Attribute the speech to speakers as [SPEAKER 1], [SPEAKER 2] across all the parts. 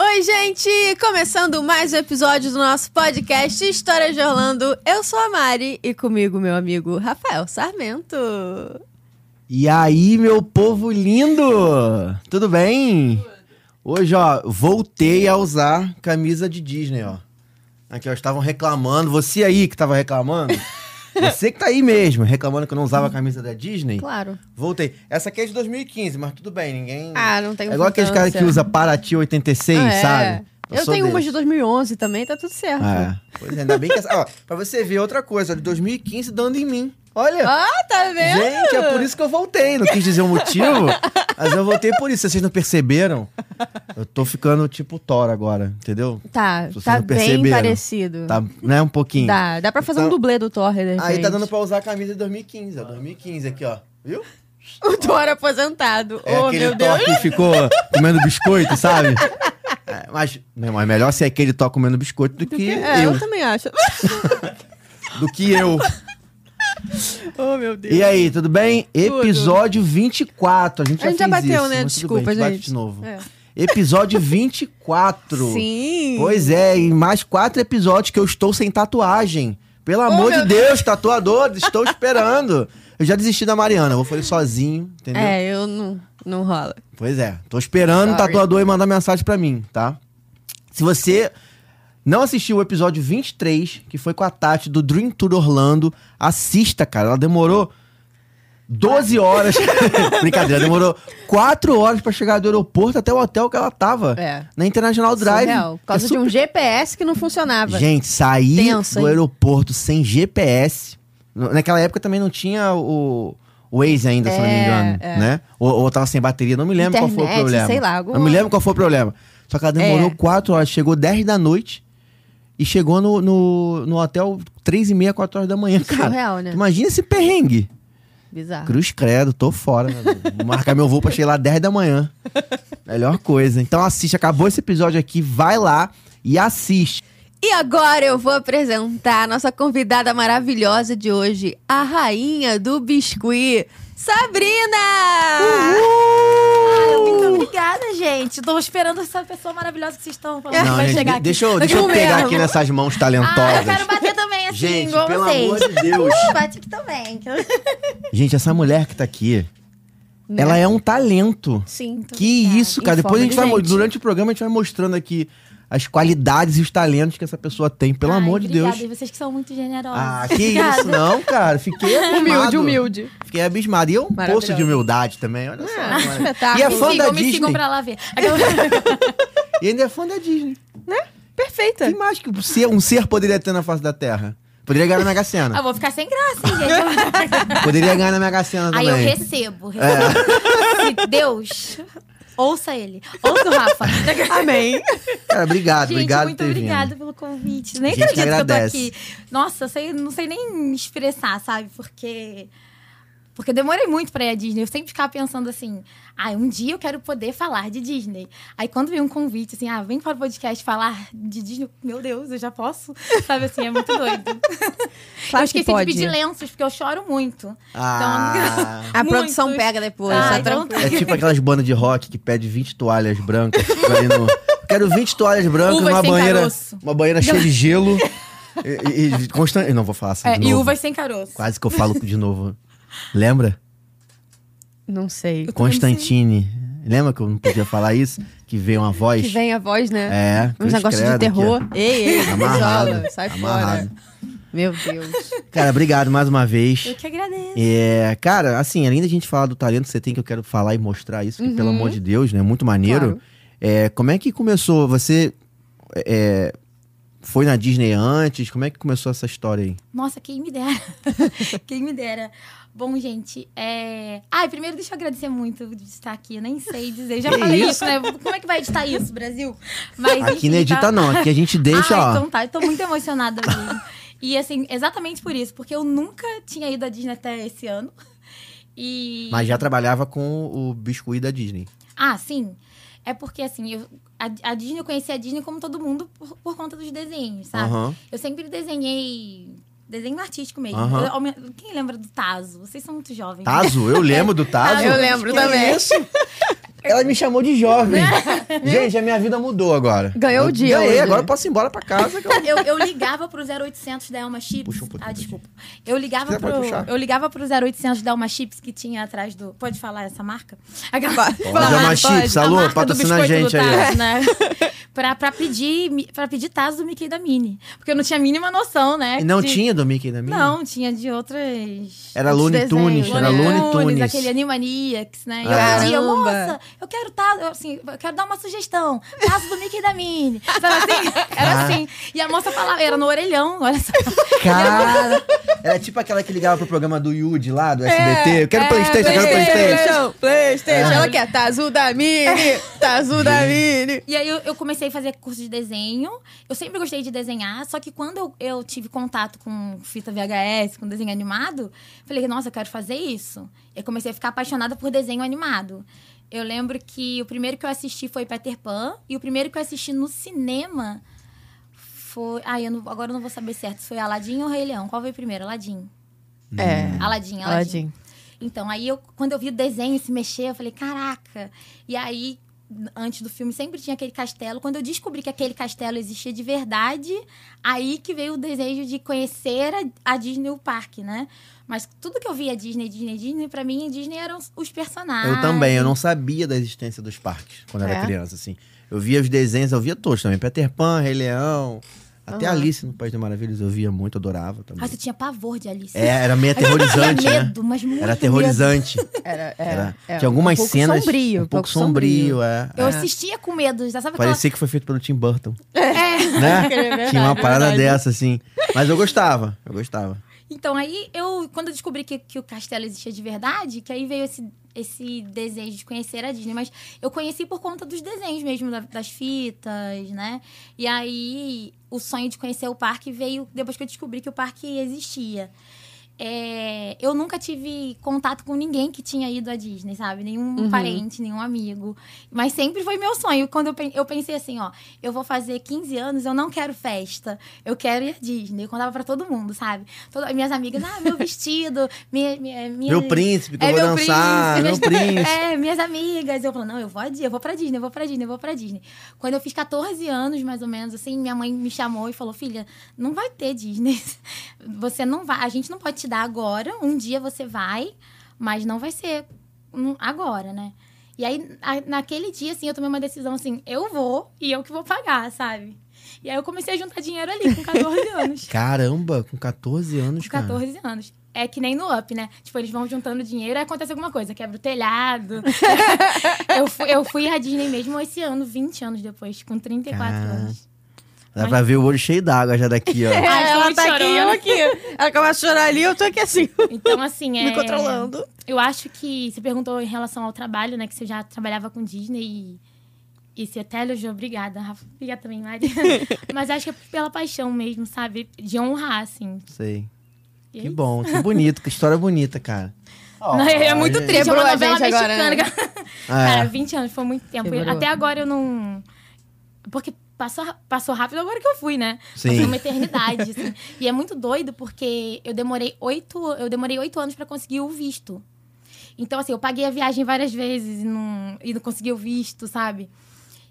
[SPEAKER 1] Oi, gente! Começando mais um episódio do nosso podcast História de Orlando. Eu sou a Mari e comigo meu amigo Rafael Sarmento.
[SPEAKER 2] E aí, meu povo lindo! Tudo bem? Hoje, ó, voltei a usar camisa de Disney, ó. Aqui, ó, estavam reclamando. Você aí que tava reclamando. Você que tá aí mesmo, reclamando que eu não usava a camisa da Disney.
[SPEAKER 1] Claro.
[SPEAKER 2] Voltei. Essa aqui é de 2015, mas tudo bem, ninguém.
[SPEAKER 1] Ah, não tem
[SPEAKER 2] é igual aqueles caras que usa Paraty 86,
[SPEAKER 1] Ah, é.
[SPEAKER 2] sabe?
[SPEAKER 1] Eu
[SPEAKER 2] sou
[SPEAKER 1] tenho um umas de
[SPEAKER 2] desse.
[SPEAKER 1] 2011 também, tá tudo certo.
[SPEAKER 2] Ah, pois é, ainda bem que essa. Ó, pra você ver outra coisa, ó, de 2015 dando em mim. Olha!
[SPEAKER 1] Ah, tá vendo?
[SPEAKER 2] Gente, é por isso que eu voltei. Não quis dizer o motivo, mas eu voltei por isso. Vocês não perceberam? Eu tô ficando tipo Thor agora, entendeu?
[SPEAKER 1] Tá,
[SPEAKER 2] Se vocês
[SPEAKER 1] tá
[SPEAKER 2] não
[SPEAKER 1] bem
[SPEAKER 2] perceberam,
[SPEAKER 1] parecido.
[SPEAKER 2] Tá, né? Um pouquinho.
[SPEAKER 1] Dá, dá pra fazer um
[SPEAKER 2] Então-
[SPEAKER 1] dublê do Thor, de repente.
[SPEAKER 2] Aí tá dando pra usar a camisa de 2015, ó. 2015 aqui, ó. Viu?
[SPEAKER 1] O Thor aposentado.
[SPEAKER 2] É
[SPEAKER 1] oh,
[SPEAKER 2] aquele
[SPEAKER 1] meu
[SPEAKER 2] Thor
[SPEAKER 1] Deus.
[SPEAKER 2] que ficou comendo biscoito, sabe? É, mas, meu irmão, é melhor ser aquele Thor comendo biscoito do que
[SPEAKER 1] É, eu
[SPEAKER 2] eu.
[SPEAKER 1] também acho.
[SPEAKER 2] Do que eu.
[SPEAKER 1] Oh, meu Deus.
[SPEAKER 2] E aí, tudo bem?
[SPEAKER 1] Tudo.
[SPEAKER 2] Episódio 24. A gente,
[SPEAKER 1] A gente já
[SPEAKER 2] fez
[SPEAKER 1] bateu,
[SPEAKER 2] isso,
[SPEAKER 1] né?
[SPEAKER 2] mas tudo bem,
[SPEAKER 1] Desculpa,
[SPEAKER 2] a gente. bate
[SPEAKER 1] gente.
[SPEAKER 2] de novo.
[SPEAKER 1] É.
[SPEAKER 2] Episódio 24.
[SPEAKER 1] Sim.
[SPEAKER 2] Pois é, e mais quatro episódios que eu estou sem tatuagem. Pelo amor
[SPEAKER 1] Oh, meu
[SPEAKER 2] de Deus, tatuadores, estou esperando. Eu já desisti da Mariana, eu vou fazer sozinho, entendeu?
[SPEAKER 1] É, eu não, não rola.
[SPEAKER 2] Pois é, tô esperando o
[SPEAKER 1] Sorry.
[SPEAKER 2] tatuador mandar mensagem pra mim, tá? Se você não assistiu o episódio 23, que foi com a Tati do Dream Tour Orlando, assista, cara. Ela demorou 12 horas. Brincadeira, demorou 4 horas pra chegar do aeroporto até o hotel que ela tava.
[SPEAKER 1] É.
[SPEAKER 2] Na International Drive.
[SPEAKER 1] Surreal, por causa
[SPEAKER 2] É
[SPEAKER 1] de um GPS que não funcionava.
[SPEAKER 2] Gente, sair
[SPEAKER 1] Tenso,
[SPEAKER 2] do
[SPEAKER 1] hein?
[SPEAKER 2] aeroporto sem GPS. n- Naquela época também não tinha o o Waze ainda, se não me
[SPEAKER 1] É,
[SPEAKER 2] engano,
[SPEAKER 1] é.
[SPEAKER 2] né? Ou, ou tava sem bateria, não me lembro qual foi o
[SPEAKER 1] Internet,
[SPEAKER 2] problema.
[SPEAKER 1] sei lá, alguma-
[SPEAKER 2] Não me lembro qual foi o problema. Só que ela demorou
[SPEAKER 1] É.
[SPEAKER 2] 4 horas, chegou 10 da noite e chegou no, no, no hotel 3 e meia, 4 horas da manhã, cara.
[SPEAKER 1] Surreal, né? Ah.
[SPEAKER 2] Tu Imagina esse perrengue.
[SPEAKER 1] Bizarro.
[SPEAKER 2] Cruz credo, tô fora. Né? Vou marcar meu voo pra chegar lá 10 da manhã. Melhor coisa. Então assiste, acabou esse episódio aqui, vai lá e assiste.
[SPEAKER 1] E agora eu vou apresentar a nossa convidada maravilhosa de hoje, a rainha do biscuit, Sabrina!
[SPEAKER 3] Ai, muito obrigada, gente. Tô esperando essa pessoa maravilhosa que vocês estão falando que
[SPEAKER 2] Não,
[SPEAKER 3] vai
[SPEAKER 2] gente,
[SPEAKER 3] chegar aqui. um
[SPEAKER 2] deixa eu,
[SPEAKER 1] Eu
[SPEAKER 2] deixa eu
[SPEAKER 1] quero
[SPEAKER 2] pegar
[SPEAKER 1] mesmo.
[SPEAKER 2] aqui nessas mãos
[SPEAKER 3] Ah, eu
[SPEAKER 2] talentosas.
[SPEAKER 3] quero bater também, assim,
[SPEAKER 2] Gente,
[SPEAKER 3] igual
[SPEAKER 2] pelo
[SPEAKER 3] vocês.
[SPEAKER 2] amor de Deus.
[SPEAKER 3] Uh, bate aqui também.
[SPEAKER 2] Gente, essa mulher que tá aqui,
[SPEAKER 1] Né?
[SPEAKER 2] ela é um talento.
[SPEAKER 3] Sinto.
[SPEAKER 2] Que isso, cara.
[SPEAKER 1] Em
[SPEAKER 2] Depois a gente vai,
[SPEAKER 1] forma de
[SPEAKER 2] mo-
[SPEAKER 1] gente.
[SPEAKER 2] durante o programa, a gente vai mostrando aqui as qualidades e os talentos que essa pessoa tem, pelo
[SPEAKER 3] Ai,
[SPEAKER 2] amor de Deus.
[SPEAKER 3] Obrigada, e vocês que são muito generosos.
[SPEAKER 2] Ah, que isso, não, cara. Fiquei abismado.
[SPEAKER 1] Humilde, humilde.
[SPEAKER 2] Fiquei abismado. E é um
[SPEAKER 1] Maravilhosa.
[SPEAKER 2] poço de humildade também, olha só.
[SPEAKER 1] Ah,
[SPEAKER 2] mano.
[SPEAKER 1] espetáculo.
[SPEAKER 2] E é
[SPEAKER 3] Me
[SPEAKER 2] fã
[SPEAKER 3] sigam,
[SPEAKER 2] da
[SPEAKER 3] me
[SPEAKER 2] Disney.
[SPEAKER 3] sigam pra lá ver. Aquela-
[SPEAKER 2] E ainda é fã da Disney.
[SPEAKER 1] Perfeita.
[SPEAKER 3] Tá.
[SPEAKER 2] Que mais que um ser- um ser poderia ter na face da Terra? Poderia ganhar na Mega
[SPEAKER 3] Ah,
[SPEAKER 2] Sena.
[SPEAKER 3] vou ficar sem graça, hein, gente.
[SPEAKER 2] Poderia ganhar na Mega Sena
[SPEAKER 3] Aí
[SPEAKER 2] também. É.
[SPEAKER 3] eu recebo. recebo. Se Deus... Ouça ele. Ouça o Rafa.
[SPEAKER 1] Amém.
[SPEAKER 2] Cara, obrigado,
[SPEAKER 3] Gente,
[SPEAKER 2] obrigado
[SPEAKER 3] muito
[SPEAKER 2] por ter
[SPEAKER 3] obrigada
[SPEAKER 2] vindo.
[SPEAKER 3] pelo convite. Nem
[SPEAKER 2] A gente que
[SPEAKER 3] acredito que eu tô
[SPEAKER 2] agradece.
[SPEAKER 3] aqui. Nossa, eu sei- não sei nem expressar, sabe? Porque. Porque eu demorei muito pra ir à Disney. Eu sempre ficava pensando assim: ah, um dia eu quero poder falar de Disney. Aí quando veio um convite, assim, ah, vem para o podcast falar de Disney, meu Deus, eu já posso. Sabe assim, é muito doido. eu
[SPEAKER 1] Claro que
[SPEAKER 3] esqueci
[SPEAKER 1] pode.
[SPEAKER 3] de pedir lenços, porque eu choro muito.
[SPEAKER 2] Ah,
[SPEAKER 1] A produção
[SPEAKER 3] Muitos.
[SPEAKER 1] pega depois,
[SPEAKER 3] Ah,
[SPEAKER 1] tá
[SPEAKER 3] então
[SPEAKER 1] tranquilo.
[SPEAKER 2] é tipo aquelas bandas de rock que pede 20 toalhas brancas. fica ali no- Quero 20 toalhas brancas
[SPEAKER 3] Uvas
[SPEAKER 2] numa
[SPEAKER 3] sem
[SPEAKER 2] banheira,
[SPEAKER 3] caroço.
[SPEAKER 2] uma banheira cheia de gelo. e, e, e constan- eu Não vou falar assim
[SPEAKER 3] É,
[SPEAKER 2] de
[SPEAKER 3] e
[SPEAKER 2] novo.
[SPEAKER 3] uvas sem caroço.
[SPEAKER 2] Quase que eu falo de novo. Lembra?
[SPEAKER 1] Não sei.
[SPEAKER 2] Constantine. Lembra que eu não podia falar isso? Que veio uma voz.
[SPEAKER 1] Que vem a voz, né?
[SPEAKER 2] É.
[SPEAKER 3] um
[SPEAKER 1] Uns
[SPEAKER 2] cruz
[SPEAKER 1] negócios
[SPEAKER 2] credo
[SPEAKER 1] de
[SPEAKER 2] aqui,
[SPEAKER 1] terror. Ei, ei,
[SPEAKER 2] ó. Amarrado.
[SPEAKER 1] isola, sai
[SPEAKER 2] amarrado.
[SPEAKER 1] fora. Meu Deus.
[SPEAKER 2] Cara, obrigado mais uma vez.
[SPEAKER 3] Eu que agradeço.
[SPEAKER 2] É, cara, assim, além da gente falar do talento que você tem, que eu quero falar e mostrar isso, que pelo amor de Deus, né? Muito maneiro.
[SPEAKER 1] Claro.
[SPEAKER 2] É, como é que começou? Você é, foi na Disney antes? Como é que começou essa história aí?
[SPEAKER 3] Nossa, quem me dera. quem me dera. Bom, gente, é... Ai, primeiro deixa eu agradecer muito de estar aqui. Eu nem sei dizer. Eu já
[SPEAKER 2] Que
[SPEAKER 3] falei
[SPEAKER 2] isso?
[SPEAKER 3] isso, né? Como é que vai editar isso, Brasil? Mas,
[SPEAKER 2] Aqui
[SPEAKER 3] enfim,
[SPEAKER 2] não é edita,
[SPEAKER 3] tá-
[SPEAKER 2] não. Aqui a gente deixa,
[SPEAKER 3] ah,
[SPEAKER 2] ó.
[SPEAKER 3] então tá. Eu tô muito emocionada mesmo. e, assim, exatamente por isso. Porque eu nunca tinha ido à Disney até esse ano. E...
[SPEAKER 2] Mas já trabalhava com o biscuit da Disney.
[SPEAKER 3] Ah, sim. É porque, assim, eu... A, a Disney, eu conheci a Disney como todo mundo por, por conta dos desenhos, sabe?
[SPEAKER 2] Aham.
[SPEAKER 3] Eu sempre desenhei. Desenho artístico mesmo.
[SPEAKER 2] Aham.
[SPEAKER 3] Eu- ao me- quem lembra do Tazo? Vocês são muito jovens.
[SPEAKER 2] Tazo, eu lembro do Tazo.
[SPEAKER 1] Eu lembro
[SPEAKER 2] Que é
[SPEAKER 1] também.
[SPEAKER 2] Isso? Ela me chamou de jovem. Gente, a minha vida mudou agora.
[SPEAKER 1] Ganhou
[SPEAKER 2] Eu
[SPEAKER 1] o dia
[SPEAKER 2] Ganhei,
[SPEAKER 1] hoje.
[SPEAKER 2] agora eu posso ir embora pra casa. que eu-
[SPEAKER 3] Eu, eu ligava pro 0800 da Elma Chips.
[SPEAKER 2] Puxa um pouquinho
[SPEAKER 3] ah,
[SPEAKER 2] daqui.
[SPEAKER 3] desculpa. Eu ligava,
[SPEAKER 2] Quiser, pode
[SPEAKER 3] pro,
[SPEAKER 2] puxar.
[SPEAKER 3] eu ligava pro 0800 da Elma Chips que tinha atrás do. Pode falar essa marca? Aquela-
[SPEAKER 2] Pode, Elma
[SPEAKER 1] pode.
[SPEAKER 2] Chips, alô,
[SPEAKER 3] marca do
[SPEAKER 2] patrocina a
[SPEAKER 3] biscoito
[SPEAKER 2] gente
[SPEAKER 3] do
[SPEAKER 2] aí.
[SPEAKER 3] Taz, né? pra, pra pedir, mi- pra pedir Taz do Mickey e da Minnie. Porque eu não tinha a mínima noção, né?
[SPEAKER 2] E não
[SPEAKER 3] de-
[SPEAKER 2] tinha do Mickey na minha?
[SPEAKER 3] Não, tinha de outras.
[SPEAKER 2] Era
[SPEAKER 1] Os
[SPEAKER 2] Looney
[SPEAKER 1] desenhos,
[SPEAKER 2] Tunes, era
[SPEAKER 1] né?
[SPEAKER 2] Looney Tunes.
[SPEAKER 3] aquele Animaniacs, né? E
[SPEAKER 1] Ah.
[SPEAKER 3] eu pedia,
[SPEAKER 1] Caramba.
[SPEAKER 3] moça, eu quero tá, eu, assim, eu quero dar uma sugestão. Caso do Mickey e da Minnie. Sabe assim? Era assim. E a moça falava, era no orelhão, olha só.
[SPEAKER 2] Cara, era tipo aquela que ligava pro programa do Yudi lá, do SBT. Eu quero
[SPEAKER 1] É,
[SPEAKER 2] Playstation, eu quero Playstation. É.
[SPEAKER 1] Playstation, Playstation. Ela quer, tá azul da Mini, tá azul da Mini.
[SPEAKER 3] E aí eu, eu comecei a fazer curso de desenho. Eu sempre gostei de desenhar, só que quando eu, eu tive contato com fita VHS, com desenho animado, falei, nossa, eu quero fazer isso. E aí comecei a ficar apaixonada por desenho animado. Eu lembro que o primeiro que eu assisti foi Peter Pan, e o primeiro que eu assisti no cinema foi. Ai, eu não- agora eu não vou saber certo se foi Aladim ou Rei Leão. Qual veio primeiro? Aladim.
[SPEAKER 1] É.
[SPEAKER 3] Aladim, Aladim.
[SPEAKER 1] Aladdin.
[SPEAKER 3] Então, aí eu, quando eu vi o desenho se mexer, eu falei, caraca. E aí, n- antes do filme, sempre tinha aquele castelo. Quando eu descobri que aquele castelo existia de verdade, aí que veio o desejo de conhecer a, a Disney o parque, né? Mas tudo que eu via Disney, Disney, Disney, pra mim, Disney eram os- os personagens.
[SPEAKER 2] Eu também, eu não sabia da existência dos parques quando
[SPEAKER 1] É?
[SPEAKER 2] era criança, assim. Eu via os desenhos, eu via todos também. Peter Pan, Rei Leão, até
[SPEAKER 1] Aham.
[SPEAKER 2] Alice no País das Maravilhas eu via muito, adorava também.
[SPEAKER 3] Mas eu tinha pavor de Alice.
[SPEAKER 2] É, era meio
[SPEAKER 3] Tinha
[SPEAKER 2] aterrorizante, né?
[SPEAKER 3] medo, mas muito
[SPEAKER 2] Era aterrorizante.
[SPEAKER 1] Era,
[SPEAKER 2] Era.
[SPEAKER 1] era, era
[SPEAKER 2] Tinha algumas
[SPEAKER 1] um pouco
[SPEAKER 2] cenas.
[SPEAKER 1] Sombrio,
[SPEAKER 2] um pouco sombrio, é.
[SPEAKER 3] medo. Eu
[SPEAKER 2] É.
[SPEAKER 3] assistia com medo, sabe aquela...
[SPEAKER 2] Parecia que foi feito pelo Tim Burton,
[SPEAKER 3] É.
[SPEAKER 2] né?
[SPEAKER 1] verdade,
[SPEAKER 2] Tinha uma parada
[SPEAKER 1] verdade.
[SPEAKER 2] dessa, assim. Mas eu gostava, eu gostava.
[SPEAKER 3] Então, aí eu, quando eu descobri que, que o castelo existia de verdade, que aí veio esse, esse desejo de conhecer a Disney. Mas eu conheci por conta dos desenhos mesmo, da- das fitas, né? E aí o sonho de conhecer o parque veio depois que eu descobri que o parque existia. É, eu nunca tive contato com ninguém que tinha ido à Disney, sabe? Nenhum parente, nenhum amigo. Mas sempre foi meu sonho. Quando eu, pen- eu pensei assim, ó, eu vou fazer 15 anos, eu não quero festa, eu quero ir à Disney. Eu contava pra todo mundo, sabe? Todas minhas amigas, ah, meu vestido, minha, minha, minha-
[SPEAKER 2] Meu príncipe, que eu vou dançar,
[SPEAKER 3] É príncipe,
[SPEAKER 2] meu príncipe.
[SPEAKER 3] É, minhas amigas. Eu falo, não, eu vou a Disney, eu vou pra Disney, eu vou pra Disney, eu vou pra Disney. Quando eu fiz 14 anos, mais ou menos, assim, minha mãe me chamou e falou, filha, não vai ter Disney. Você não vai, a gente não pode te dar agora, um dia você vai, mas não vai ser hum, agora, né? E aí, a- naquele dia, assim, eu tomei uma decisão assim, eu vou e eu que vou pagar, sabe? E aí eu comecei a juntar dinheiro ali com 14 anos.
[SPEAKER 2] Caramba, com 14 anos,
[SPEAKER 3] Com
[SPEAKER 2] cara.
[SPEAKER 3] 14 anos. É que nem no Up, né? Tipo, eles vão juntando dinheiro e acontece alguma coisa. Quebra o telhado. eu, fui, eu fui à Disney mesmo esse ano, 20 anos depois, com 34
[SPEAKER 2] Caraca.
[SPEAKER 3] anos.
[SPEAKER 2] Dá pra ver o olho cheio d'água já daqui, ó.
[SPEAKER 3] Ai, tô
[SPEAKER 1] ela
[SPEAKER 3] É, muito
[SPEAKER 1] tá aqui, eu
[SPEAKER 3] chorona.
[SPEAKER 1] aqui. Ela começa a chorar ali, eu tô aqui assim,
[SPEAKER 3] Então, assim, é...
[SPEAKER 1] me controlando.
[SPEAKER 3] Eu acho que... Você perguntou em relação ao trabalho, né? Que você já trabalhava com Disney e... E se até elogiou, obrigada, Rafa. Obrigada também, Mari. Mas acho que é pela paixão mesmo, sabe? De honrar, assim.
[SPEAKER 2] Sei.
[SPEAKER 3] E é
[SPEAKER 2] Que
[SPEAKER 3] isso.
[SPEAKER 2] bom, que bonito, que história bonita, cara.
[SPEAKER 3] Não, é muito triste, é
[SPEAKER 1] Quebrou a
[SPEAKER 3] uma novela
[SPEAKER 1] gente agora,
[SPEAKER 3] mexicana.
[SPEAKER 1] né?
[SPEAKER 3] Cara,
[SPEAKER 2] É.
[SPEAKER 3] 20 anos foi muito tempo.
[SPEAKER 1] Quebrou.
[SPEAKER 3] Até agora eu não. Porque passou, ra- passou rápido agora que eu fui, né?
[SPEAKER 2] Sim.
[SPEAKER 3] Passou uma eternidade. assim. E é muito doido porque eu demorei oito, eu demorei oito anos pra conseguir o visto. Então, assim, eu paguei a viagem várias vezes e não, e não consegui o visto, sabe?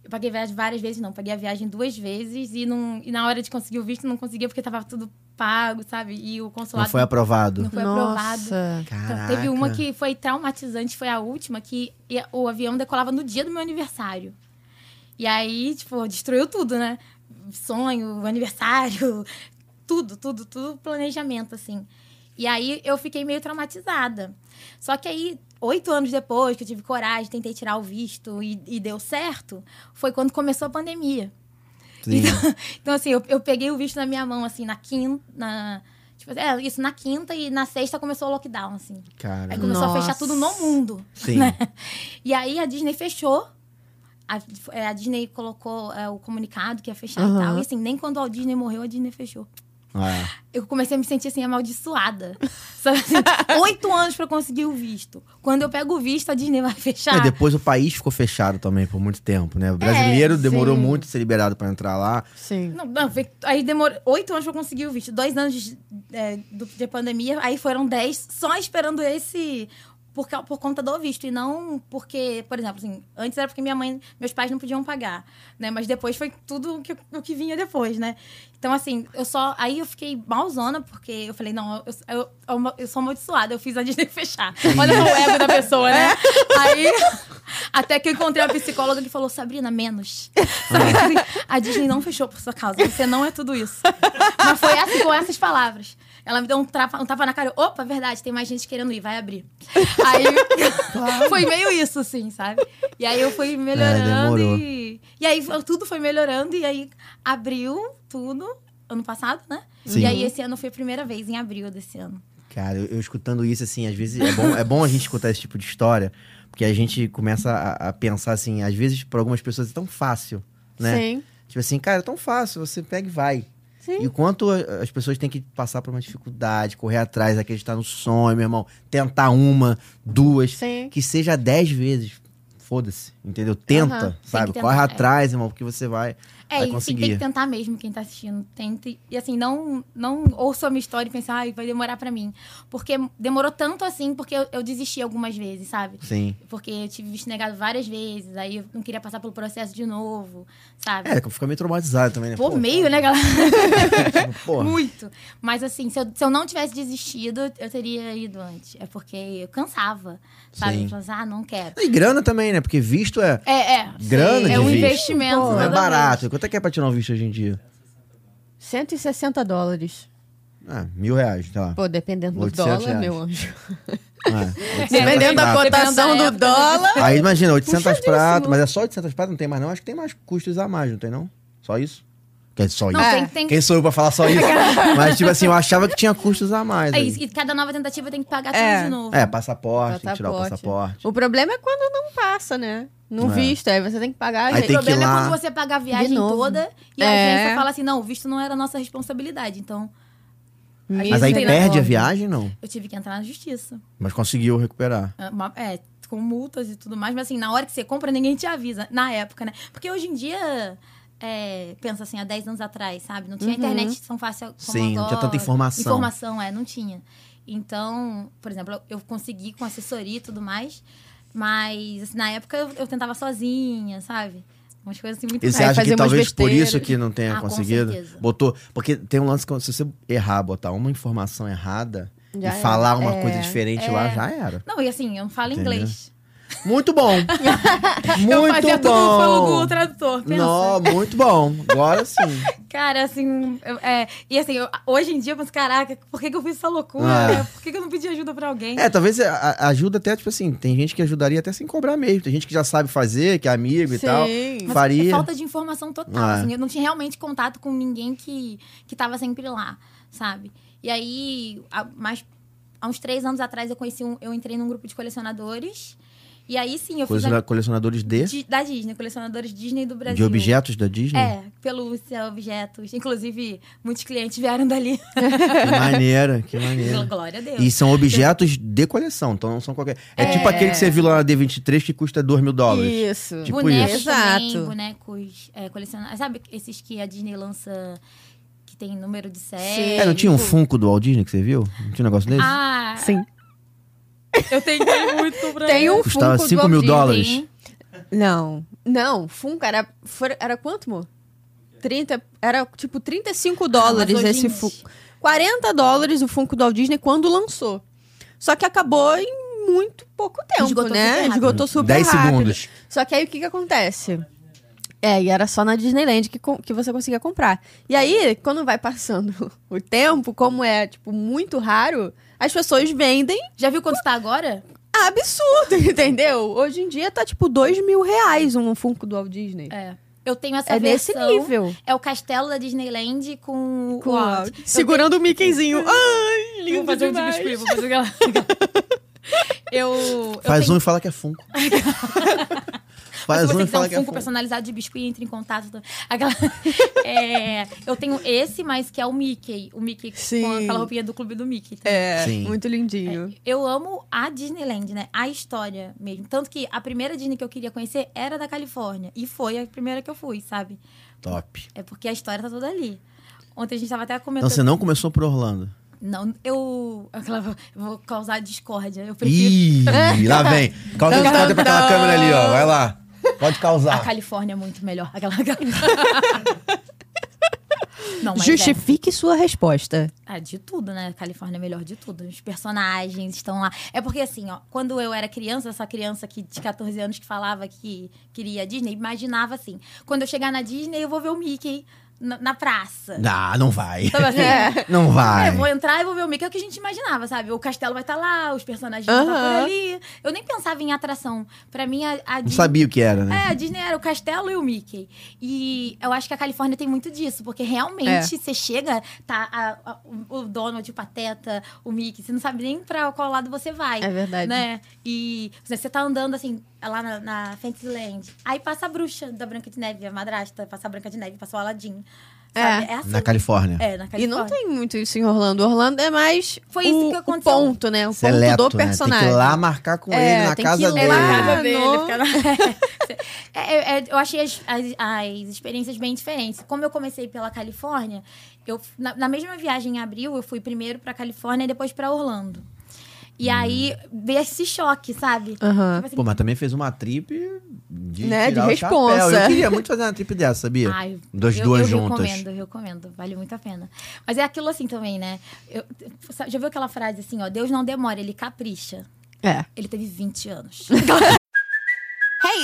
[SPEAKER 3] Eu paguei a viagem várias vezes, não. Paguei a viagem duas vezes e, não, e na hora de conseguir o visto não conseguia porque tava tudo pago, sabe? E o
[SPEAKER 2] Não
[SPEAKER 3] consulado
[SPEAKER 2] foi aprovado.
[SPEAKER 3] não foi aprovado.
[SPEAKER 1] Nossa.
[SPEAKER 3] Então,
[SPEAKER 2] Caraca.
[SPEAKER 3] teve uma que foi traumatizante, foi a última, que ia- o avião decolava no dia do meu aniversário. E aí, tipo, destruiu tudo, né? Sonho, aniversário, tudo, tudo, tudo planejamento, assim. E aí eu fiquei meio traumatizada. Só que aí, oito anos depois, que eu tive coragem, tentei tirar o visto e, e deu certo, foi quando começou a pandemia.
[SPEAKER 2] Sim.
[SPEAKER 3] Então, assim, eu, eu peguei o visto na minha mão, assim, na quinta. Na, tipo, é, isso, na quinta e na sexta começou o lockdown, assim.
[SPEAKER 2] Cara.
[SPEAKER 3] Aí começou
[SPEAKER 1] Nossa.
[SPEAKER 3] a fechar tudo no mundo.
[SPEAKER 2] Sim.
[SPEAKER 3] né? E aí a Disney fechou. A, é, a Disney colocou é, o comunicado que ia fechar
[SPEAKER 1] Aham.
[SPEAKER 3] e tal. E assim, nem quando a Disney morreu, a Disney fechou.
[SPEAKER 2] É.
[SPEAKER 3] Eu comecei a me sentir assim, amaldiçoada. Sabe assim, oito anos pra conseguir o visto. Quando eu pego o visto, a Disney vai fechar.
[SPEAKER 2] É, depois o país ficou fechado também por muito tempo, né? O brasileiro
[SPEAKER 3] É,
[SPEAKER 1] sim.
[SPEAKER 2] demorou muito a ser liberado pra entrar lá.
[SPEAKER 1] Sim.
[SPEAKER 3] Não, não, foi- aí demorou oito anos pra conseguir o visto. Dois anos de, é, do- de pandemia, aí foram dez só esperando esse por, ca- por conta do visto e não porque, por exemplo, assim, antes era porque minha mãe, meus pais não podiam pagar, né? Mas depois foi tudo o que, o que vinha depois, né? Então, assim, eu só. Aí eu fiquei malzona, porque eu falei, não, eu, eu, eu, eu sou amaldiçoada, eu fiz a Disney fechar. Olha o ego da pessoa, né?
[SPEAKER 2] É.
[SPEAKER 3] Aí. Até que eu encontrei uma psicóloga que falou, Sabrina, menos.
[SPEAKER 2] É.
[SPEAKER 3] Sabe? assim? A Disney não fechou por sua causa, você não é tudo isso. Mas foi assim, com essas palavras. Ela me deu um, trapa, um tapa na cara. eu, Opa, verdade, tem mais gente querendo ir, vai abrir. Aí foi meio isso, assim, sabe? E aí eu fui melhorando
[SPEAKER 2] É, demorou.
[SPEAKER 3] e. E aí foi- tudo foi melhorando, e aí abriu tudo ano passado, né?
[SPEAKER 2] Sim.
[SPEAKER 3] E aí esse ano foi a primeira vez, em abril desse ano.
[SPEAKER 2] Cara, eu, eu escutando isso, assim, às vezes é bom, é bom a gente escutar esse tipo de história, porque a gente começa a, a pensar, assim, às vezes para algumas pessoas é tão fácil, né?
[SPEAKER 1] Sim.
[SPEAKER 2] Tipo assim, cara, é tão fácil, você pega e vai.
[SPEAKER 1] Sim.
[SPEAKER 2] E o quanto a- as pessoas têm que passar por uma dificuldade, correr atrás, acreditar no sonho, meu irmão, tentar uma, duas,
[SPEAKER 1] Sim.
[SPEAKER 2] que seja dez vezes. Foda-se, entendeu? Tenta,
[SPEAKER 1] Aham,
[SPEAKER 3] que
[SPEAKER 2] sabe?
[SPEAKER 3] tentar,
[SPEAKER 2] Corre
[SPEAKER 3] é.
[SPEAKER 2] atrás, irmão, porque você vai. Vai
[SPEAKER 3] É, e assim,
[SPEAKER 2] conseguir.
[SPEAKER 3] tem que tentar mesmo quem tá assistindo. Tente. E assim, não, não ouça a minha história e pense, ai, vai demorar pra mim. Porque demorou tanto assim, porque eu, eu desisti algumas vezes, sabe?
[SPEAKER 2] Sim.
[SPEAKER 3] Porque eu tive visto negado várias vezes, aí eu não queria passar pelo processo de novo, sabe?
[SPEAKER 2] É, que eu fico meio traumatizado também, né?
[SPEAKER 3] Pô,
[SPEAKER 2] Pô,
[SPEAKER 3] meio, né, galera?
[SPEAKER 2] tipo, porra.
[SPEAKER 3] Muito. Mas assim, se eu, se eu não tivesse desistido, eu teria ido antes. É porque eu cansava, sabe?
[SPEAKER 2] Sim.
[SPEAKER 3] Eu falava, ah, não quero.
[SPEAKER 2] E grana também, né? Porque visto é.
[SPEAKER 3] É, é.
[SPEAKER 2] Grana
[SPEAKER 3] é
[SPEAKER 2] de
[SPEAKER 3] um
[SPEAKER 2] visto.
[SPEAKER 3] investimento.
[SPEAKER 2] Não é
[SPEAKER 3] toda vez.
[SPEAKER 2] barato. Quanto é que é pra tirar um visto hoje em dia?
[SPEAKER 1] 160 dólares.
[SPEAKER 2] Ah, mil reais, tá lá.
[SPEAKER 1] Pô, dependendo do
[SPEAKER 2] 800
[SPEAKER 1] dólar,
[SPEAKER 2] reais.
[SPEAKER 1] meu anjo.
[SPEAKER 2] É, 800
[SPEAKER 1] Dependendo da
[SPEAKER 2] prato.
[SPEAKER 1] cotação
[SPEAKER 3] Dependendo da
[SPEAKER 1] do
[SPEAKER 3] época,
[SPEAKER 1] dólar.
[SPEAKER 2] Aí imagina, 800
[SPEAKER 1] Puxadíssimo.
[SPEAKER 2] prato, mas é só 800 prato, não tem mais não? Acho que tem mais custos a mais, não tem não? Só isso? Quer dizer, só
[SPEAKER 3] Não,
[SPEAKER 2] isso?
[SPEAKER 3] tem, tem,
[SPEAKER 2] Quem sou eu pra falar só isso? mas tipo assim, eu achava que tinha custos a mais.
[SPEAKER 3] É
[SPEAKER 2] aí.
[SPEAKER 3] isso. E cada nova tentativa tem que pagar
[SPEAKER 1] É.
[SPEAKER 3] tudo de novo.
[SPEAKER 2] É, passaporte, tem que tirar o
[SPEAKER 1] Passaporte.
[SPEAKER 3] né?
[SPEAKER 2] passaporte.
[SPEAKER 1] O problema é quando não passa, né? No
[SPEAKER 2] É.
[SPEAKER 1] visto, aí você tem que pagar.
[SPEAKER 2] Aí
[SPEAKER 3] o
[SPEAKER 2] tem que ir
[SPEAKER 3] problema
[SPEAKER 2] lá.
[SPEAKER 3] é quando você paga a
[SPEAKER 1] De
[SPEAKER 3] viagem
[SPEAKER 1] novo.
[SPEAKER 3] toda e a
[SPEAKER 1] É.
[SPEAKER 3] agência fala assim: não, o visto não era nossa responsabilidade. Então,
[SPEAKER 2] Mas
[SPEAKER 3] Isso
[SPEAKER 2] aí
[SPEAKER 3] tem na
[SPEAKER 2] perde a
[SPEAKER 3] forma.
[SPEAKER 2] viagem, não.
[SPEAKER 3] eu tive que entrar na justiça.
[SPEAKER 2] Mas conseguiu recuperar.
[SPEAKER 3] É, uma- É, com multas e tudo mais. Mas assim, na hora que você compra, ninguém te avisa. Na época, né? Porque hoje em dia. é, pensa assim, há 10 anos atrás, sabe? Não tinha
[SPEAKER 1] Uhum.
[SPEAKER 3] internet tão fácil como
[SPEAKER 2] Sim, não
[SPEAKER 3] agora.
[SPEAKER 2] tinha tanta informação.
[SPEAKER 3] Informação, é, não tinha. Então, por exemplo, eu- eu consegui com assessoria e tudo mais. Mas, assim, na época, eu, eu tentava sozinha, sabe? Umas coisas assim muito
[SPEAKER 2] E você
[SPEAKER 1] Aí
[SPEAKER 2] acha que
[SPEAKER 1] fazia umas
[SPEAKER 2] talvez por
[SPEAKER 1] besteiras.
[SPEAKER 2] isso que não tenha
[SPEAKER 3] Ah, com
[SPEAKER 2] conseguido?
[SPEAKER 3] certeza.
[SPEAKER 2] Botou. Porque tem um lance que se você errar, botar uma informação errada
[SPEAKER 1] Já
[SPEAKER 2] e
[SPEAKER 1] era.
[SPEAKER 2] falar uma
[SPEAKER 1] É.
[SPEAKER 2] coisa diferente lá, já era.
[SPEAKER 3] Não, e assim, eu não falo
[SPEAKER 2] Entendeu?
[SPEAKER 3] inglês.
[SPEAKER 2] Muito bom! muito
[SPEAKER 3] eu fazia
[SPEAKER 2] bom!
[SPEAKER 3] tudo pelo Google Tradutor, pensa.
[SPEAKER 2] Não, muito bom. Agora sim.
[SPEAKER 3] Cara, assim, eu- é, e assim, eu- hoje em dia eu penso, caraca, por que, que eu fiz essa loucura?
[SPEAKER 2] Ah.
[SPEAKER 3] Por que, que eu não pedi ajuda pra alguém?
[SPEAKER 2] É, talvez a- a- ajuda até, tipo assim, tem gente que ajudaria até sem cobrar mesmo. Tem gente que já sabe fazer, que é amigo e
[SPEAKER 1] Sim.
[SPEAKER 2] tal.
[SPEAKER 1] Mas
[SPEAKER 2] Faria.
[SPEAKER 3] é falta de informação total,
[SPEAKER 2] Ah.
[SPEAKER 3] assim, eu não tinha realmente contato com ninguém que, que tava sempre lá, sabe? E aí, há, mais, há uns três anos atrás eu conheci um, eu entrei num grupo de colecionadores, e aí sim, eu fiz
[SPEAKER 2] Coleciona-
[SPEAKER 3] a,
[SPEAKER 2] Colecionadores de,
[SPEAKER 3] de- da Disney, colecionadores Disney do Brasil.
[SPEAKER 2] de objetos da Disney?
[SPEAKER 3] É, pelúcia, objetos. Inclusive, muitos clientes vieram dali.
[SPEAKER 2] Que maneira, que maneira.
[SPEAKER 3] Glória a Deus.
[SPEAKER 2] E são objetos de coleção, então não são qualquer. É, tipo aquele que você viu lá na D23 que custa 2 mil dólares.
[SPEAKER 1] Isso.
[SPEAKER 2] Tipo
[SPEAKER 3] bonecos
[SPEAKER 2] isso.
[SPEAKER 3] também,
[SPEAKER 1] Exato.
[SPEAKER 3] bonecos é, colecionados. Sabe esses que a Disney lança que tem número de
[SPEAKER 1] Sim.
[SPEAKER 3] série?
[SPEAKER 2] É, não tinha um Funko do Walt Disney que você viu? Não tinha um negócio desse?
[SPEAKER 3] Ah,
[SPEAKER 1] Sim.
[SPEAKER 3] eu tentei muito pra
[SPEAKER 1] Tem um
[SPEAKER 2] Custava
[SPEAKER 1] Funko do
[SPEAKER 2] 5 mil
[SPEAKER 1] Walt Disney.
[SPEAKER 2] dólares.
[SPEAKER 1] Não. Não, Funko era, for- era quanto, amor? 30, era tipo 35 dólares
[SPEAKER 3] Ah, mas hoje
[SPEAKER 1] esse
[SPEAKER 3] em
[SPEAKER 1] Funko.
[SPEAKER 3] dia-
[SPEAKER 1] 40 dólares o Funko do Walt Disney quando lançou. Só que acabou em muito pouco tempo,
[SPEAKER 3] Esgotou
[SPEAKER 1] né?
[SPEAKER 3] super rápido.
[SPEAKER 1] Esgotou super
[SPEAKER 2] 10
[SPEAKER 1] rápido.
[SPEAKER 2] segundos.
[SPEAKER 1] Só que aí o que que acontece? É, e era só na Disneyland que, com- que você conseguia comprar. E aí, quando vai passando o tempo, como é, tipo, muito raro, as pessoas vendem
[SPEAKER 3] Já viu quanto tá agora?
[SPEAKER 1] absurdo, entendeu? Hoje em dia tá, tipo, dois mil reais um Funko do Walt Disney.
[SPEAKER 3] É. Eu tenho essa
[SPEAKER 1] É, nesse
[SPEAKER 3] versão.
[SPEAKER 1] nível.
[SPEAKER 3] É o castelo da Disneyland com,
[SPEAKER 1] Com
[SPEAKER 3] o
[SPEAKER 1] o
[SPEAKER 3] Walt.
[SPEAKER 1] áudio. Segurando o Mickeyzinho. Ai,
[SPEAKER 3] Vou
[SPEAKER 1] lindo
[SPEAKER 3] fazer um
[SPEAKER 1] demais.
[SPEAKER 3] display, vou fazer aquela... Eu, eu
[SPEAKER 2] Faz
[SPEAKER 3] tenho-
[SPEAKER 2] um e fala que é Funko. Faz
[SPEAKER 3] se
[SPEAKER 2] um
[SPEAKER 3] você
[SPEAKER 2] e
[SPEAKER 3] quiser
[SPEAKER 2] fala
[SPEAKER 3] um
[SPEAKER 2] que é
[SPEAKER 3] Funko
[SPEAKER 2] Funko.
[SPEAKER 3] personalizado de biscuit, entre em contato. tá? Aquela- É, eu tenho esse, mas que é o Mickey. O Mickey com
[SPEAKER 1] Sim.
[SPEAKER 3] aquela roupinha do clube do Mickey. tá?
[SPEAKER 1] É,
[SPEAKER 2] Sim.
[SPEAKER 1] muito lindinho.
[SPEAKER 3] Eu amo a Disneyland, né? A história mesmo. Tanto que a primeira Disney que eu queria conhecer era da Califórnia. E foi a primeira que eu fui, sabe?
[SPEAKER 2] Top.
[SPEAKER 3] É porque a história tá toda ali. Ontem a gente tava até
[SPEAKER 2] Então
[SPEAKER 3] comentando.
[SPEAKER 2] você não começou por Orlando.
[SPEAKER 3] Não, eu. Aquela, eu vou causar discórdia. Eu prefiro.
[SPEAKER 2] Ih, lá vem. Causa de pra aquela câmera ali, ó. Vai lá. Pode
[SPEAKER 3] A
[SPEAKER 2] causar.
[SPEAKER 3] Califórnia é muito melhor. Aquela. Não, mas é.
[SPEAKER 4] Justifique sua resposta.
[SPEAKER 3] Ah, de tudo, né? Califórnia é melhor de tudo. Os personagens estão lá. É porque, assim, ó, quando eu era criança, essa criança que, de 14 anos que falava que queria a Disney, imaginava assim: quando eu chegar na Disney, eu vou ver o Mickey na, na praça.
[SPEAKER 2] Ah, não vai.
[SPEAKER 3] Sabe assim?
[SPEAKER 1] É.
[SPEAKER 2] Não
[SPEAKER 3] Ah,
[SPEAKER 2] vai.
[SPEAKER 3] eu vou entrar e vou ver o Mickey. É o que a gente imaginava, sabe? O castelo vai estar lá, os personagens vão estar
[SPEAKER 1] Aham.
[SPEAKER 3] por ali. Eu nem pensava em atração. Pra mim, a, a
[SPEAKER 2] Não
[SPEAKER 3] Disney.
[SPEAKER 2] sabia o que era, né?
[SPEAKER 3] É, a Disney era o castelo e o Mickey. E eu acho que a Califórnia tem muito disso, porque realmente
[SPEAKER 1] É.
[SPEAKER 3] você chega, tá a- a- o Donald, o Pateta, o Mickey, você não sabe nem pra qual lado você vai.
[SPEAKER 1] É verdade.
[SPEAKER 3] Né? E por exemplo, você tá andando assim, lá na, na Fantasyland. Aí passa a bruxa da Branca de Neve, a madrasta, passa a Branca de Neve, passa o Aladdin. Sabe?
[SPEAKER 1] É.
[SPEAKER 3] É, assim.
[SPEAKER 2] Na Califórnia.
[SPEAKER 3] É, na Califórnia.
[SPEAKER 1] E não tem muito isso em Orlando. Orlando é mais
[SPEAKER 3] Foi
[SPEAKER 1] o,
[SPEAKER 3] isso que
[SPEAKER 1] o
[SPEAKER 3] aconteceu.
[SPEAKER 1] ponto, né? O ponto do
[SPEAKER 2] Seleto, né? Tem que
[SPEAKER 1] personagem.
[SPEAKER 2] ir lá marcar com
[SPEAKER 1] É,
[SPEAKER 2] ele na
[SPEAKER 1] tem que ir
[SPEAKER 2] casa
[SPEAKER 1] lá.
[SPEAKER 2] dele.
[SPEAKER 3] É, na
[SPEAKER 1] Ah,
[SPEAKER 3] casa dele,
[SPEAKER 1] não.
[SPEAKER 3] fica na- É, é, é, eu achei as, as- as experiências bem diferentes. Como eu comecei pela Califórnia, eu, na, na mesma viagem em abril, eu fui primeiro pra Califórnia e depois pra Orlando.
[SPEAKER 2] Hum.
[SPEAKER 3] E aí veio esse choque, sabe?
[SPEAKER 2] Ah,
[SPEAKER 1] Aham.
[SPEAKER 3] Tipo assim,
[SPEAKER 2] Pô, mas também fez uma trip de,
[SPEAKER 1] Né,
[SPEAKER 2] tirar
[SPEAKER 1] de
[SPEAKER 2] o chapéu.
[SPEAKER 1] responsa.
[SPEAKER 2] Eu queria muito fazer uma trip dessa, sabia?
[SPEAKER 3] Ai,
[SPEAKER 2] Das
[SPEAKER 3] eu,
[SPEAKER 2] duas
[SPEAKER 3] eu
[SPEAKER 2] juntas.
[SPEAKER 3] recomendo, eu recomendo. Vale muito a pena. Mas é aquilo assim também, né? Eu, já viu aquela frase assim, ó? Deus não demora, ele capricha.
[SPEAKER 1] É.
[SPEAKER 3] Ele teve 20 anos.
[SPEAKER 5] Hey,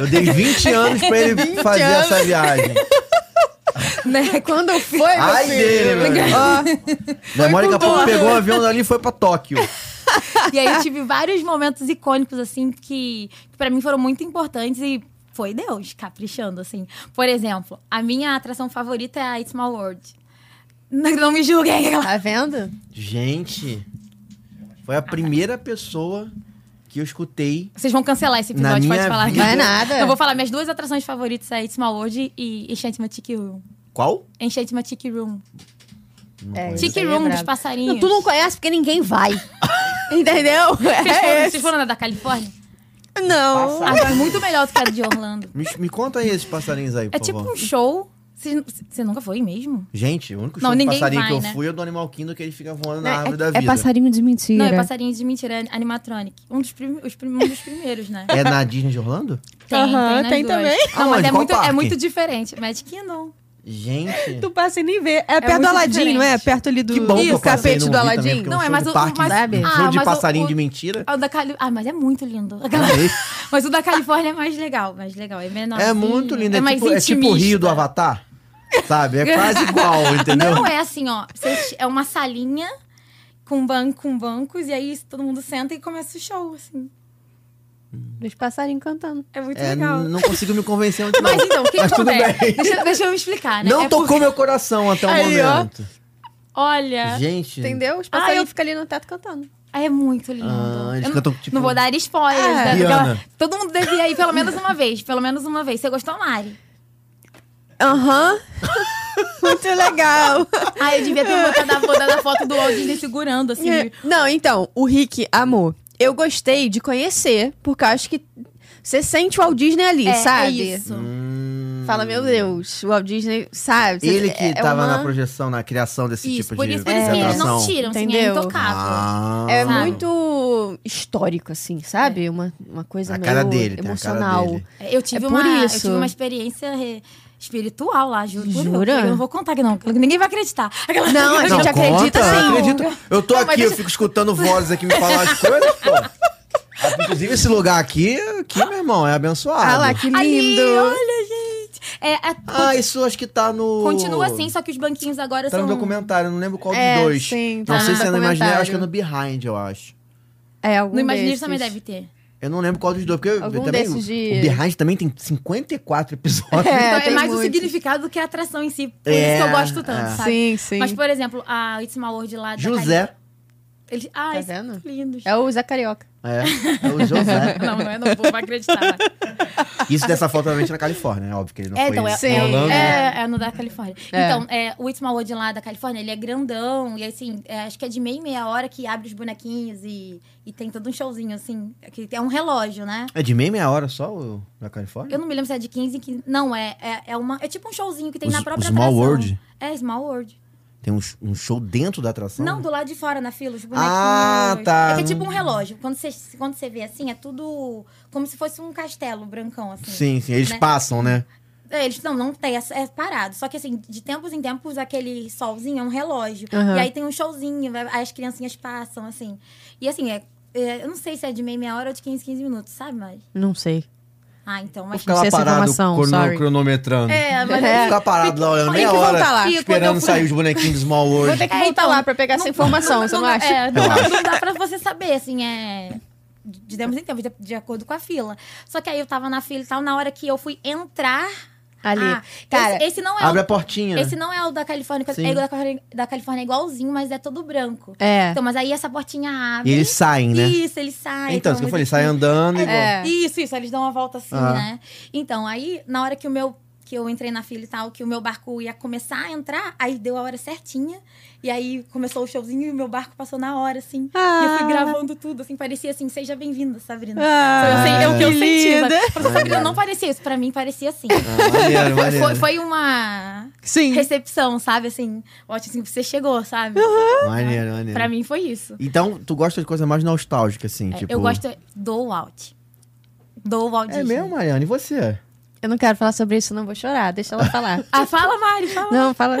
[SPEAKER 2] Eu dei 20 anos pra ele fazer
[SPEAKER 1] anos.
[SPEAKER 2] essa viagem.
[SPEAKER 1] Né? Quando foi, meu
[SPEAKER 2] Ai dele,
[SPEAKER 1] filho?
[SPEAKER 2] meu Demora que a pouco pegou o avião dali e foi pra Tóquio.
[SPEAKER 3] E aí eu tive vários momentos icônicos, assim, que, que para mim foram muito importantes e foi Deus caprichando, assim. Por exemplo, a minha atração favorita é a It's My World. Não, não me julguem. aquela-
[SPEAKER 1] Tá vendo?
[SPEAKER 2] Gente, foi a primeira pessoa que eu escutei.
[SPEAKER 3] Vocês vão cancelar esse
[SPEAKER 2] Na
[SPEAKER 3] episódio, pode
[SPEAKER 2] minha
[SPEAKER 3] falar.
[SPEAKER 2] vida-
[SPEAKER 1] Não é nada.
[SPEAKER 3] Eu vou falar, minhas duas atrações favoritas é It's My World e Enchantment Tiki Room.
[SPEAKER 2] Qual?
[SPEAKER 3] Enchantment Tiki Room.
[SPEAKER 1] É, isso
[SPEAKER 3] Tiki
[SPEAKER 1] aí é
[SPEAKER 3] Room dos
[SPEAKER 1] brabo.
[SPEAKER 3] passarinhos.
[SPEAKER 4] Tu não conhece porque ninguém vai.
[SPEAKER 1] Entendeu?
[SPEAKER 3] Vocês foram,
[SPEAKER 1] É
[SPEAKER 3] vocês
[SPEAKER 1] esse.
[SPEAKER 3] foram na da Califórnia?
[SPEAKER 1] Não.
[SPEAKER 3] Ah, é muito melhor do que a de Orlando.
[SPEAKER 2] Me, me conta aí esses passarinhos aí, por
[SPEAKER 3] É tipo
[SPEAKER 2] favor.
[SPEAKER 3] um show. Vocês- Você nunca foi mesmo?
[SPEAKER 2] Gente, o único
[SPEAKER 3] Não,
[SPEAKER 2] show de
[SPEAKER 3] ninguém
[SPEAKER 2] passarinho
[SPEAKER 3] vai,
[SPEAKER 2] que eu
[SPEAKER 3] né?
[SPEAKER 2] fui é do Animal Kingdom que ele fica voando na árvore da
[SPEAKER 4] É,
[SPEAKER 2] vida.
[SPEAKER 4] é passarinho de mentira.
[SPEAKER 3] Não, é passarinho de mentira, é animatronic. Um dos, prim- os prim- um dos primeiros, né?
[SPEAKER 2] É na Disney de Orlando?
[SPEAKER 3] Tem,
[SPEAKER 1] Aham,
[SPEAKER 3] nas
[SPEAKER 1] tem
[SPEAKER 3] duas.
[SPEAKER 1] também.
[SPEAKER 3] Não,
[SPEAKER 2] Ah,
[SPEAKER 3] mas
[SPEAKER 2] mas
[SPEAKER 3] é
[SPEAKER 2] qual
[SPEAKER 3] muito, é
[SPEAKER 2] parque?
[SPEAKER 3] muito diferente. Magic Kingdom.
[SPEAKER 2] Gente.
[SPEAKER 1] Tu passa e nem vê. É, perto do
[SPEAKER 3] muito
[SPEAKER 1] Aladim,
[SPEAKER 3] diferente.
[SPEAKER 1] não é? Perto ali do
[SPEAKER 2] Que bom que
[SPEAKER 1] Isso,
[SPEAKER 2] eu passei
[SPEAKER 1] tapete
[SPEAKER 2] no
[SPEAKER 1] do
[SPEAKER 2] Rio também,
[SPEAKER 1] Aladim.
[SPEAKER 2] porque
[SPEAKER 3] Não,
[SPEAKER 2] um
[SPEAKER 3] é,
[SPEAKER 2] show
[SPEAKER 3] mas
[SPEAKER 2] de
[SPEAKER 3] o-
[SPEAKER 2] parque,
[SPEAKER 3] mas-
[SPEAKER 1] Sabe?
[SPEAKER 2] um show
[SPEAKER 3] Ah,
[SPEAKER 2] de
[SPEAKER 3] mas o-
[SPEAKER 2] passarinho
[SPEAKER 3] o-
[SPEAKER 2] de mentira.
[SPEAKER 3] Ah, o da Cali... ah, mas é muito lindo. mas o da Califórnia é mais legal, mais legal. É menor.
[SPEAKER 2] É muito lindo, é,
[SPEAKER 3] mais
[SPEAKER 2] tipo, é tipo o
[SPEAKER 3] intimista.
[SPEAKER 2] Rio do né? Avatar, sabe? É quase igual, entendeu?
[SPEAKER 3] Não, é assim, ó. Você- É uma salinha com, ban com bancos e aí todo mundo senta e começa o show, assim.
[SPEAKER 4] Dos passarinhos cantando.
[SPEAKER 3] É muito
[SPEAKER 2] É,
[SPEAKER 3] legal.
[SPEAKER 2] n- não consigo me convencer muito
[SPEAKER 3] Mas
[SPEAKER 2] não.
[SPEAKER 3] então, o que
[SPEAKER 2] Mas tudo
[SPEAKER 3] acontece?
[SPEAKER 2] bem.
[SPEAKER 3] Deixa, deixa eu explicar, né?
[SPEAKER 2] Não
[SPEAKER 3] É
[SPEAKER 2] tocou
[SPEAKER 3] porque- É.
[SPEAKER 2] meu coração até o
[SPEAKER 1] Aí, ó.
[SPEAKER 2] momento.
[SPEAKER 3] Olha...
[SPEAKER 2] Gente.
[SPEAKER 1] Entendeu? Os passarinhos ficam ali no teto cantando.
[SPEAKER 3] É muito lindo.
[SPEAKER 2] Ah, eles
[SPEAKER 3] Eu não-
[SPEAKER 2] cantam, tipo,
[SPEAKER 3] Não vou dar spoilers.
[SPEAKER 1] Ah,
[SPEAKER 3] né?
[SPEAKER 2] Rihanna.
[SPEAKER 3] Aquela- Todo mundo devia ir pelo menos uma vez. Pelo menos uma vez. Você gostou, Mari?
[SPEAKER 1] Aham. Muito legal.
[SPEAKER 3] Ah, eu devia ter botado a, botado a foto do Walt Disney segurando, assim.
[SPEAKER 1] É, Não, então, o Rick amor. Eu gostei de conhecer, porque eu acho que você sente o Walt Disney ali,
[SPEAKER 3] É,
[SPEAKER 1] sabe?
[SPEAKER 3] é isso.
[SPEAKER 2] Hum,
[SPEAKER 1] Fala, meu Deus, o Walt Disney, sabe? Você-
[SPEAKER 2] Ele que
[SPEAKER 1] é- é
[SPEAKER 2] tava
[SPEAKER 1] uma-
[SPEAKER 2] na projeção, na criação desse
[SPEAKER 3] Isso,
[SPEAKER 2] tipo
[SPEAKER 3] por
[SPEAKER 2] de
[SPEAKER 3] isso, por isso que eles não
[SPEAKER 2] atração.
[SPEAKER 3] tiram, assim, é
[SPEAKER 1] Entendeu?
[SPEAKER 3] intocável.
[SPEAKER 2] Ah,
[SPEAKER 1] É
[SPEAKER 3] sabe?
[SPEAKER 1] muito histórico, assim, sabe? Uma, uma coisa
[SPEAKER 2] a
[SPEAKER 1] meio
[SPEAKER 2] cara dele, tem a
[SPEAKER 1] emocional.
[SPEAKER 2] cara dele.
[SPEAKER 3] Eu, tive
[SPEAKER 1] É por
[SPEAKER 3] uma, eu
[SPEAKER 1] isso.
[SPEAKER 3] tive uma experiência eh, espiritual lá, juro. por Deus.
[SPEAKER 1] Jura?
[SPEAKER 3] Eu não vou contar que não, que ninguém vai acreditar. Aquela-
[SPEAKER 1] Não, a gente acredita,
[SPEAKER 2] conta,
[SPEAKER 1] sim.
[SPEAKER 2] eu acredito. Eu tô
[SPEAKER 1] Não, mas
[SPEAKER 2] aqui,
[SPEAKER 1] deixa-
[SPEAKER 2] eu fico escutando vozes aqui me falar as coisas, pô. Ah, Inclusive, esse lugar aqui, aqui, meu irmão, é abençoado.
[SPEAKER 1] Ah lá, que lindo.
[SPEAKER 3] Ali, olha, gente. É, é-
[SPEAKER 2] Ah, isso acho que tá no.
[SPEAKER 3] Continua assim, só que os banquinhos agora
[SPEAKER 2] Tá
[SPEAKER 3] são...
[SPEAKER 2] no documentário, não lembro qual
[SPEAKER 1] É,
[SPEAKER 2] dos dois.
[SPEAKER 1] sim,
[SPEAKER 2] não
[SPEAKER 1] tá
[SPEAKER 2] sei
[SPEAKER 1] no
[SPEAKER 2] se é no Imaginário,
[SPEAKER 1] documentário.
[SPEAKER 2] acho que é no Behind, eu acho.
[SPEAKER 1] É, algum
[SPEAKER 3] No
[SPEAKER 1] desses.
[SPEAKER 3] Imagineers também deve ter.
[SPEAKER 2] Eu não lembro qual dos dois, porque
[SPEAKER 1] Algum
[SPEAKER 2] eu também,
[SPEAKER 1] desses de-
[SPEAKER 2] o Behind também tem 54 episódios.
[SPEAKER 1] É,
[SPEAKER 3] então, é
[SPEAKER 1] tem
[SPEAKER 3] mais o
[SPEAKER 1] muito.
[SPEAKER 3] significado do que a atração em si. Por
[SPEAKER 2] É,
[SPEAKER 3] isso que eu gosto tanto,
[SPEAKER 2] é.
[SPEAKER 3] sabe?
[SPEAKER 1] Sim, sim.
[SPEAKER 3] Mas, por exemplo, a It's My World lá da
[SPEAKER 2] José.
[SPEAKER 3] Karina, Eles... Ah,
[SPEAKER 1] Tá
[SPEAKER 3] eles são
[SPEAKER 1] vendo?
[SPEAKER 3] lindos.
[SPEAKER 4] É o Zé Carioca.
[SPEAKER 2] É, é o José.
[SPEAKER 3] Não, não é não vou acreditar. vai.
[SPEAKER 2] Isso dessa foto, obviamente, na Califórnia, é óbvio que ele não
[SPEAKER 3] É,
[SPEAKER 2] foi
[SPEAKER 3] então, é,
[SPEAKER 2] em
[SPEAKER 1] Sim.
[SPEAKER 2] Orlando.
[SPEAKER 3] é, é no da Califórnia.
[SPEAKER 1] É.
[SPEAKER 3] Então, é, o It's My World lá da Califórnia, ele é grandão. E assim, é, acho que é de meia e meia hora que abre os bonequinhos e, e tem todo um showzinho, assim. Que é um relógio, né?
[SPEAKER 2] É de meia meia hora só o da Califórnia?
[SPEAKER 3] Eu não me lembro se é de 15 em 15. Não, é, é, é uma, é tipo um showzinho que tem
[SPEAKER 2] Os-
[SPEAKER 3] na própria
[SPEAKER 2] o Small
[SPEAKER 3] atração.
[SPEAKER 2] World?
[SPEAKER 3] É, Small World.
[SPEAKER 2] Tem um, sh- um show dentro da atração?
[SPEAKER 3] Não, do lado de fora, na fila, os bonequinhos.
[SPEAKER 2] Ah, tá.
[SPEAKER 3] É que é tipo um relógio. Quando você, quando você vê assim, é tudo como se fosse um castelo brancão, assim.
[SPEAKER 2] Sim, sim, eles
[SPEAKER 3] Né?
[SPEAKER 2] passam, né?
[SPEAKER 3] É, Eles não, não tem, é, é parado. Só que assim, de tempos em tempos, aquele solzinho é um relógio.
[SPEAKER 1] Aham.
[SPEAKER 3] E aí tem um showzinho, vai- aí as criancinhas passam, assim. E assim, é, é, eu não sei se é de meia, meia hora ou de 15, 15 minutos, sabe, mas.
[SPEAKER 1] Não sei.
[SPEAKER 3] Ah, então, mas.
[SPEAKER 1] sei essa informação, sorry.
[SPEAKER 2] cronometrando.
[SPEAKER 3] É, mas.
[SPEAKER 1] É.
[SPEAKER 2] Ficar parado lá olhando
[SPEAKER 1] Tem
[SPEAKER 2] meia
[SPEAKER 1] que
[SPEAKER 2] hora,
[SPEAKER 1] voltar lá.
[SPEAKER 3] E quando eu
[SPEAKER 2] esperando
[SPEAKER 3] fui-
[SPEAKER 2] sair os bonequinhos do Small
[SPEAKER 1] Vou
[SPEAKER 2] World.
[SPEAKER 1] ter que
[SPEAKER 3] É,
[SPEAKER 1] voltar
[SPEAKER 3] então,
[SPEAKER 1] lá pra pegar essa informação, você não, acha?
[SPEAKER 3] É, não,
[SPEAKER 2] Eu acho.
[SPEAKER 3] não dá pra você saber, assim, é. De de tempos em tempos, de, de acordo com a fila. Só que aí eu tava na fila e tal, na hora que eu fui entrar.
[SPEAKER 1] Ali.
[SPEAKER 3] Ah,
[SPEAKER 1] Cara,
[SPEAKER 3] esse, esse não é
[SPEAKER 2] Abre
[SPEAKER 3] o,
[SPEAKER 2] a portinha.
[SPEAKER 3] Esse não é o da Califórnia,
[SPEAKER 2] Sim.
[SPEAKER 3] é o da Califórnia, da Califórnia é igualzinho, mas é todo branco.
[SPEAKER 1] É.
[SPEAKER 3] Então, mas aí essa portinha abre.
[SPEAKER 2] E eles saem, né?
[SPEAKER 3] Isso, eles saem.
[SPEAKER 2] então,
[SPEAKER 3] tomam
[SPEAKER 2] isso que eu falei,
[SPEAKER 3] muito
[SPEAKER 2] sai andando e...
[SPEAKER 1] É.
[SPEAKER 3] isso, isso, eles dão uma volta assim,
[SPEAKER 2] Ah.
[SPEAKER 3] né? Então, aí, na hora que o meu. Que eu entrei na fila e tal, que o meu barco ia começar a entrar, aí deu a hora certinha. E aí começou o showzinho e o meu barco passou na hora, assim. E eu fui gravando tudo, assim, parecia assim, seja bem-vinda, Sabrina.
[SPEAKER 1] Ah,
[SPEAKER 3] Foi assim, é o que eu
[SPEAKER 1] que
[SPEAKER 3] senti.
[SPEAKER 1] linda.
[SPEAKER 3] sabe? Pra Sabrina não parecia isso, pra mim parecia assim.
[SPEAKER 2] Ah, maneiro,
[SPEAKER 3] Foi-
[SPEAKER 2] maneiro.
[SPEAKER 3] foi, foi uma
[SPEAKER 1] Sim.
[SPEAKER 3] recepção, sabe? Assim, ótimo assim, que você chegou, sabe?
[SPEAKER 2] Uhum. Maneiro, maneiro.
[SPEAKER 3] Pra mim foi isso.
[SPEAKER 2] Então, tu gosta de coisa mais nostálgica, assim,
[SPEAKER 3] É,
[SPEAKER 2] tipo...
[SPEAKER 3] Eu gosto do Walt. Do Walt
[SPEAKER 2] É
[SPEAKER 3] Disney.
[SPEAKER 2] mesmo, Mariana? E você?
[SPEAKER 1] Eu não quero falar sobre isso, não vou chorar. Deixa ela falar.
[SPEAKER 3] Ah, fala, Mari, fala.
[SPEAKER 1] não, fala.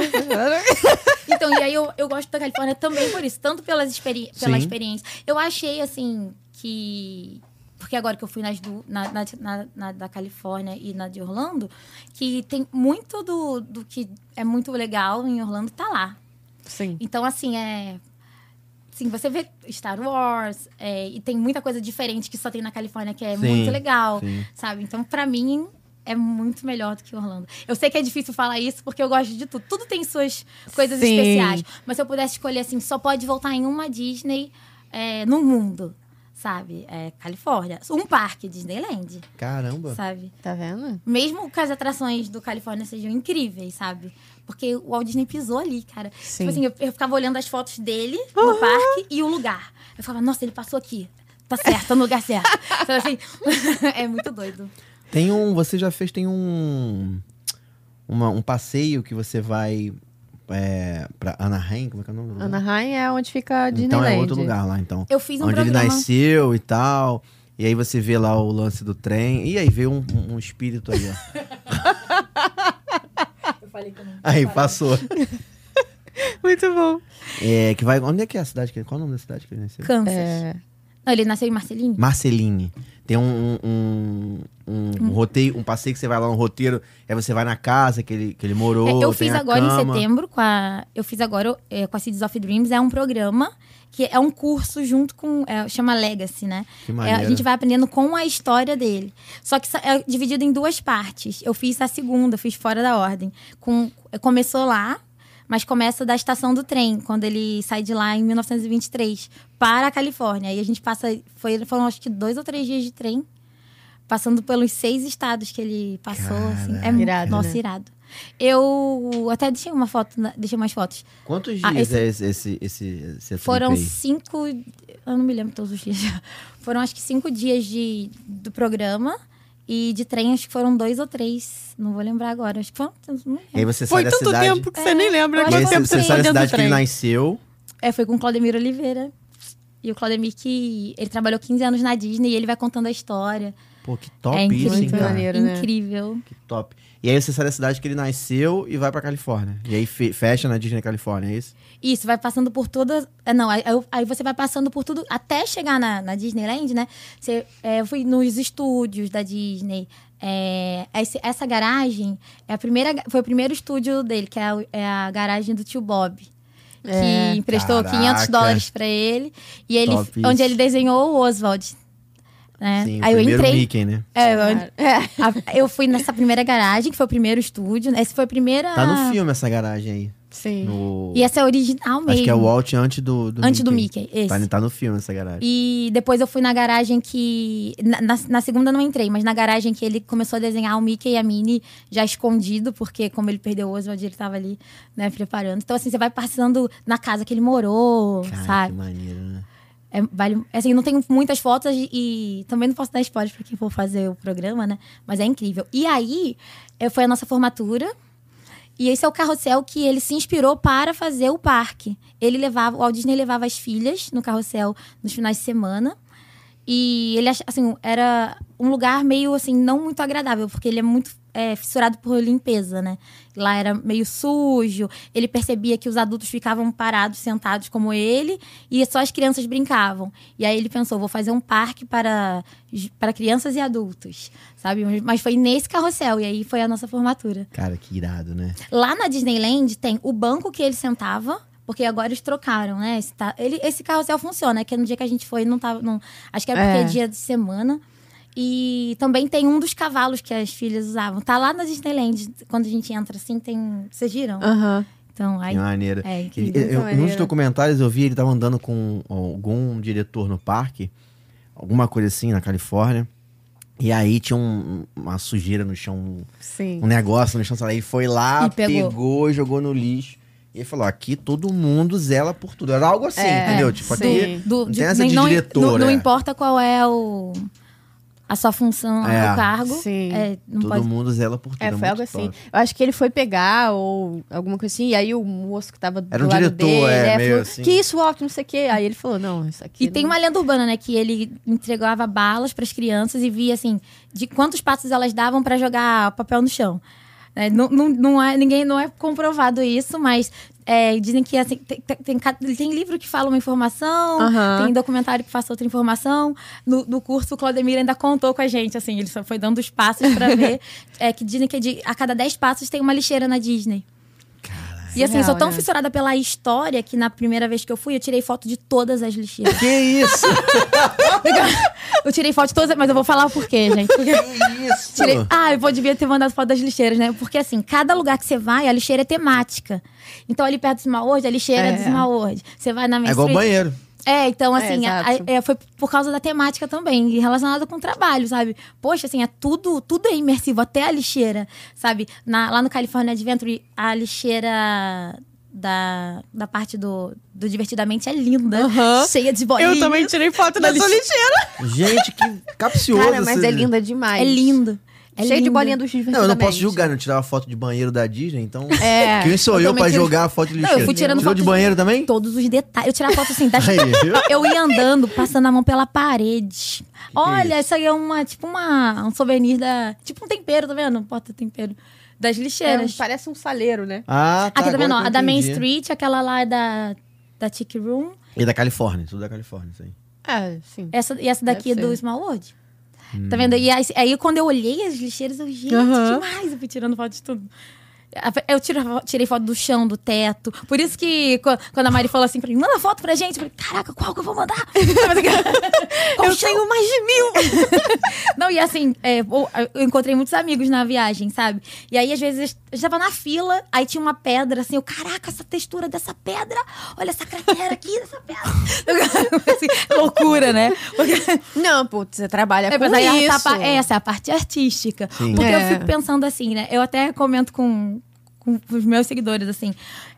[SPEAKER 3] Então, e aí eu, eu gosto da Califórnia também por isso, tanto pelas experi pela
[SPEAKER 2] Sim.
[SPEAKER 3] experiência. Eu achei, assim, que. Porque agora que eu fui nas du- na, na, na- na da Califórnia e na de Orlando, que tem muito do, do que é muito legal em Orlando tá lá.
[SPEAKER 1] Sim.
[SPEAKER 3] Então, assim, é. Sim, você vê Star Wars, é, e tem muita coisa diferente que só tem na Califórnia, que é
[SPEAKER 2] Sim,
[SPEAKER 3] muito legal,
[SPEAKER 2] sim.
[SPEAKER 3] sabe? Então, pra mim, é muito melhor do que Orlando. Eu sei que é difícil falar isso, porque eu gosto de tudo. Tudo tem suas coisas
[SPEAKER 1] Sim.
[SPEAKER 3] especiais. Mas se eu pudesse escolher, assim, só pode voltar em uma Disney é, no mundo, sabe? É, Califórnia. Um parque, Disneyland,
[SPEAKER 2] Caramba.
[SPEAKER 3] sabe?
[SPEAKER 1] Tá vendo?
[SPEAKER 3] Mesmo que as atrações do Califórnia sejam incríveis, sabe? Porque o Walt Disney pisou ali, cara.
[SPEAKER 1] Sim. Ah.
[SPEAKER 3] Tipo assim, eu, eu ficava olhando as fotos dele no parque e o lugar. Eu ficava, nossa, ele passou aqui. Tá certo, tá no lugar certo. Sabe assim? é muito doido.
[SPEAKER 2] Tem um... Você já fez, tem um... uma- um passeio que você vai... É, pra Anaheim, como é que é o nome? do lugar?
[SPEAKER 1] Anaheim é onde fica a
[SPEAKER 2] Então
[SPEAKER 1] Disneyland.
[SPEAKER 2] é outro lugar lá, então.
[SPEAKER 3] Eu fiz um
[SPEAKER 2] onde ele
[SPEAKER 3] programa.
[SPEAKER 2] nasceu e tal. E aí você vê lá o lance do trem. E aí veio um, um- um espírito aí, ó.
[SPEAKER 3] Eu falei que eu não.
[SPEAKER 2] Aí passou.
[SPEAKER 1] Muito bom.
[SPEAKER 2] É, que vai. Onde é que é a cidade? que ele- Qual o nome da cidade que ele nasceu?
[SPEAKER 3] Kansas.
[SPEAKER 1] É.
[SPEAKER 3] Não, ele nasceu em Marcelinho?
[SPEAKER 2] Marceline. Tem um, um, um,
[SPEAKER 3] Hum.
[SPEAKER 2] um roteiro, um passeio que você vai lá no roteiro, aí você vai na casa que ele, que ele morou.
[SPEAKER 3] É, eu
[SPEAKER 2] tem
[SPEAKER 3] fiz
[SPEAKER 2] a
[SPEAKER 3] agora em
[SPEAKER 2] cama.
[SPEAKER 3] setembro com a. Eu fiz agora é, com a Cities of Dreams. É um programa que é um curso junto com. é, chama Legacy, né?
[SPEAKER 2] Que
[SPEAKER 3] É,
[SPEAKER 2] maneiro.
[SPEAKER 3] a gente vai aprendendo com a história dele. Só que sa- é dividido em duas partes. Eu fiz a segunda, fiz fora da ordem. Com, começou lá, mas começa da estação do trem, quando ele sai de lá em 1923, para a Califórnia. E a gente passa. Foi, foram acho que dois ou três dias de trem, passando pelos seis estados que ele passou. assim. É muito
[SPEAKER 1] Irado,
[SPEAKER 3] nossa,
[SPEAKER 1] né?
[SPEAKER 3] irado. Eu até deixei uma foto, na- deixei umas fotos.
[SPEAKER 2] Quantos dias
[SPEAKER 3] Ah, esse-
[SPEAKER 2] é esse, esse, esse, esse
[SPEAKER 3] Foram
[SPEAKER 2] trip aí?
[SPEAKER 3] cinco. Eu não me lembro todos os dias. Foram acho que cinco dias de, do programa. E de trem, acho que foram dois ou três. Não vou lembrar agora. Acho que um, foram. não lembro.
[SPEAKER 2] E aí você
[SPEAKER 1] Foi
[SPEAKER 2] sai da
[SPEAKER 1] tanto
[SPEAKER 2] cidade.
[SPEAKER 1] tempo que você nem lembra
[SPEAKER 3] eu
[SPEAKER 2] E
[SPEAKER 1] quanto
[SPEAKER 2] aí
[SPEAKER 3] acho
[SPEAKER 1] tempo
[SPEAKER 2] você,
[SPEAKER 1] você
[SPEAKER 2] você
[SPEAKER 1] ficou dentro
[SPEAKER 2] sai da
[SPEAKER 1] do
[SPEAKER 2] cidade que ele
[SPEAKER 1] trem.
[SPEAKER 2] nasceu.
[SPEAKER 3] É, foi com o Claudemiro Oliveira. E o Claudemir que ele trabalhou 15 anos na Disney e ele vai contando a história.
[SPEAKER 2] Pô, que top
[SPEAKER 3] é
[SPEAKER 2] isso,
[SPEAKER 3] incrível.
[SPEAKER 2] hein,
[SPEAKER 1] Muito
[SPEAKER 2] cara.
[SPEAKER 1] maneiro, né?
[SPEAKER 3] Incrível.
[SPEAKER 2] Que top. E aí você sai da cidade que ele nasceu e vai pra Califórnia. E aí fe- fecha na Disney Califórnia, é isso?
[SPEAKER 3] Isso, vai passando por todas. é, Não, aí, aí você vai passando por tudo até chegar na, na Disneyland, né? Você, é, eu fui nos estúdios da Disney. É, esse- essa garagem é a primeira, ga- foi o primeiro estúdio dele, que é, o- é a garagem do tio Bob. Que
[SPEAKER 1] É.
[SPEAKER 3] emprestou
[SPEAKER 2] Caraca.
[SPEAKER 3] 500 dólares pra ele. E ele,
[SPEAKER 2] Top isso.
[SPEAKER 3] onde ele desenhou o Oswald. né?
[SPEAKER 2] Sim, o
[SPEAKER 3] Aí eu
[SPEAKER 2] primeiro
[SPEAKER 3] entrei.
[SPEAKER 2] Mickey, né?
[SPEAKER 3] É, eu,
[SPEAKER 1] É.
[SPEAKER 3] a- eu fui nessa primeira garagem, que foi o primeiro estúdio. Essa foi a primeira.
[SPEAKER 2] Tá no filme essa garagem aí.
[SPEAKER 1] Sim.
[SPEAKER 2] No...
[SPEAKER 3] Ah. E essa é a original mesmo.
[SPEAKER 2] Acho que é o Walt antes do, do
[SPEAKER 3] Antes do
[SPEAKER 2] Mickey.
[SPEAKER 3] Mickey, esse.
[SPEAKER 2] Tá, tá no filme essa garagem.
[SPEAKER 3] E depois eu fui na garagem que. Na, na, na segunda eu não entrei, mas na garagem que ele começou a desenhar o Mickey e a Minnie já escondido, porque como ele perdeu o Oswald, ele tava ali, né, preparando. Então, assim, você vai passando na casa que ele morou,
[SPEAKER 2] Cara, que
[SPEAKER 3] sabe?
[SPEAKER 2] maneiro, né?
[SPEAKER 3] É, vale, assim, não tenho muitas fotos e também não posso dar spoilers pra quem for fazer o programa, né? Mas é incrível. E aí, eh, foi a nossa formatura. E esse é o carrossel que ele se inspirou para fazer o parque. Ele levava, o Walt Disney levava as filhas no carrossel nos finais de semana. E ele, ach- assim, era um lugar meio, assim, não muito agradável, porque ele é muito é, fissurado por limpeza, né? Lá era meio sujo, ele percebia que os adultos ficavam parados, sentados como ele, e só as crianças brincavam. E aí ele pensou, vou fazer um parque para, para crianças e adultos, sabe? Mas- Mas foi nesse carrossel, e aí foi a nossa formatura.
[SPEAKER 2] Cara, que irado, né?
[SPEAKER 3] Lá na Disneyland tem o banco que ele sentava, porque agora eles trocaram, né? Esse, tá- ele, esse carrossel funciona, é que no dia que a gente foi, não tava. Não, acho que era porque
[SPEAKER 1] É.
[SPEAKER 3] é dia de semana. E também tem um dos cavalos que as filhas usavam. Tá lá na Disneyland. Quando a gente entra assim, tem. Vocês viram?
[SPEAKER 2] Ah,
[SPEAKER 1] Aham.
[SPEAKER 3] Então, aí.
[SPEAKER 2] Que maneiro.
[SPEAKER 3] É,
[SPEAKER 2] Ele-
[SPEAKER 3] incrível.
[SPEAKER 2] eu- eu- em um dos
[SPEAKER 1] maneiro.
[SPEAKER 2] documentários eu vi ele tava andando com algum diretor no parque, alguma coisa assim, na Califórnia. E aí tinha um- uma sujeira no chão, um-
[SPEAKER 1] Sim.
[SPEAKER 2] um negócio no chão, sei lá. Ele foi lá,
[SPEAKER 3] E
[SPEAKER 2] pegou.
[SPEAKER 3] pegou.
[SPEAKER 2] e jogou no lixo. E ele falou: aqui todo mundo zela por tudo. Era algo assim,
[SPEAKER 1] É,
[SPEAKER 2] entendeu? Tipo,
[SPEAKER 1] sim.
[SPEAKER 2] aqui.
[SPEAKER 3] Do-
[SPEAKER 2] não
[SPEAKER 3] de-
[SPEAKER 2] tem essa
[SPEAKER 3] nem-
[SPEAKER 2] de
[SPEAKER 3] não,
[SPEAKER 2] diretor,
[SPEAKER 3] não- não
[SPEAKER 2] é.
[SPEAKER 3] importa qual é o. A sua função,
[SPEAKER 2] É.
[SPEAKER 3] o cargo.
[SPEAKER 1] Sim.
[SPEAKER 3] É, não
[SPEAKER 2] Todo
[SPEAKER 3] pode.
[SPEAKER 2] mundo zela por tudo.
[SPEAKER 1] É, foi
[SPEAKER 2] muito
[SPEAKER 1] algo assim.
[SPEAKER 2] top.
[SPEAKER 1] Eu acho que ele foi pegar ou alguma coisa assim, e aí o moço que tava
[SPEAKER 2] Era
[SPEAKER 1] do
[SPEAKER 2] um
[SPEAKER 1] lado
[SPEAKER 2] diretor,
[SPEAKER 1] dele,
[SPEAKER 2] é,
[SPEAKER 1] é,
[SPEAKER 2] meio
[SPEAKER 1] falou,
[SPEAKER 2] assim.
[SPEAKER 1] que isso, Walt, não sei o quê. Aí ele falou, não, isso aqui
[SPEAKER 3] E tem
[SPEAKER 1] não-
[SPEAKER 3] uma lenda urbana, né? Que ele entregava balas para as crianças e via, assim, de quantos passos elas davam para jogar papel no chão. Né, não, não, não é, ninguém não é comprovado isso, mas é, dizem que assim, tem, tem- tem, ca- tem livro que fala uma informação,
[SPEAKER 1] Aham.
[SPEAKER 3] tem documentário que passa outra informação. No, no curso, o Claudemir ainda contou com a gente, assim, ele só foi dando os passos para ver. É, que dizem que de- a cada 10 passos tem uma lixeira na Disney. E assim, eu sou
[SPEAKER 1] Surreal,
[SPEAKER 3] tão
[SPEAKER 1] né?
[SPEAKER 3] fissurada pela história que na primeira vez que eu fui, eu tirei foto de todas as lixeiras.
[SPEAKER 2] Que isso?
[SPEAKER 3] Eu tirei foto de todas, mas eu vou falar o porquê, gente. Porque
[SPEAKER 2] que isso? É
[SPEAKER 3] tirei... Ah, eu vou- devia ter mandado foto das lixeiras, né? Porque assim, cada lugar que você vai, a lixeira é temática. Então ali perto do Small World, a lixeira é,
[SPEAKER 1] É.
[SPEAKER 3] do Small World. Você vai na Main
[SPEAKER 2] É igual
[SPEAKER 3] Street-
[SPEAKER 2] banheiro.
[SPEAKER 3] É, então assim,
[SPEAKER 1] É,
[SPEAKER 3] a-
[SPEAKER 1] exato.
[SPEAKER 3] a- é, foi por causa da temática também, e relacionada com o trabalho, sabe? Poxa, assim, é tudo, tudo é imersivo, até a lixeira, sabe? Na- lá no California Adventure, a lixeira... Da, da parte do, do Divertidamente é linda, cheia de bolinhas.
[SPEAKER 1] tirei foto da
[SPEAKER 3] lixe-
[SPEAKER 1] lixeira.
[SPEAKER 2] Gente, que capcioso.
[SPEAKER 1] Cara, mas
[SPEAKER 2] esse-
[SPEAKER 1] é linda demais.
[SPEAKER 3] É lindo. É
[SPEAKER 1] Cheio de
[SPEAKER 3] lindo.
[SPEAKER 1] bolinha dos divertidos.
[SPEAKER 2] Não, eu não posso julgar, né? Eu tirava foto de banheiro da Disney, então.
[SPEAKER 1] É,
[SPEAKER 2] Quem sou
[SPEAKER 1] eu
[SPEAKER 2] eu,
[SPEAKER 1] também
[SPEAKER 2] pra
[SPEAKER 1] tiro-
[SPEAKER 2] jogar a foto de
[SPEAKER 3] Não, eu
[SPEAKER 2] lixeira?
[SPEAKER 3] fui tirando
[SPEAKER 2] Tirou
[SPEAKER 3] foto
[SPEAKER 2] de
[SPEAKER 3] de-
[SPEAKER 2] banheiro também?
[SPEAKER 3] todos os detalhes. Eu tirava foto assim das.
[SPEAKER 2] Aí, viu?
[SPEAKER 3] Eu ia andando, passando a mão pela parede. Olha, isso aí é uma, tipo uma, um souvenir da. Tipo um tempero, tá vendo? Porta tempero. Das lixeiras.
[SPEAKER 1] parece um saleiro, né?
[SPEAKER 2] Ah, tá.
[SPEAKER 3] Aqui tá
[SPEAKER 2] agora
[SPEAKER 3] vendo?
[SPEAKER 2] que
[SPEAKER 3] ó,
[SPEAKER 2] eu
[SPEAKER 3] A da Main
[SPEAKER 2] entendi.
[SPEAKER 3] Street, aquela lá é da, da Tiki Room.
[SPEAKER 2] E da Califórnia, tudo da Califórnia, isso aí.
[SPEAKER 1] É, sim.
[SPEAKER 3] Essa, e essa daqui é
[SPEAKER 1] Deve
[SPEAKER 3] do
[SPEAKER 1] ser.
[SPEAKER 3] Small World. Tá vendo? E aí, aí quando eu olhei as lixeiras, eu, gente,
[SPEAKER 1] Aham.
[SPEAKER 3] demais. Eu fui tirando foto de tudo. Eu tirava- tirei foto do chão, do teto. Por isso que qu- quando a Mari falou assim pra mim, manda foto pra gente. Eu falei, caraca, qual que eu vou mandar? eu tenho mais de mil. Não, e assim, é, eu eu encontrei muitos amigos na viagem, sabe? E aí, às vezes, eu estava na fila, aí tinha uma pedra, assim, eu, caraca, essa textura dessa pedra, olha essa cratera aqui dessa pedra. Assim, loucura, né? Porque-
[SPEAKER 1] É, Não, pô, você trabalha com
[SPEAKER 3] é, mas aí a-
[SPEAKER 1] isso.
[SPEAKER 3] tá- essa é a parte artística.
[SPEAKER 2] Sim.
[SPEAKER 3] Porque
[SPEAKER 1] É.
[SPEAKER 3] eu fico pensando assim, né? Eu até comento com, com os meus seguidores, assim.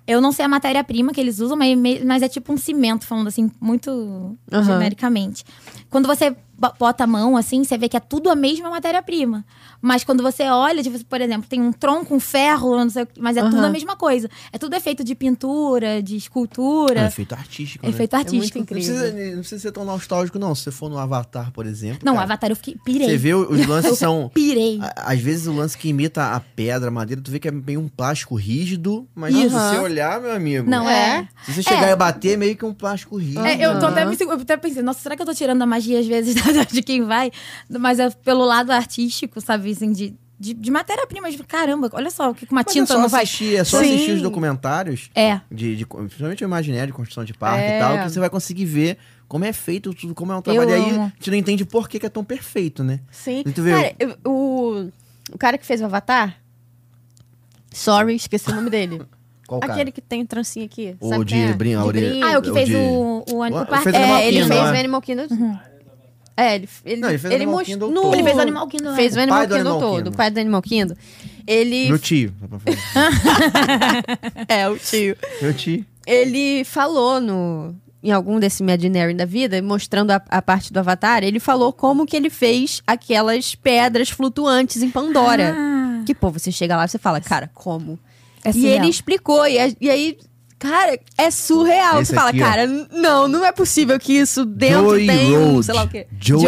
[SPEAKER 3] Eu não sei a matéria-prima que eles usam, mas, mas é tipo um cimento, falando assim, muito genericamente. Quando você bo- bota a mão, assim, você vê que é tudo a mesma matéria-prima. Mas quando você olha, tipo, por exemplo, tem um tronco, um ferro, não sei o que, mas é tudo a mesma coisa. É tudo efeito de pintura, de
[SPEAKER 2] É um
[SPEAKER 3] escultura,
[SPEAKER 2] efeito artístico, né?
[SPEAKER 3] efeito artístico.
[SPEAKER 2] Não precisa, não precisa ser tão nostálgico, não. Se você for no Avatar, por exemplo.
[SPEAKER 3] Não,
[SPEAKER 2] cara,
[SPEAKER 3] Avatar eu fiquei, pirei.
[SPEAKER 2] Você Ah, vê os lances são.
[SPEAKER 3] Pirei.
[SPEAKER 2] a- Às vezes o lance que imita a pedra, a madeira, tu vê que é meio um plástico rígido, mas se você olhar, meu amigo.
[SPEAKER 3] Não, é.
[SPEAKER 1] É.
[SPEAKER 2] Se você chegar
[SPEAKER 3] É.
[SPEAKER 2] e bater, é meio que um plástico rígido.
[SPEAKER 3] É, eu tô até,
[SPEAKER 1] Aham.
[SPEAKER 3] me, segu- eu até pensei, nossa, será que eu tô tirando a magia às vezes de quem vai? Mas é pelo lado artístico, sabe? Assim, de, de, de matéria-prima. de- Caramba, olha só o que uma
[SPEAKER 2] Mas é
[SPEAKER 3] tinta
[SPEAKER 2] só
[SPEAKER 3] não vai.
[SPEAKER 2] assistir, é só
[SPEAKER 1] Sim.
[SPEAKER 2] assistir os documentários
[SPEAKER 3] É.
[SPEAKER 2] de, de- principalmente o imaginário de construção de parque
[SPEAKER 1] É.
[SPEAKER 2] e tal, que você vai conseguir ver como é feito, tudo, como é um trabalho. E aí
[SPEAKER 3] amo.
[SPEAKER 2] a gente não entende por que, que é tão perfeito, né?
[SPEAKER 1] Sim.
[SPEAKER 2] E tu viu?
[SPEAKER 1] Cara, eu- o, o cara que fez o Avatar. Sorry, esqueci o nome dele.
[SPEAKER 2] Qual cara?
[SPEAKER 1] Aquele que tem trancinha aqui.
[SPEAKER 2] O
[SPEAKER 1] sabe
[SPEAKER 2] de
[SPEAKER 1] quem é?
[SPEAKER 2] brin- a
[SPEAKER 1] De
[SPEAKER 2] orelha-
[SPEAKER 1] brin-
[SPEAKER 3] Ah, o que
[SPEAKER 2] o
[SPEAKER 3] fez
[SPEAKER 2] de-
[SPEAKER 3] o, o
[SPEAKER 2] O-
[SPEAKER 3] Animal
[SPEAKER 2] fez
[SPEAKER 3] Park.
[SPEAKER 2] o Animal
[SPEAKER 1] É, ele
[SPEAKER 2] Kingdom,
[SPEAKER 1] fez
[SPEAKER 2] né?
[SPEAKER 1] o Animal Kingdom. É, ele, ele,
[SPEAKER 2] Não, ele fez o Animal
[SPEAKER 1] most-
[SPEAKER 2] Kingdom
[SPEAKER 1] no-
[SPEAKER 2] todo.
[SPEAKER 3] Uhum. Ele fez o Animal Kingdom, né?
[SPEAKER 1] Fez o Animal
[SPEAKER 2] pai do
[SPEAKER 1] Kingdom
[SPEAKER 2] Animal
[SPEAKER 1] todo,
[SPEAKER 2] Kingdom.
[SPEAKER 1] o pai do Animal Kingdom. Ele.
[SPEAKER 2] Meu tio. só pra falar.
[SPEAKER 1] É, o tio.
[SPEAKER 2] Meu tio.
[SPEAKER 1] Ele falou no, em algum desse Imaginary da vida, mostrando a, a parte do Avatar, ele falou como que ele fez aquelas pedras flutuantes em Pandora. Que, pô, você chega lá e você fala, cara, como?
[SPEAKER 4] Ah. É
[SPEAKER 1] e
[SPEAKER 4] surreal.
[SPEAKER 1] ele explicou, e, a- e aí, cara, é surreal.
[SPEAKER 2] Esse
[SPEAKER 1] você fala,
[SPEAKER 2] aqui, ó.
[SPEAKER 1] cara, n- não, não é possível que isso dentro
[SPEAKER 2] Joey
[SPEAKER 1] tem um,
[SPEAKER 2] Road.
[SPEAKER 1] sei lá o quê.
[SPEAKER 2] Joey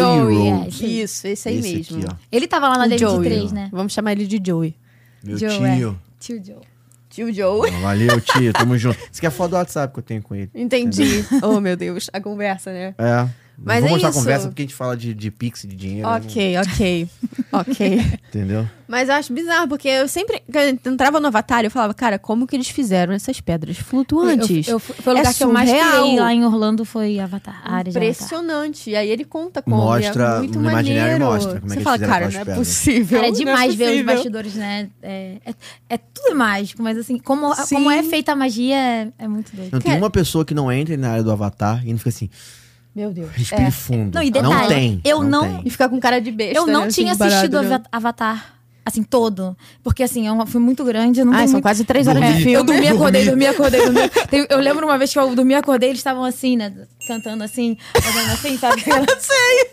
[SPEAKER 1] é,
[SPEAKER 2] Road.
[SPEAKER 1] esse- Isso, esse aí mesmo.
[SPEAKER 2] Aqui, ó.
[SPEAKER 3] Ele tava lá na Lady
[SPEAKER 1] Joey.
[SPEAKER 3] 3, né?
[SPEAKER 1] Vamos chamar ele de Joey.
[SPEAKER 2] Meu
[SPEAKER 3] Joe, é.
[SPEAKER 2] tio.
[SPEAKER 3] Tio Joe.
[SPEAKER 1] Tio Joe.
[SPEAKER 2] Ó, Valeu, tio. Tamo junto. Isso aqui é foto do WhatsApp que eu tenho com ele.
[SPEAKER 1] Entendi. oh, meu Deus, a conversa, né?
[SPEAKER 2] É.
[SPEAKER 1] Mas
[SPEAKER 2] Não vou
[SPEAKER 1] é
[SPEAKER 2] mostrar
[SPEAKER 1] isso.
[SPEAKER 2] a conversa porque a gente fala de, de Pix, de dinheiro. né?
[SPEAKER 1] Ok, ok, ok.
[SPEAKER 2] Entendeu?
[SPEAKER 1] Mas eu acho bizarro, porque eu sempre que eu entrava no Avatar eu falava, cara, como que eles fizeram essas pedras flutuantes?
[SPEAKER 3] Eu, eu, foi o lugar
[SPEAKER 1] É
[SPEAKER 3] que eu mais
[SPEAKER 1] surreal.
[SPEAKER 3] pirei lá em Orlando, foi Avatar. A área de Avatar.
[SPEAKER 1] Impressionante. E aí ele conta como.
[SPEAKER 2] Mostra,
[SPEAKER 1] e é muito
[SPEAKER 2] no imaginário
[SPEAKER 1] maneiro.
[SPEAKER 2] mostra como é
[SPEAKER 1] Você
[SPEAKER 2] que
[SPEAKER 1] fala,
[SPEAKER 2] eles fizeram
[SPEAKER 1] cara,
[SPEAKER 2] aquelas
[SPEAKER 1] não é
[SPEAKER 2] pedras.
[SPEAKER 1] possível.
[SPEAKER 3] Cara, é
[SPEAKER 1] não
[SPEAKER 3] demais ver os
[SPEAKER 1] possível.
[SPEAKER 3] bastidores, né? É, é, é tudo mágico, mas assim, como,
[SPEAKER 1] Sim.
[SPEAKER 3] como é feita a magia, é, é muito doido.
[SPEAKER 2] Não tem
[SPEAKER 1] Cara-
[SPEAKER 2] uma pessoa que não entre na área do Avatar e não fica assim,
[SPEAKER 1] Meu Deus.
[SPEAKER 2] respire fundo.
[SPEAKER 3] É. Não, e detalhe,
[SPEAKER 2] tem.
[SPEAKER 3] eu não-
[SPEAKER 2] tem.
[SPEAKER 1] E ficar com cara de besta.
[SPEAKER 3] Eu não
[SPEAKER 1] né,
[SPEAKER 3] tinha
[SPEAKER 1] assim,
[SPEAKER 3] assistido
[SPEAKER 1] parado, né?
[SPEAKER 3] Ava- Avatar, assim, todo. Porque, assim, é um filme muito grande, eu não
[SPEAKER 1] Ah,
[SPEAKER 3] tenho
[SPEAKER 1] são
[SPEAKER 3] muito...
[SPEAKER 1] quase três horas de
[SPEAKER 2] Dormi.
[SPEAKER 1] filme.
[SPEAKER 3] Eu dormi, acordei,
[SPEAKER 2] Dormi.
[SPEAKER 3] dormi, acordei, dormi. Tem- eu lembro uma vez que eu dormi, acordei, eles estavam assim, né? Cantando assim, fazendo assim, sabe? Eu sei.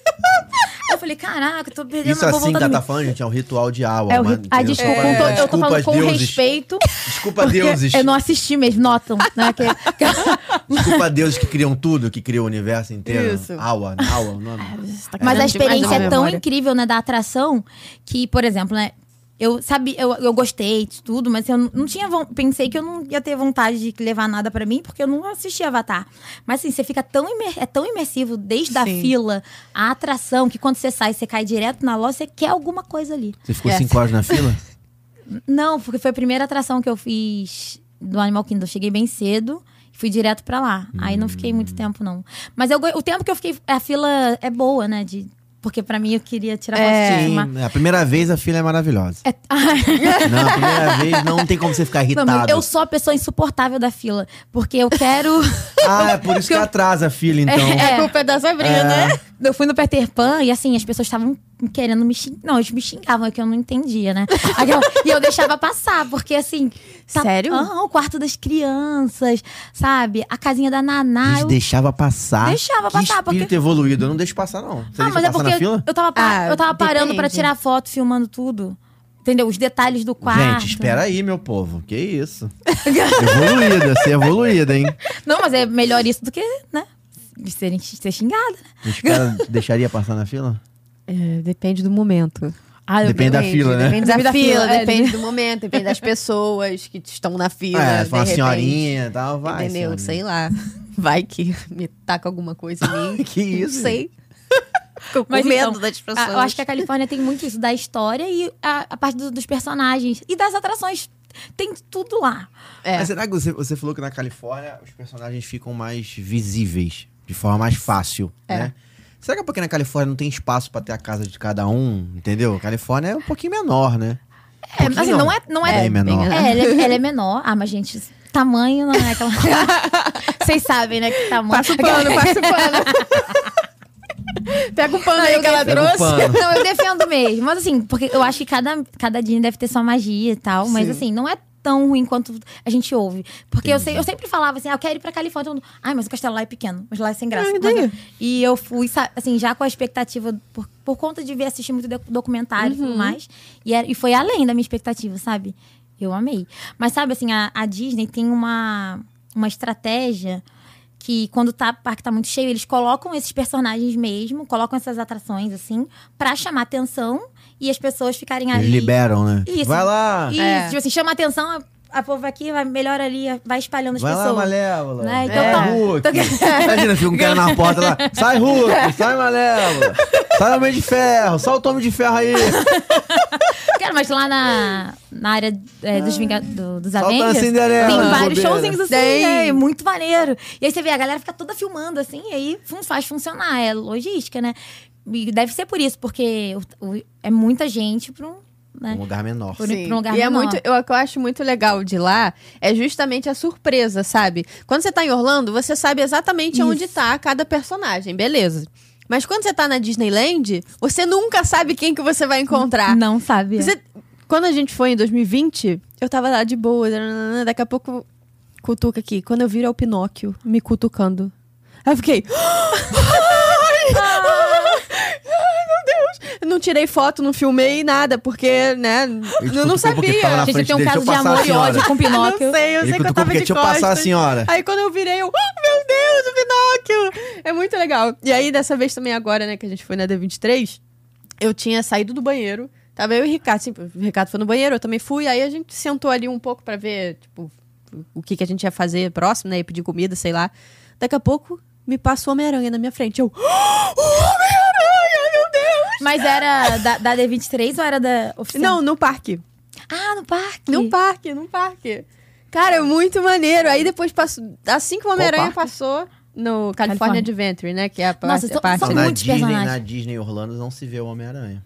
[SPEAKER 3] Eu falei, caraca, eu tô perdendo,
[SPEAKER 2] Isso
[SPEAKER 3] eu vou
[SPEAKER 2] assim que
[SPEAKER 3] voltar
[SPEAKER 2] ela
[SPEAKER 3] a
[SPEAKER 2] tá
[SPEAKER 3] dormir.
[SPEAKER 2] falando, gente, é o ritual de Awa.
[SPEAKER 3] É o
[SPEAKER 2] mano,
[SPEAKER 3] ri- ah,
[SPEAKER 2] entendeu?
[SPEAKER 3] desculpa,
[SPEAKER 2] Só pra-
[SPEAKER 3] eu tô- eu tô
[SPEAKER 2] desculpa
[SPEAKER 3] falando
[SPEAKER 2] aos
[SPEAKER 3] com
[SPEAKER 2] deuses.
[SPEAKER 3] respeito.
[SPEAKER 2] Desculpa
[SPEAKER 3] porque é
[SPEAKER 2] deuses.
[SPEAKER 3] Eu não assisti mesmo, notam, né? Que-
[SPEAKER 2] Desculpa deuses que criam tudo, que criam o universo inteiro.
[SPEAKER 1] Isso.
[SPEAKER 2] Awa, Awa, o nome.
[SPEAKER 3] Mas a
[SPEAKER 1] Caramba, Tá demais
[SPEAKER 3] experiência
[SPEAKER 1] a
[SPEAKER 3] é tão
[SPEAKER 1] memória.
[SPEAKER 3] incrível, né, da atração, que, por exemplo, né, eu sabia, eu, eu gostei de tudo, mas eu não- não tinha, von- pensei que eu não ia ter vontade de levar nada pra mim, porque eu não assisti Avatar. Mas assim, você fica tão, imer- é tão imersivo, desde a
[SPEAKER 1] Sim.
[SPEAKER 3] fila, a atração, que quando você sai, você cai direto na loja, você quer alguma coisa ali.
[SPEAKER 2] Você ficou
[SPEAKER 1] Yes.
[SPEAKER 2] cinco horas na fila?
[SPEAKER 3] Não, porque foi a primeira atração que eu fiz do Animal Kingdom. Eu cheguei bem cedo e fui direto pra lá. Aí não fiquei muito tempo, não. Mas eu go- o tempo que eu fiquei. A fila é boa, né? De, porque pra mim eu queria tirar foto
[SPEAKER 1] É.
[SPEAKER 3] de
[SPEAKER 2] Sim,
[SPEAKER 3] uma.
[SPEAKER 2] a primeira vez a fila é maravilhosa.
[SPEAKER 3] É, ah,
[SPEAKER 2] Não, a primeira vez não tem como você ficar
[SPEAKER 3] não,
[SPEAKER 2] irritado.
[SPEAKER 3] mas eu sou a pessoa insuportável da fila. Porque eu quero.
[SPEAKER 2] Ah, é por isso que atrasa a fila, então.
[SPEAKER 1] É culpa da Sabrina,
[SPEAKER 2] É.
[SPEAKER 1] né?
[SPEAKER 3] Eu fui no Peter Pan e assim, as pessoas estavam querendo me xingar. Não, eles me xingavam, é que eu não entendia, né? Aquela- e eu deixava passar, porque assim.
[SPEAKER 1] Sério?
[SPEAKER 3] Ah, o quarto das crianças, sabe? A casinha da Naná.
[SPEAKER 2] Eles
[SPEAKER 3] Ah, eu-
[SPEAKER 2] deixava passar.
[SPEAKER 3] Deixava
[SPEAKER 2] que
[SPEAKER 3] passar,
[SPEAKER 2] espírito
[SPEAKER 3] porque-
[SPEAKER 2] evoluído. Eu não deixo passar, não. Você
[SPEAKER 3] Ah,
[SPEAKER 2] deixa
[SPEAKER 3] mas é
[SPEAKER 2] passar
[SPEAKER 3] porque
[SPEAKER 2] na fila?
[SPEAKER 3] eu tava, pa-
[SPEAKER 1] Ah,
[SPEAKER 3] eu tava parando pra
[SPEAKER 1] depende.
[SPEAKER 3] tirar foto, filmando tudo. Entendeu? Os detalhes do quarto.
[SPEAKER 2] Gente, espera aí, meu povo. Que isso? evoluída, ser evoluída, hein?
[SPEAKER 3] Não, mas é melhor isso do que, né? De serem ser xingada. né?
[SPEAKER 2] Os caras deixaria passar na fila?
[SPEAKER 1] É, depende do momento.
[SPEAKER 3] Ah, eu-
[SPEAKER 2] Depende da fila, né?
[SPEAKER 1] Depende da,
[SPEAKER 3] Depende da
[SPEAKER 1] fila,
[SPEAKER 3] fila, é,
[SPEAKER 1] depende do momento, depende das pessoas que estão na fila.
[SPEAKER 2] É,
[SPEAKER 3] né,
[SPEAKER 1] de
[SPEAKER 2] uma
[SPEAKER 1] repente.
[SPEAKER 2] senhorinha e tal, vai.
[SPEAKER 1] Entendeu?
[SPEAKER 2] senhorinha.
[SPEAKER 1] Sei lá. Vai que me taca alguma coisa em mim.
[SPEAKER 2] Que isso?
[SPEAKER 1] Não sei. Fico com
[SPEAKER 3] Mas
[SPEAKER 1] medo
[SPEAKER 3] então,
[SPEAKER 1] das pessoas.
[SPEAKER 3] Ah, eu acho que a Califórnia tem muito isso da história e a, a parte do- dos personagens e das atrações. Tem tudo lá.
[SPEAKER 1] É.
[SPEAKER 2] Mas será que você, você falou que na Califórnia os personagens ficam mais visíveis, de forma mais fácil, né? Será que é porque na Califórnia não tem espaço pra ter a casa de cada um, entendeu? A Califórnia é um pouquinho menor, né?
[SPEAKER 3] É, mas assim, não é. Não é,
[SPEAKER 2] Bem menor.
[SPEAKER 3] É, ela, é- ela é menor. Ah, mas gente, tamanho não é aquela. Vocês sabem, né? Que tamanho.
[SPEAKER 1] Passa o pano, passa o pano. Pega o pano aí que ela
[SPEAKER 2] Pega o
[SPEAKER 1] trouxe.
[SPEAKER 2] pano.
[SPEAKER 3] Não, eu defendo mesmo. Mas assim, porque eu acho que cada, cada Disney deve ter sua magia e tal. Mas assim, não é tão ruim quanto a gente ouve. Porque eu, sei- eu sempre falava assim, ah, eu quero ir pra Califórnia. Todo mundo, Ai, mas o castelo lá é pequeno. Mas lá é sem graça.
[SPEAKER 1] Ah, e
[SPEAKER 3] Mas
[SPEAKER 1] daí?
[SPEAKER 3] eu- e eu fui, sa- assim, já com a expectativa... Por, por conta de ver, assistir muito doc- documentário e tudo mais. E, era- e foi além da minha expectativa, sabe? Eu amei. Mas sabe, assim, a, a Disney tem uma, uma estratégia que quando tá, o parque tá muito cheio, eles colocam esses personagens mesmo, colocam essas atrações, assim, pra chamar atenção e as pessoas ficarem ali.
[SPEAKER 2] Eles liberam, né?
[SPEAKER 3] Isso.
[SPEAKER 2] Vai lá!
[SPEAKER 3] Isso,
[SPEAKER 1] É.
[SPEAKER 3] tipo assim, chama atenção, a, a povo aqui vai melhor ali, vai espalhando as
[SPEAKER 2] Vai lá,
[SPEAKER 3] pessoas.
[SPEAKER 2] Malévola.
[SPEAKER 3] Né? Então
[SPEAKER 2] Vai,
[SPEAKER 3] tá.
[SPEAKER 2] Hulk. Imagina, fica um cara na porta lá. Sai, Hulk. Sai, Malévola. Sai, Homem de Ferro. Solta o Homem de Ferro aí.
[SPEAKER 3] Cara, mas lá na, na área é, dos, Vinga- do- dos
[SPEAKER 2] Solta a
[SPEAKER 3] Avengers,
[SPEAKER 2] Cinderela,
[SPEAKER 3] tem
[SPEAKER 2] bobeira.
[SPEAKER 3] vários showzinhos assim,
[SPEAKER 1] Ah. Tem.
[SPEAKER 3] né? É muito maneiro. E aí você vê, a galera fica toda filmando, assim, e aí fun- faz funcionar. É logística, né? E deve ser por isso, porque o- o- é muita gente pra um... né?
[SPEAKER 2] Um lugar menor.
[SPEAKER 3] Por- pra um lugar
[SPEAKER 1] e é
[SPEAKER 3] menor.
[SPEAKER 1] muito, eu, o que eu acho muito legal de lá é justamente a surpresa, sabe? Quando você tá em Orlando, você sabe exatamente onde tá cada personagem, beleza. Mas quando você tá na Disneyland, você nunca sabe quem que você vai encontrar.
[SPEAKER 3] Não sabia.
[SPEAKER 1] Você- quando a gente foi em 2020, eu tava lá de boa, nananana, né, daqui a pouco cutuca aqui. Quando eu viro é o Pinóquio me cutucando. Aí eu fiquei. Ai, ai, meu Deus! Não tirei foto, não filmei nada, porque, né?
[SPEAKER 2] Ele
[SPEAKER 1] Eu não
[SPEAKER 2] cutucou porque
[SPEAKER 1] sabia.
[SPEAKER 2] tava na
[SPEAKER 3] Gente,
[SPEAKER 2] frente
[SPEAKER 3] tem um
[SPEAKER 2] dele,
[SPEAKER 3] caso
[SPEAKER 2] deixa eu
[SPEAKER 3] de
[SPEAKER 2] passar
[SPEAKER 3] amor
[SPEAKER 2] a
[SPEAKER 3] e ódio
[SPEAKER 2] senhora.
[SPEAKER 3] com Pinóquio.
[SPEAKER 1] Eu não sei, eu
[SPEAKER 2] Ele
[SPEAKER 1] sei que eu
[SPEAKER 2] cutucou
[SPEAKER 1] tava
[SPEAKER 2] porque
[SPEAKER 1] de
[SPEAKER 2] deixa eu
[SPEAKER 1] costas.
[SPEAKER 2] passar a senhora.
[SPEAKER 1] Aí quando eu virei, eu, "Ah, meu Deus, o Pinóquio! É muito legal. E aí, dessa vez também agora, né, que a gente foi na D23, eu tinha saído do banheiro. Tava eu e o Ricardo, assim, o Ricardo foi no banheiro, eu também fui. Aí a gente sentou ali um pouco pra ver, tipo, o que, que a gente ia fazer próximo, né? Ia pedir comida, sei lá. Daqui a pouco, me passou o Homem-Aranha na minha frente. Eu, "Ah, o Homem-Aranha, meu Deus!
[SPEAKER 3] Mas era da, da D23 ou era da oficina?
[SPEAKER 1] Não, no parque.
[SPEAKER 3] Ah, no parque.
[SPEAKER 1] Num parque, num parque. Cara, é muito maneiro. Aí depois passou. Assim que o Homem-Aranha
[SPEAKER 2] parque?
[SPEAKER 1] passou no California,
[SPEAKER 3] California.
[SPEAKER 1] Adventure, né? Que é a pa-
[SPEAKER 3] Nossa, são-
[SPEAKER 1] parte.
[SPEAKER 3] são
[SPEAKER 2] Na
[SPEAKER 3] muitos
[SPEAKER 2] Disney,
[SPEAKER 3] personagens.
[SPEAKER 2] na Disney Orlando não se vê o Homem-Aranha.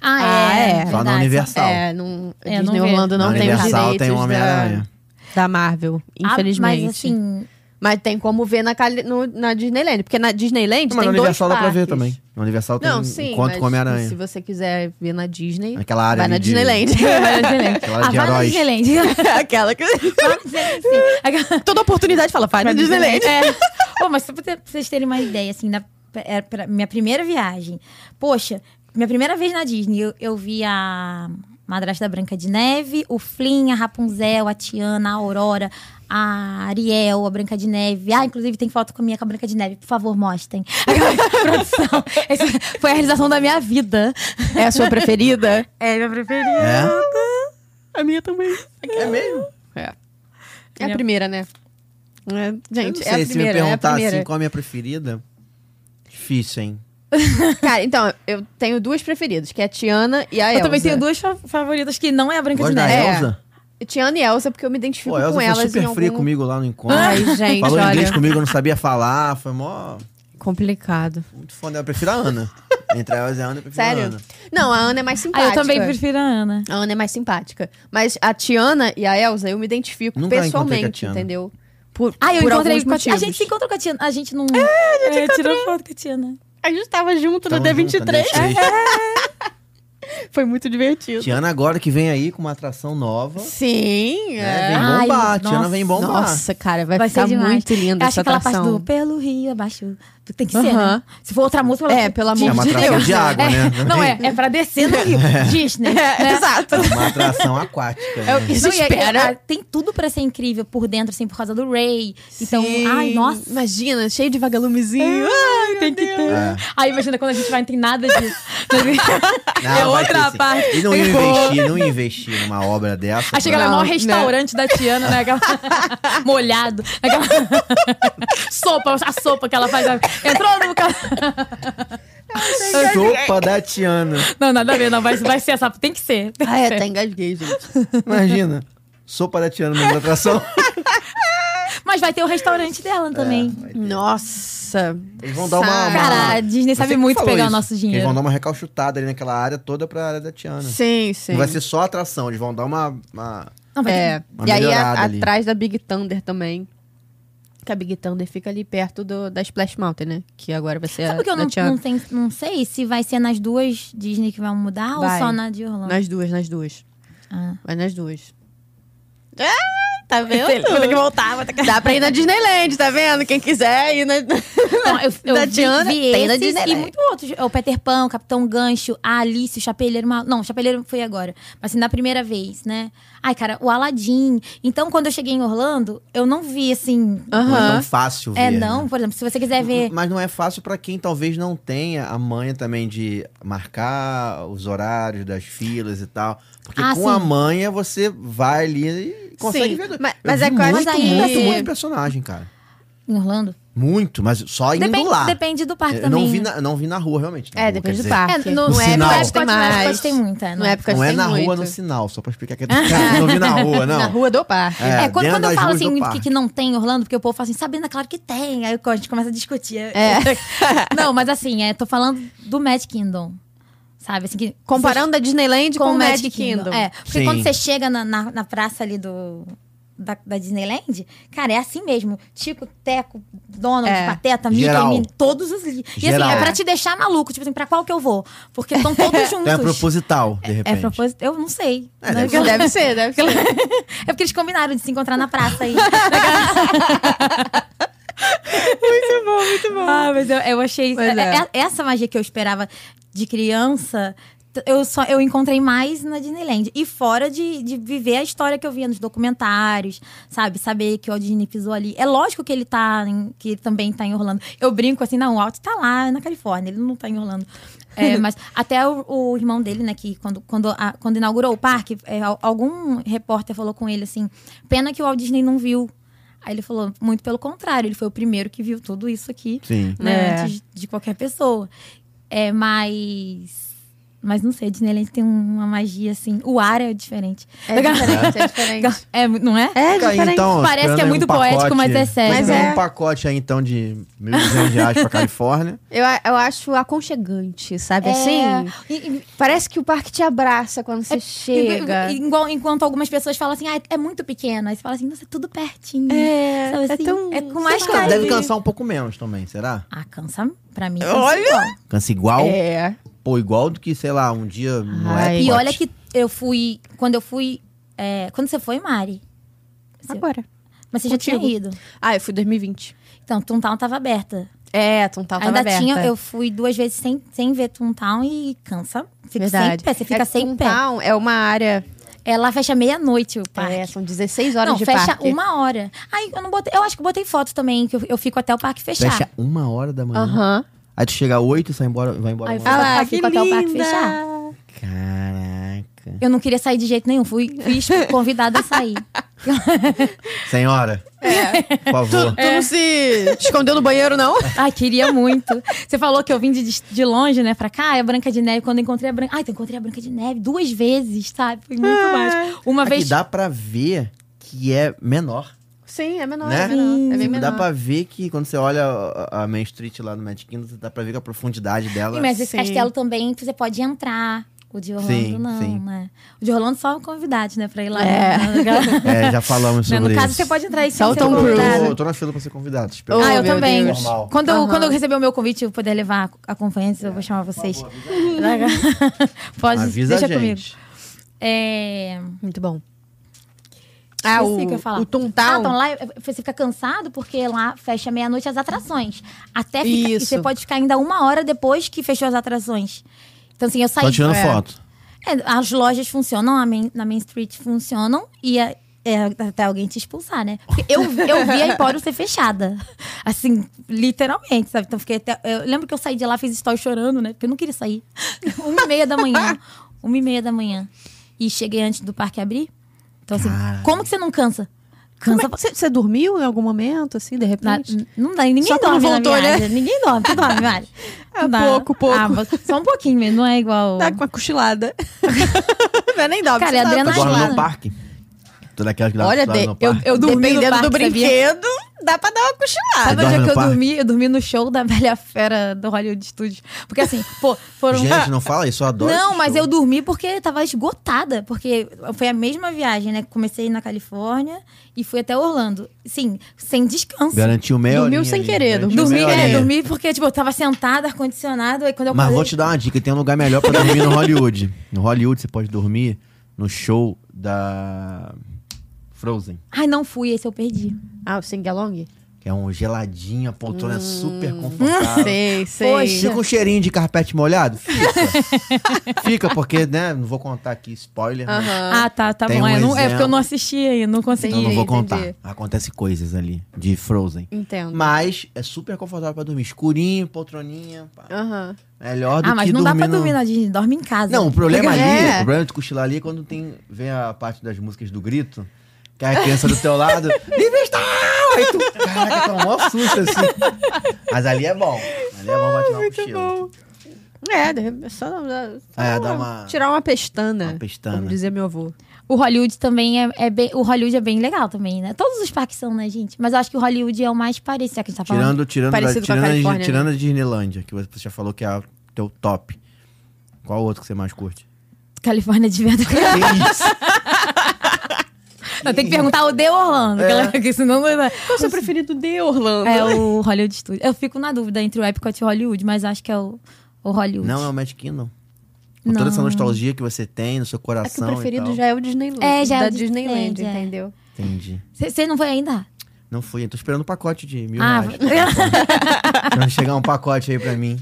[SPEAKER 3] Ah,
[SPEAKER 1] Ah,
[SPEAKER 3] é.
[SPEAKER 1] é.
[SPEAKER 3] verdade.
[SPEAKER 2] Só na Universal.
[SPEAKER 1] É, não,
[SPEAKER 3] É, não
[SPEAKER 1] Disney
[SPEAKER 3] vê.
[SPEAKER 1] Orlando não
[SPEAKER 2] na
[SPEAKER 1] tem os
[SPEAKER 2] Universal
[SPEAKER 1] direitos
[SPEAKER 2] tem o
[SPEAKER 1] da,
[SPEAKER 2] Homem-Aranha.
[SPEAKER 1] da Marvel,
[SPEAKER 3] Ah,
[SPEAKER 1] infelizmente.
[SPEAKER 3] Mas assim,
[SPEAKER 1] Mas tem como ver na, Cali- no- na Disneyland, porque na Disneyland
[SPEAKER 2] Mas
[SPEAKER 1] tem
[SPEAKER 2] na Universal
[SPEAKER 1] dois
[SPEAKER 2] dá pra ver
[SPEAKER 1] parques.
[SPEAKER 2] também. Na Universal tem
[SPEAKER 1] Não,
[SPEAKER 2] um
[SPEAKER 1] sim,
[SPEAKER 2] encontro
[SPEAKER 1] mas
[SPEAKER 2] com o Homem-Aranha.
[SPEAKER 1] se você quiser ver na Disney,
[SPEAKER 2] Naquela área
[SPEAKER 1] vai
[SPEAKER 2] ali
[SPEAKER 1] na
[SPEAKER 2] de-
[SPEAKER 1] Disneyland.
[SPEAKER 2] Aquela de
[SPEAKER 3] ah, vai na
[SPEAKER 2] heróis.
[SPEAKER 3] Disneyland.
[SPEAKER 1] Aquela que...
[SPEAKER 3] Vai na Disneyland, sim. Aquela-
[SPEAKER 1] Toda oportunidade fala, vai na Disneyland.
[SPEAKER 3] É. Ô, mas só pra ter- pra vocês terem uma ideia, assim, na, era pra- minha primeira viagem. Poxa, minha primeira vez na Disney, eu, eu vi a Madrasta Branca de Neve, o Flynn, a Rapunzel, a Tiana, a Aurora, a Ariel, a Branca de Neve. Ah, inclusive tem foto com a minha com a Branca de Neve. Por favor, mostrem. Produção. Essa foi a realização da minha vida.
[SPEAKER 1] É a sua preferida?
[SPEAKER 3] É, minha preferida.
[SPEAKER 2] É?
[SPEAKER 1] A minha também.
[SPEAKER 2] É mesmo?
[SPEAKER 1] É. É a primeira, né? É,
[SPEAKER 2] Eu não
[SPEAKER 1] gente,
[SPEAKER 2] sei,
[SPEAKER 1] é a
[SPEAKER 2] se me
[SPEAKER 1] primeira, é a
[SPEAKER 2] perguntar assim
[SPEAKER 1] primeira.
[SPEAKER 2] qual é a minha preferida, difícil, hein?
[SPEAKER 1] Cara, então, eu tenho duas preferidas, que é a Tiana e a
[SPEAKER 3] Eu
[SPEAKER 1] Elsa.
[SPEAKER 3] também tenho duas fa- favoritas que não é a Branca
[SPEAKER 2] Gosto
[SPEAKER 3] de
[SPEAKER 2] da
[SPEAKER 3] é. Neve.
[SPEAKER 1] É.
[SPEAKER 2] Elsa?
[SPEAKER 1] Tiana e Elsa, porque eu me identifico
[SPEAKER 2] Pô, a Elsa
[SPEAKER 1] com
[SPEAKER 2] foi
[SPEAKER 1] elas em
[SPEAKER 2] super
[SPEAKER 1] algum...
[SPEAKER 2] fria comigo lá no encontro.
[SPEAKER 1] Ai, gente,
[SPEAKER 2] Falou inglês
[SPEAKER 1] olha.
[SPEAKER 2] comigo, eu não sabia falar. Foi mó...
[SPEAKER 1] Complicado.
[SPEAKER 2] Muito fã dela. Eu prefiro a Ana. Entre a Elsa e a Ana, eu prefiro a
[SPEAKER 1] Sério?
[SPEAKER 2] Ana.
[SPEAKER 1] Não, a Ana é mais
[SPEAKER 3] Ah,
[SPEAKER 1] simpática.
[SPEAKER 3] eu também prefiro a Ana.
[SPEAKER 1] A Ana é mais simpática. Mas a Tiana e a Elsa, eu me identifico
[SPEAKER 2] Nunca encontrei com a
[SPEAKER 1] pessoalmente,
[SPEAKER 2] Tiana.
[SPEAKER 1] entendeu? Por,
[SPEAKER 3] Ah, eu
[SPEAKER 1] por
[SPEAKER 3] encontrei
[SPEAKER 1] alguns
[SPEAKER 3] com a Tiana. A
[SPEAKER 1] motivos.
[SPEAKER 3] gente se encontrou com a Tiana. A gente não. É, a gente tirou foto com a né? Tiana.
[SPEAKER 1] A gente tava junto
[SPEAKER 2] Tamo
[SPEAKER 1] no D23.
[SPEAKER 2] junto, né,
[SPEAKER 1] Foi muito divertido.
[SPEAKER 2] Tiana agora que vem aí com uma atração nova.
[SPEAKER 1] Sim,
[SPEAKER 2] né?
[SPEAKER 1] é.
[SPEAKER 2] Vem
[SPEAKER 3] Ai,
[SPEAKER 2] bombar. Tiana
[SPEAKER 3] nossa.
[SPEAKER 2] vem bombar.
[SPEAKER 1] Nossa, cara, vai,
[SPEAKER 3] Vai ser
[SPEAKER 1] ficar
[SPEAKER 3] demais.
[SPEAKER 1] muito linda
[SPEAKER 3] Eu
[SPEAKER 1] essa
[SPEAKER 3] acho aquela parte
[SPEAKER 1] atração.
[SPEAKER 3] do pelo rio abaixo. Tem que ser,
[SPEAKER 1] Aham.
[SPEAKER 3] né? Se for outra música,
[SPEAKER 1] É, pelo amor
[SPEAKER 2] É uma
[SPEAKER 1] de
[SPEAKER 2] atração
[SPEAKER 1] Deus.
[SPEAKER 2] de água, né? Também.
[SPEAKER 3] Não é, é pra descer no rio. Disney.
[SPEAKER 1] É, exato.
[SPEAKER 2] Uma atração aquática.
[SPEAKER 1] É o
[SPEAKER 2] né?
[SPEAKER 1] que se
[SPEAKER 3] Não, e aí,
[SPEAKER 1] espera.
[SPEAKER 3] ah, tem tudo pra ser incrível por dentro, assim, por causa do Ray. Então,
[SPEAKER 1] Sim.
[SPEAKER 3] ai, nossa.
[SPEAKER 1] Imagina, cheio de vagalumezinho. ai, tem que ter.
[SPEAKER 2] É.
[SPEAKER 3] Ai, imagina quando a gente vai, não tem nada disso.
[SPEAKER 2] Não,
[SPEAKER 3] é
[SPEAKER 2] vai ter
[SPEAKER 3] outra
[SPEAKER 2] sim.
[SPEAKER 3] parte.
[SPEAKER 2] E não ia investir, não ia investir numa obra dessa.
[SPEAKER 3] Aí chega lá,
[SPEAKER 1] Não,
[SPEAKER 3] é o maior
[SPEAKER 1] né?
[SPEAKER 3] restaurante da Tiana, né? Aquela... Molhado. Aquela... sopa, a sopa que ela faz. a- Entrou no... ca-
[SPEAKER 2] Sopa da Tiana.
[SPEAKER 3] Não, nada a ver, não. Vai, vai ser essa... Tem que ser.
[SPEAKER 1] Ah, é, até engasguei, gente.
[SPEAKER 2] Imagina. Sopa da Tiana na atração.
[SPEAKER 3] Mas vai ter o restaurante dela também.
[SPEAKER 1] É. Nossa.
[SPEAKER 2] Eles vão dar uma. uma...
[SPEAKER 3] Cara, a Disney sabe
[SPEAKER 2] Você que
[SPEAKER 3] muito
[SPEAKER 2] falou
[SPEAKER 3] pegar o
[SPEAKER 2] isso.
[SPEAKER 3] nosso dinheiro.
[SPEAKER 2] Eles vão dar uma recalchutada ali naquela área toda pra área da Tiana.
[SPEAKER 1] Sim, sim.
[SPEAKER 2] Não vai ser só atração, eles vão dar uma. uma-
[SPEAKER 3] Não, vai
[SPEAKER 1] É.
[SPEAKER 2] Uma
[SPEAKER 1] E aí,
[SPEAKER 2] melhorada
[SPEAKER 1] a-
[SPEAKER 2] ali.
[SPEAKER 1] atrás da Big Thunder também. Que a Big Thunder fica ali perto do, da Splash Mountain, né? Que agora vai ser
[SPEAKER 3] ter... Sabe
[SPEAKER 1] a
[SPEAKER 3] que eu
[SPEAKER 1] da
[SPEAKER 3] não,
[SPEAKER 1] Tiana.
[SPEAKER 3] não, tenho- não sei se vai ser nas duas Disney que vão mudar
[SPEAKER 1] Vai.
[SPEAKER 3] ou só na de Orlando?
[SPEAKER 1] Nas duas, nas duas.
[SPEAKER 3] Ah.
[SPEAKER 1] Vai nas duas. Ah, tá vendo? Vou ter que voltar. Dá pra ir na Disneyland, tá vendo? Quem quiser ir na...
[SPEAKER 3] Não, eu, eu
[SPEAKER 1] Da
[SPEAKER 3] vi,
[SPEAKER 1] Diana,
[SPEAKER 3] vi
[SPEAKER 1] tem da
[SPEAKER 3] esses e
[SPEAKER 1] Disneyland.
[SPEAKER 3] muitos outros. É O Peter Pan, o Capitão Gancho, a Alice, o Chapeleiro Mal... Não, o Chapeleiro foi agora. Mas assim, na primeira vez, né? Ai, cara, o Aladdin. Então, quando eu cheguei em Orlando, eu não vi, assim...
[SPEAKER 2] Não é
[SPEAKER 1] Aham.
[SPEAKER 2] tão fácil ver.
[SPEAKER 3] É, não.
[SPEAKER 2] né?
[SPEAKER 3] Por exemplo, se você quiser ver...
[SPEAKER 2] Mas não é fácil pra quem talvez não tenha a manha também de marcar os horários das filas e tal. Porque
[SPEAKER 3] Ah,
[SPEAKER 2] com
[SPEAKER 3] sim.
[SPEAKER 2] a manha você vai ali e consegue
[SPEAKER 1] Sim,
[SPEAKER 2] ver.
[SPEAKER 1] mas-
[SPEAKER 2] Eu
[SPEAKER 1] mas
[SPEAKER 2] vi
[SPEAKER 1] é que eu acho
[SPEAKER 2] muito,
[SPEAKER 1] que-
[SPEAKER 2] muito, muito personagem, cara.
[SPEAKER 3] Em Orlando?
[SPEAKER 2] Muito, mas só Tá indo
[SPEAKER 3] Depende,
[SPEAKER 2] lá.
[SPEAKER 3] depende do parque
[SPEAKER 2] Eu
[SPEAKER 3] também.
[SPEAKER 2] não vi, na, não vi na rua, realmente. na
[SPEAKER 1] É,
[SPEAKER 2] rua, quer
[SPEAKER 1] depende do
[SPEAKER 2] dizer,
[SPEAKER 1] parque.
[SPEAKER 3] É,
[SPEAKER 2] No
[SPEAKER 3] no, no
[SPEAKER 2] sinal.
[SPEAKER 3] Epcot,
[SPEAKER 1] Tem
[SPEAKER 3] no
[SPEAKER 1] mais.
[SPEAKER 3] Epcot tem muita. né?
[SPEAKER 1] No Epcot
[SPEAKER 2] Não é
[SPEAKER 1] tem
[SPEAKER 2] na
[SPEAKER 1] muito.
[SPEAKER 2] rua, no sinal, só pra explicar que eu tô- não vi na rua, não.
[SPEAKER 1] Na rua do parque.
[SPEAKER 3] É,
[SPEAKER 2] dentro
[SPEAKER 3] quando, quando eu
[SPEAKER 2] das
[SPEAKER 3] falo
[SPEAKER 2] ruas
[SPEAKER 3] assim,
[SPEAKER 2] do
[SPEAKER 3] o que,
[SPEAKER 2] parque.
[SPEAKER 3] que não tem em Orlando, porque o povo fala assim, Sabrina, claro que tem. Aí a gente começa a discutir. é.
[SPEAKER 1] É.
[SPEAKER 3] não, mas assim, é, tô falando do Magic Kingdom. Sabe? Assim, que,
[SPEAKER 1] Comparando a Disneyland
[SPEAKER 3] você-
[SPEAKER 1] com o Magic Kingdom.
[SPEAKER 3] É, porque
[SPEAKER 2] Sim.
[SPEAKER 3] quando você chega na, na, na praça ali do. Da, da Disneyland, cara, é assim mesmo. Tico, Teco, Donald,
[SPEAKER 1] É.
[SPEAKER 3] Pateta, Mickey,
[SPEAKER 2] Geral.
[SPEAKER 3] Minnie, todos os li. E
[SPEAKER 2] Geral.
[SPEAKER 3] assim, é pra te deixar maluco, tipo assim, pra qual que eu vou? Porque estão todos juntos.
[SPEAKER 2] Então é proposital, de repente.
[SPEAKER 3] É propósito? Eu não sei.
[SPEAKER 2] É,
[SPEAKER 3] Não-
[SPEAKER 2] deve ser.
[SPEAKER 1] Deve ser, deve ser.
[SPEAKER 3] é porque eles combinaram de se encontrar na praça aí.
[SPEAKER 1] Muito bom, muito bom.
[SPEAKER 3] Ah, mas eu, eu achei.
[SPEAKER 1] Pois é.
[SPEAKER 3] é- é- Essa magia que eu esperava de criança, t- eu só eu encontrei mais na Disneyland. E fora de, de viver a história que eu via nos documentários, sabe? Saber que o Walt Disney pisou ali. É lógico que ele tá. em- que ele também tá em Orlando. Eu brinco assim, não, o Walt tá lá na Califórnia, ele não tá em Orlando. É, mas até o, o irmão dele, né, que quando, quando, a- quando inaugurou o parque, é, al- algum repórter falou com ele assim: pena que o Walt Disney não viu. Aí ele falou, muito pelo contrário, ele foi o primeiro que viu tudo isso aqui
[SPEAKER 2] Sim.
[SPEAKER 3] né,
[SPEAKER 1] É.
[SPEAKER 3] antes de qualquer pessoa. É, mas. Mas não sei, a Disneyland tem uma magia assim. O ar é diferente.
[SPEAKER 1] É diferente, é diferente.
[SPEAKER 3] É, não é?
[SPEAKER 1] É
[SPEAKER 2] Fica aí,
[SPEAKER 1] diferente.
[SPEAKER 2] então,
[SPEAKER 3] Parece
[SPEAKER 2] esperando
[SPEAKER 3] que é
[SPEAKER 2] aí
[SPEAKER 3] muito
[SPEAKER 2] um pacote,
[SPEAKER 3] poético, mas é sério.
[SPEAKER 1] Mas
[SPEAKER 2] Mas é.
[SPEAKER 1] é.
[SPEAKER 2] um pacote aí, então, de mil de reais pra Califórnia.
[SPEAKER 1] Eu, a- eu acho aconchegante, sabe?
[SPEAKER 3] É.
[SPEAKER 1] Assim,
[SPEAKER 3] E- e- É,
[SPEAKER 1] parece que o parque te abraça quando você chega.
[SPEAKER 3] e- igual- enquanto algumas pessoas falam assim, ah, é muito pequena. Aí você fala assim, nossa, é tudo pertinho.
[SPEAKER 1] É,
[SPEAKER 3] Sabe
[SPEAKER 1] é
[SPEAKER 3] assim?
[SPEAKER 1] tão-
[SPEAKER 3] É com
[SPEAKER 1] sei
[SPEAKER 3] mais
[SPEAKER 1] lá,
[SPEAKER 3] carinho.
[SPEAKER 2] Deve cansar um pouco menos também, será?
[SPEAKER 3] Ah, cansa. Pra mim, cansa
[SPEAKER 2] Olha!
[SPEAKER 3] igual.
[SPEAKER 2] Cansa igual?
[SPEAKER 1] É.
[SPEAKER 2] Pô, igual do que, sei lá, um dia no
[SPEAKER 1] Ai.
[SPEAKER 2] Epcot.
[SPEAKER 3] E olha que eu fui. Quando eu fui. é, quando você foi, Mari? Você-
[SPEAKER 1] Agora.
[SPEAKER 3] Mas você já
[SPEAKER 1] Contigo.
[SPEAKER 3] tinha ido.
[SPEAKER 1] Ah, eu fui em 2020.
[SPEAKER 3] Então, Toontown tava aberta.
[SPEAKER 1] É, Tuntal tava
[SPEAKER 3] Ainda
[SPEAKER 1] aberta.
[SPEAKER 3] tinha, eu fui duas vezes sem, sem ver Toontown e cansa. Fica sem
[SPEAKER 1] Verdade.
[SPEAKER 3] pé, você fica
[SPEAKER 1] é,
[SPEAKER 3] sem pé.
[SPEAKER 1] Toontown é uma área...
[SPEAKER 3] Ela fecha meia-noite o parque.
[SPEAKER 1] É, são 16 horas
[SPEAKER 3] não,
[SPEAKER 1] de
[SPEAKER 3] fecha
[SPEAKER 1] parque.
[SPEAKER 3] uma hora. Aí eu não botei. Eu acho que eu botei foto também, que eu, eu fico até o parque fechar.
[SPEAKER 2] Fecha uma hora da manhã.
[SPEAKER 1] Aham.
[SPEAKER 2] Aí tu chega às oito e sai embora, vai embora.
[SPEAKER 3] Aí eu
[SPEAKER 2] uma
[SPEAKER 3] fico,
[SPEAKER 2] hora.
[SPEAKER 1] Ah,
[SPEAKER 3] eu fico
[SPEAKER 1] que
[SPEAKER 3] até o parque
[SPEAKER 1] linda!
[SPEAKER 3] fechar.
[SPEAKER 2] Caraca.
[SPEAKER 3] Eu não queria sair de jeito nenhum, fui, fui convidada a sair.
[SPEAKER 2] Senhora,
[SPEAKER 3] É.
[SPEAKER 2] por favor.
[SPEAKER 1] Tu é não se escondeu no banheiro, não?
[SPEAKER 3] Ai, queria muito. Você falou que eu vim de, de longe, né, pra cá, é a Branca de Neve. Quando eu encontrei a Branca. Ai, então eu encontrei a Branca de Neve duas vezes, sabe? Foi
[SPEAKER 1] Ah,
[SPEAKER 3] muito mágico. Uma
[SPEAKER 2] Aqui
[SPEAKER 3] vez.
[SPEAKER 2] dá pra ver que é menor.
[SPEAKER 1] Sim, é menor.
[SPEAKER 2] Né?
[SPEAKER 1] É, menor. é bem
[SPEAKER 2] Tipo,
[SPEAKER 1] menor.
[SPEAKER 2] dá pra ver que quando você olha a, a Main Street lá no Magic Kingdom, dá pra ver que a profundidade dela.
[SPEAKER 3] Mas esse
[SPEAKER 1] Sim.
[SPEAKER 3] castelo também você pode entrar. O de Orlando
[SPEAKER 2] Sim,
[SPEAKER 3] não,
[SPEAKER 2] sim.
[SPEAKER 3] né? O de Orlando só convidados, né? Pra ir lá.
[SPEAKER 1] É.
[SPEAKER 3] Né?
[SPEAKER 2] É, já falamos
[SPEAKER 3] No
[SPEAKER 2] sobre isso.
[SPEAKER 3] caso, você pode entrar aí sem
[SPEAKER 1] Só o
[SPEAKER 3] ser
[SPEAKER 1] Tom
[SPEAKER 2] Eu tô-
[SPEAKER 1] Cruise.
[SPEAKER 3] convidado.
[SPEAKER 2] eu tô, na fila pra ser convidado. espero.
[SPEAKER 1] Oh,
[SPEAKER 3] Ah, eu
[SPEAKER 1] meu
[SPEAKER 3] também.
[SPEAKER 1] Deus.
[SPEAKER 2] Normal.
[SPEAKER 3] Quando, eu-
[SPEAKER 1] Aham.
[SPEAKER 3] quando eu receber o meu convite e poder levar a conferência, eu vou chamar vocês. pode,
[SPEAKER 2] Avisa
[SPEAKER 3] deixa
[SPEAKER 2] a
[SPEAKER 3] comigo.
[SPEAKER 2] gente.
[SPEAKER 3] É...
[SPEAKER 1] Muito bom.
[SPEAKER 3] Ah,
[SPEAKER 1] Ah,
[SPEAKER 3] o, que eu ia
[SPEAKER 1] o,
[SPEAKER 3] falar.
[SPEAKER 1] o
[SPEAKER 3] Ah, então
[SPEAKER 1] Tuntal.
[SPEAKER 3] lá eh, você fica cansado porque lá fecha meia-noite as atrações. Até fica, E
[SPEAKER 1] Isso.
[SPEAKER 3] você pode ficar ainda uma hora depois que fechou as atrações. Então, assim, eu saí.
[SPEAKER 2] Tô tirando
[SPEAKER 1] é.
[SPEAKER 2] foto.
[SPEAKER 3] É, as lojas funcionam, a main- na Main Street funcionam e é- é até alguém te expulsar, né? Porque eu, eu vi a Empório ser fechada. Assim, literalmente, sabe? Então fiquei até. Eu lembro que eu saí de lá, fiz story chorando, né? Porque eu não queria sair. Uma e meia da manhã. Uma e meia da manhã. E cheguei antes do parque abrir. Então, assim, como que você não cansa? Cansa pra-
[SPEAKER 1] é Você dormiu em algum momento, assim, de
[SPEAKER 3] na-
[SPEAKER 1] repente?
[SPEAKER 3] não dá, ninguém
[SPEAKER 1] Só quando
[SPEAKER 3] dorme
[SPEAKER 1] voltou,
[SPEAKER 3] na
[SPEAKER 1] né?
[SPEAKER 3] viagem. Ninguém dorme, tu dorme, Mari.
[SPEAKER 1] É
[SPEAKER 3] Não dá.
[SPEAKER 1] pouco, pouco.
[SPEAKER 3] Ah, mas só um pouquinho mesmo, não é igual.
[SPEAKER 1] Dá Tá com uma cochilada. não é nem dá.
[SPEAKER 3] Cara,
[SPEAKER 1] você
[SPEAKER 3] é
[SPEAKER 1] dá-
[SPEAKER 2] Tu
[SPEAKER 3] adrenalina.
[SPEAKER 2] dorme no parque? Tu daquelas que dá-
[SPEAKER 1] Olha,
[SPEAKER 2] tu dorme
[SPEAKER 1] de-
[SPEAKER 2] no
[SPEAKER 1] eu,
[SPEAKER 2] parque?
[SPEAKER 1] eu dormi no
[SPEAKER 3] Dependendo do
[SPEAKER 1] parque,
[SPEAKER 3] brinquedo,
[SPEAKER 1] dá pra dar uma cochilada.
[SPEAKER 3] Sabe
[SPEAKER 2] Você
[SPEAKER 3] onde
[SPEAKER 2] dorme
[SPEAKER 3] é que
[SPEAKER 2] no
[SPEAKER 3] eu
[SPEAKER 2] parque?
[SPEAKER 3] dormi? Eu dormi no show da Velha Fera do Hollywood Studios. Porque assim, pô, foram.
[SPEAKER 1] um
[SPEAKER 2] Gente, não fala isso, eu adoro.
[SPEAKER 3] Não,
[SPEAKER 2] esse
[SPEAKER 3] mas
[SPEAKER 2] show.
[SPEAKER 3] eu dormi porque tava esgotada. Porque foi a mesma viagem, né? Comecei na Califórnia e fui até Orlando. Sim, sem descanso.
[SPEAKER 2] Garantiu meia
[SPEAKER 1] Dormiu
[SPEAKER 2] horinha
[SPEAKER 1] sem
[SPEAKER 2] ali,
[SPEAKER 1] querer,
[SPEAKER 2] garantiu
[SPEAKER 3] Dormi,
[SPEAKER 2] meia
[SPEAKER 3] é,
[SPEAKER 2] horinha.
[SPEAKER 3] dormi porque, tipo, eu tava sentada, ar-condicionado, aí quando eu
[SPEAKER 2] Mas
[SPEAKER 3] acordei-
[SPEAKER 2] vou te dar uma dica: tem um lugar melhor pra dormir no Hollywood. No Hollywood você pode dormir no show da Frozen.
[SPEAKER 3] Ai, não fui, esse eu perdi.
[SPEAKER 1] Ah, o sing-along?
[SPEAKER 2] Que é um geladinho, a poltrona é super confortável.
[SPEAKER 1] Hum. Sei, sei.
[SPEAKER 3] Poxa.
[SPEAKER 2] Fica um cheirinho de carpete molhado? Fica. Fica, porque, né? Não vou contar aqui spoiler, né? mas
[SPEAKER 3] Ah, tá, tá
[SPEAKER 2] Tem
[SPEAKER 3] bom.
[SPEAKER 2] um
[SPEAKER 3] é, não- é
[SPEAKER 2] exemplo.
[SPEAKER 3] porque eu não assisti aí, não consegui.
[SPEAKER 2] então não vou contar.
[SPEAKER 1] entendi.
[SPEAKER 2] Acontece coisas ali de Frozen.
[SPEAKER 1] Entendo.
[SPEAKER 2] Mas é super confortável pra dormir. Escurinho, poltroninha. pá.
[SPEAKER 1] Aham.
[SPEAKER 2] Melhor do
[SPEAKER 3] Ah, mas
[SPEAKER 2] que
[SPEAKER 3] não dá pra
[SPEAKER 2] no-
[SPEAKER 3] dormir na Disney, dorme em casa.
[SPEAKER 2] Não, o problema ali,
[SPEAKER 1] É.
[SPEAKER 2] o problema de cochilar ali é é quando tem, vem a parte das músicas do grito, que a criança do teu lado, libertar! Aí tu, caraca, tá um maior susto assim. Mas ali é bom. Ali é bom pra tirar um cochilo.
[SPEAKER 1] É, de- é só, é só
[SPEAKER 2] É, dá uma-
[SPEAKER 1] tirar uma pestana.
[SPEAKER 2] Uma pestana.
[SPEAKER 1] Como dizia meu avô.
[SPEAKER 3] O Hollywood também é, é bem. O Hollywood é bem legal também, né? Todos os parques são, né, gente? Mas eu acho que o Hollywood é o mais parecido. Já que a gente tá falando.
[SPEAKER 2] Tirando, tirando, da,
[SPEAKER 1] Parecido com a
[SPEAKER 2] tirando, a,
[SPEAKER 1] Califórnia,
[SPEAKER 2] Di-
[SPEAKER 1] né?
[SPEAKER 2] tirando a Disneylândia, que você já falou que é o teu top. Qual outro que você mais curte?
[SPEAKER 3] Califórnia de verdade. Eu tenho que perguntar o de Orlando, que ela- que senão não
[SPEAKER 1] Qual
[SPEAKER 3] é.
[SPEAKER 1] é o seu preferido de Orlando?
[SPEAKER 3] É o Hollywood Studio. Eu fico na dúvida entre o Epcot e o Hollywood, mas acho que é o, o Hollywood.
[SPEAKER 2] Não, é o Magic Kingdom. Com toda essa nostalgia que você tem no seu
[SPEAKER 4] É que o
[SPEAKER 2] coração e
[SPEAKER 4] preferido
[SPEAKER 2] tal.
[SPEAKER 4] já é o Disneyland.
[SPEAKER 3] É, já é
[SPEAKER 4] da
[SPEAKER 3] o Dis-
[SPEAKER 4] Disneyland,
[SPEAKER 3] é, já é.
[SPEAKER 4] entendeu?
[SPEAKER 2] Entendi.
[SPEAKER 3] Você não foi ainda?
[SPEAKER 2] Não fui, eu tô esperando um pacote de mil
[SPEAKER 3] Ah,
[SPEAKER 2] reais. Quando chegar um pacote aí pra mim.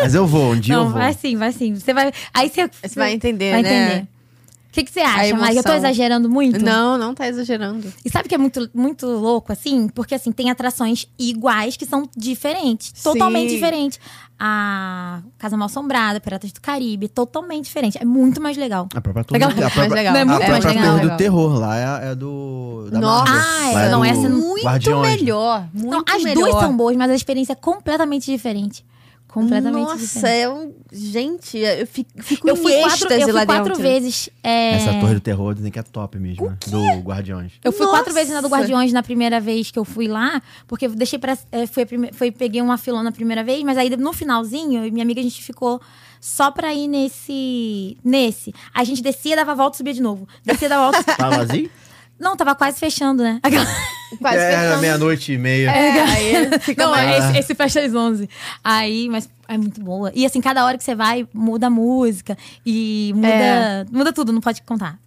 [SPEAKER 2] Mas eu vou, um dia eu
[SPEAKER 3] não,
[SPEAKER 2] vou.
[SPEAKER 3] vai sim, vai sim. Você vai. Aí você.
[SPEAKER 1] Você vai entender,
[SPEAKER 3] Vai
[SPEAKER 1] né?
[SPEAKER 3] entender. O que que você acha,
[SPEAKER 1] emoção.
[SPEAKER 3] Mas Eu tô exagerando muito?
[SPEAKER 1] Não, não tá exagerando.
[SPEAKER 3] E sabe que é muito, muito louco, assim? Porque, assim, tem atrações iguais que são diferentes. Totalmente
[SPEAKER 1] Sim.
[SPEAKER 3] diferentes. A Casa Mal Assombrada, Piratas do Caribe, totalmente diferente. É muito mais legal.
[SPEAKER 2] A própria turma.
[SPEAKER 3] Legal,
[SPEAKER 2] a
[SPEAKER 1] mais
[SPEAKER 2] própria,
[SPEAKER 1] legal.
[SPEAKER 2] a
[SPEAKER 1] É muito
[SPEAKER 2] própria
[SPEAKER 1] mais legal,
[SPEAKER 2] Torre do
[SPEAKER 1] legal.
[SPEAKER 2] terror lá é, é do. Da
[SPEAKER 1] Nossa,
[SPEAKER 2] Marvel.
[SPEAKER 3] Ah,
[SPEAKER 2] Lá é
[SPEAKER 3] não,
[SPEAKER 2] do
[SPEAKER 3] essa não-
[SPEAKER 1] Muito
[SPEAKER 2] Guardiões.
[SPEAKER 1] melhor.
[SPEAKER 3] Não,
[SPEAKER 1] Muito
[SPEAKER 3] as
[SPEAKER 1] melhor.
[SPEAKER 3] duas são boas, mas a experiência é completamente diferente. Completamente
[SPEAKER 1] Nossa,
[SPEAKER 3] diferente.
[SPEAKER 1] é um. Gente, eu fico, fico
[SPEAKER 3] Eu
[SPEAKER 1] em
[SPEAKER 3] fui quatro,
[SPEAKER 1] êxtase
[SPEAKER 3] eu
[SPEAKER 1] lá
[SPEAKER 3] fui quatro
[SPEAKER 1] dentro.
[SPEAKER 3] vezes. é,
[SPEAKER 2] Essa Torre do Terror dizem que é top mesmo, né? Do Guardiões.
[SPEAKER 3] Eu fui quatro
[SPEAKER 1] Nossa!
[SPEAKER 3] vezes na do Guardiões na primeira vez que eu fui lá, porque eu deixei para foi, foi peguei uma filona na primeira vez, mas aí no finalzinho, eu e minha amiga a gente ficou só pra ir nesse nesse. A gente descia, dava a volta, e subia de novo. Descia, dava a volta.
[SPEAKER 2] Tá vazio?
[SPEAKER 3] Não, tava quase fechando, né? Aquela-
[SPEAKER 1] Quase
[SPEAKER 2] é,
[SPEAKER 1] fechando.
[SPEAKER 2] meia-noite e meia.
[SPEAKER 1] É, aí fica
[SPEAKER 3] Não,
[SPEAKER 1] mais-
[SPEAKER 3] é esse, esse fecha às 11. Aí, mas é muito boa. E assim, cada hora que você vai, muda a música e muda,
[SPEAKER 1] É.
[SPEAKER 3] muda tudo, não pode contar.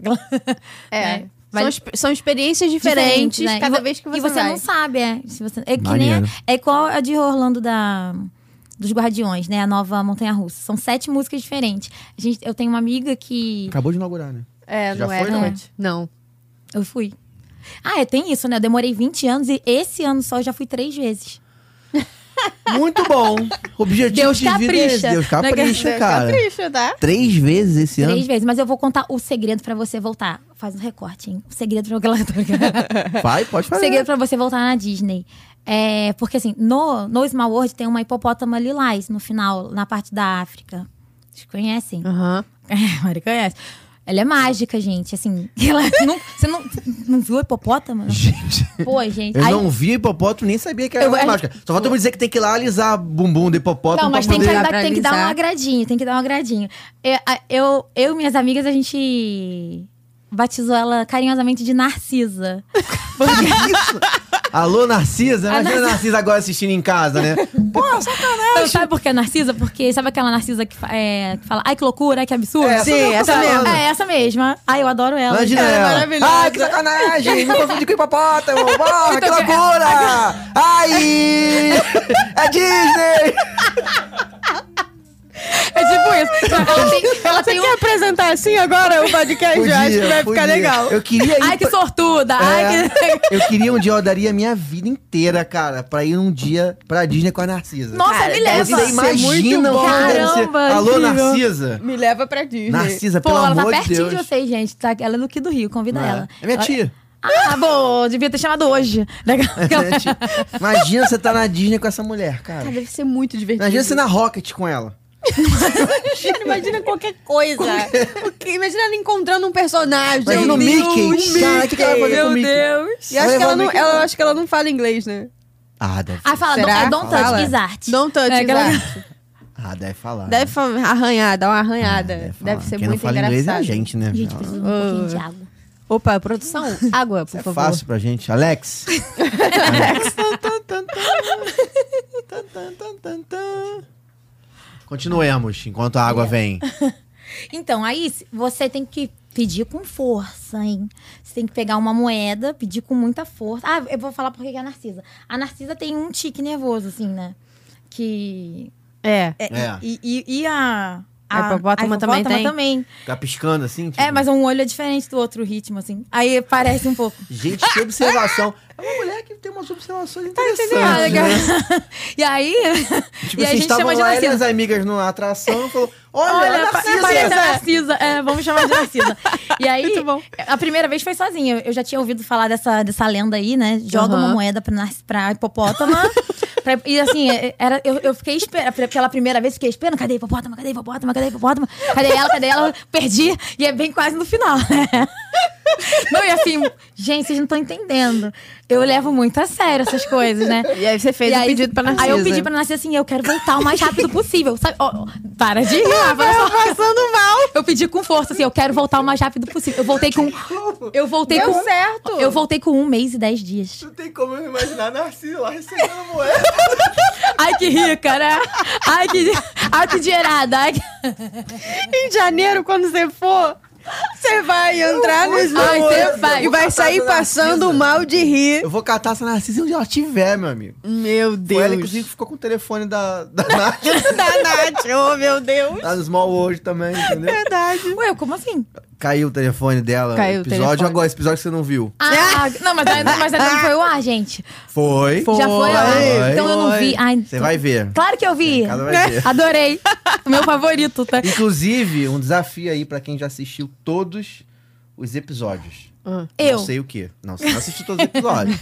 [SPEAKER 1] É.
[SPEAKER 3] Né?
[SPEAKER 1] São, exp- são experiências diferentes,
[SPEAKER 3] diferentes, né?
[SPEAKER 1] cada
[SPEAKER 3] E vo-
[SPEAKER 1] vez que você,
[SPEAKER 3] E você
[SPEAKER 1] vai.
[SPEAKER 3] não sabe, é. Se você, é que nem.
[SPEAKER 2] Maneiro.
[SPEAKER 3] É igual a de Orlando da. Dos Guardiões, né? A nova Montanha Russa. São sete músicas diferentes. A gente, eu tenho uma amiga que.
[SPEAKER 2] Acabou de inaugurar, né?
[SPEAKER 1] É,
[SPEAKER 2] Já
[SPEAKER 1] não
[SPEAKER 2] foi,
[SPEAKER 1] é,
[SPEAKER 2] Tomate?
[SPEAKER 1] noite. Não.
[SPEAKER 3] Eu fui. Ah, é, tem isso, né? Eu demorei 20 anos e esse ano só eu já fui três vezes.
[SPEAKER 2] Muito bom. Objetivo
[SPEAKER 3] Deus
[SPEAKER 2] de vida é esse.
[SPEAKER 3] capricha.
[SPEAKER 2] Deus capricha,
[SPEAKER 1] Deus
[SPEAKER 2] cara.
[SPEAKER 1] Capricha, tá?
[SPEAKER 2] Três vezes esse ano.
[SPEAKER 3] Três vezes. Mas eu vou contar o segredo pra você voltar. Faz um recorte, hein? O segredo pra
[SPEAKER 2] Vai, pode
[SPEAKER 3] O
[SPEAKER 2] fazer.
[SPEAKER 3] segredo pra você voltar na Disney. É, porque assim, no, no Small World tem uma hipopótama lilás no final, na parte da África. Vocês conhecem?
[SPEAKER 1] Aham.
[SPEAKER 3] É, a Mari conhece. Ela é mágica, gente. Assim, ela não, você não, não viu a hipopótama?
[SPEAKER 2] Gente,
[SPEAKER 3] Pô, gente.
[SPEAKER 2] eu
[SPEAKER 3] aí-
[SPEAKER 2] não vi hipopótamo, nem sabia que era
[SPEAKER 3] Eu-
[SPEAKER 2] uma
[SPEAKER 3] eu-
[SPEAKER 2] mágica. Só falta me dizer que tem que ir lá alisar bumbum do hipopótamo
[SPEAKER 3] Não, mas
[SPEAKER 2] pra
[SPEAKER 3] tem que,
[SPEAKER 2] poder...
[SPEAKER 1] dá
[SPEAKER 3] dar,
[SPEAKER 1] pra
[SPEAKER 3] tem que dar um
[SPEAKER 1] alisar.
[SPEAKER 3] agradinho, tem que dar um agradinho. Eu, a- eu, eu e minhas amigas, a gente batizou ela carinhosamente de Narcisa.
[SPEAKER 2] Alô, Narcisa? Imagina a Narcisa agora assistindo em casa, né?
[SPEAKER 3] Eu, sabe por que é Narcisa? Porque sabe aquela Narcisa que, fa- é, que fala, ai que loucura, ai que absurdo?
[SPEAKER 2] É, essa Sim, mesmo, essa tá mesmo. falando.
[SPEAKER 3] É, essa mesma. Ai, eu adoro ela.
[SPEAKER 2] Imagina
[SPEAKER 3] Ela é
[SPEAKER 2] ela.
[SPEAKER 3] maravilhosa.
[SPEAKER 2] Ai, que sacanagem! Me confundi com hipopótamo! Porra, que loucura! Ai! É Disney!
[SPEAKER 3] É tipo isso. Ela tem, ela tem um...
[SPEAKER 1] apresentar assim agora o
[SPEAKER 3] é
[SPEAKER 1] podcast?
[SPEAKER 2] podia. Eu queria ir
[SPEAKER 3] Ai, que
[SPEAKER 2] pra-
[SPEAKER 3] sortuda. Ai, que...
[SPEAKER 2] É, Eu queria um dia, eu daria minha vida inteira, cara, pra ir um dia pra Disney com a Narcisa.
[SPEAKER 3] Nossa, me leva.
[SPEAKER 2] Você imagina o que deve ser.
[SPEAKER 3] Caramba,
[SPEAKER 2] Alô,
[SPEAKER 3] incrível.
[SPEAKER 2] Narcisa?
[SPEAKER 1] Me leva pra Disney.
[SPEAKER 2] Narcisa,
[SPEAKER 3] Pô,
[SPEAKER 2] pelo
[SPEAKER 3] ela tá
[SPEAKER 2] amor de
[SPEAKER 3] pertinho
[SPEAKER 2] Deus.
[SPEAKER 3] de vocês, gente. Tá? Ela é do que do Rio, convida
[SPEAKER 2] É.
[SPEAKER 3] ela.
[SPEAKER 2] É minha
[SPEAKER 3] Ela-
[SPEAKER 2] tia.
[SPEAKER 3] Ah, bom, devia ter chamado hoje.
[SPEAKER 2] É minha tia. Imagina você tá na Disney com essa mulher, cara.
[SPEAKER 1] Ah, Deve ser muito divertido.
[SPEAKER 2] Imagina você na Rocket com ela.
[SPEAKER 1] Imagina qualquer coisa. O que- Imagina ela encontrando um personagem.
[SPEAKER 2] Imagina o Mickey. Cara, o que que ela vai fazer com o Mickey?
[SPEAKER 1] Deus. E
[SPEAKER 2] Vai
[SPEAKER 1] acho que,
[SPEAKER 2] levar
[SPEAKER 1] ela
[SPEAKER 2] o
[SPEAKER 1] não, é-
[SPEAKER 2] Mickey
[SPEAKER 1] ela,
[SPEAKER 2] lá.
[SPEAKER 1] acho que ela não fala inglês, né?
[SPEAKER 2] Ah, deve
[SPEAKER 3] Ah, fala,
[SPEAKER 1] Será?
[SPEAKER 3] don't, don't touch
[SPEAKER 1] Fala.
[SPEAKER 3] his art.
[SPEAKER 1] Don't touch
[SPEAKER 3] É,
[SPEAKER 1] his
[SPEAKER 3] aquela-
[SPEAKER 1] art.
[SPEAKER 2] Ah, deve falar.
[SPEAKER 1] Deve
[SPEAKER 2] né?
[SPEAKER 1] fa- arranhar, dar uma
[SPEAKER 2] Ah,
[SPEAKER 1] arranhada.
[SPEAKER 2] falar.
[SPEAKER 1] deve ser
[SPEAKER 2] Quem
[SPEAKER 1] muito
[SPEAKER 2] não fala
[SPEAKER 1] engraçado.
[SPEAKER 2] inglês é a gente, né?
[SPEAKER 3] Gente,
[SPEAKER 2] Ela-
[SPEAKER 3] preciso de um pouquinho
[SPEAKER 2] Ah.
[SPEAKER 3] de água.
[SPEAKER 1] Opa, produção, água, por
[SPEAKER 2] É
[SPEAKER 1] favor.
[SPEAKER 2] fácil pra gente. Alex. Alex. Continuemos enquanto a água vem.
[SPEAKER 3] Então, aí se- você tem que pedir com força, hein? Você tem que pegar uma moeda, pedir com muita força. Ah, eu vou falar porque que é a Narcisa. A Narcisa tem um tique nervoso, assim, né? Que.
[SPEAKER 1] É.
[SPEAKER 3] é,
[SPEAKER 2] É.
[SPEAKER 3] E, e- e a.
[SPEAKER 1] A hipopótama também
[SPEAKER 3] hipopótama
[SPEAKER 1] tem?
[SPEAKER 3] também.
[SPEAKER 2] Tá piscando assim? tipo-
[SPEAKER 3] É, mas um olho é diferente do outro ritmo, assim. Aí parece um pouco.
[SPEAKER 2] Gente, que observação. É uma mulher que tem umas observações
[SPEAKER 3] Ah,
[SPEAKER 2] interessantes.
[SPEAKER 3] legal.
[SPEAKER 2] né?
[SPEAKER 3] e aí.
[SPEAKER 2] Tipo,
[SPEAKER 3] e a
[SPEAKER 2] vocês
[SPEAKER 3] gente
[SPEAKER 2] estavam
[SPEAKER 3] chama de
[SPEAKER 2] lá, ele e as
[SPEAKER 3] Narcisa.
[SPEAKER 2] amigas numa atração, falou: Olha,
[SPEAKER 3] Olha,
[SPEAKER 2] a
[SPEAKER 3] pa-
[SPEAKER 2] Narcisa!
[SPEAKER 3] parece a Narcisa. É, vamos chamar de Narcisa. E aí,
[SPEAKER 1] Muito bom.
[SPEAKER 3] a primeira vez foi sozinha. Eu já tinha ouvido falar dessa, dessa lenda aí, né? Joga uma
[SPEAKER 1] Aham.
[SPEAKER 3] moeda pra, nar- pra hipopótama. Pra- e assim, é- era, eu, eu fiquei esperando. Pela primeira vez, fiquei esperando. Cadê a hipopótama? Cadê a hipopótama? Cadê a hipopótama? Cadê ela? Cadê ela? Perdi. E é bem quase no final, né? Não, e assim, gente, vocês não estão entendendo. Eu levo muito a sério essas coisas, né?
[SPEAKER 1] E aí você fez
[SPEAKER 3] E
[SPEAKER 1] o pedido pra Narcisa.
[SPEAKER 3] Aí eu pedi pra Narcisa assim, eu quero voltar o mais rápido possível. Sabe? Ó, ó, para de rir, Rafa, só-
[SPEAKER 1] Passando mal.
[SPEAKER 3] eu pedi com força, assim, eu quero voltar o mais rápido possível. Eu voltei com. Eu voltei
[SPEAKER 1] Deu
[SPEAKER 3] com.
[SPEAKER 1] certo.
[SPEAKER 3] Eu voltei com um mês e dez dias.
[SPEAKER 2] Não tem como eu imaginar a Narcisa lá recebendo a moeda.
[SPEAKER 3] Ai, que rica, né? Ai, que, ai, que gerada. Ai, que...
[SPEAKER 1] Em janeiro, quando você for, você vai entrar no
[SPEAKER 3] Ai, você vai.
[SPEAKER 1] E vai sair passando mal de rir.
[SPEAKER 2] Eu vou catar essa Narcisa onde ela tiver, meu amigo.
[SPEAKER 1] Meu
[SPEAKER 2] Foi ela,
[SPEAKER 1] Deus.
[SPEAKER 2] inclusive, que ficou com o telefone da, da Nath.
[SPEAKER 1] Da Nath, oh meu Deus.
[SPEAKER 2] Tá no Small World também, entendeu?
[SPEAKER 1] Verdade.
[SPEAKER 3] Ué, como assim?
[SPEAKER 2] Caiu o telefone dela.
[SPEAKER 1] Caiu o
[SPEAKER 2] episódio
[SPEAKER 1] telefone.
[SPEAKER 2] agora, esse episódio que você não viu.
[SPEAKER 3] Ah, não, mas, ainda- mas ainda não foi o ar, gente.
[SPEAKER 2] Foi.
[SPEAKER 3] Já foi o
[SPEAKER 2] Foi.
[SPEAKER 3] ar. Então eu não
[SPEAKER 1] Foi.
[SPEAKER 3] vi. Ai,
[SPEAKER 2] Você
[SPEAKER 3] tô-
[SPEAKER 2] vai ver.
[SPEAKER 3] Claro que eu vi. Né?
[SPEAKER 2] Em casa vai ver.
[SPEAKER 3] Adorei. O meu favorito, tá?
[SPEAKER 2] Inclusive, um desafio aí pra quem já assistiu todos os episódios.
[SPEAKER 3] Ah. Eu.
[SPEAKER 2] Não sei o quê. Não, você não assistiu todos os episódios.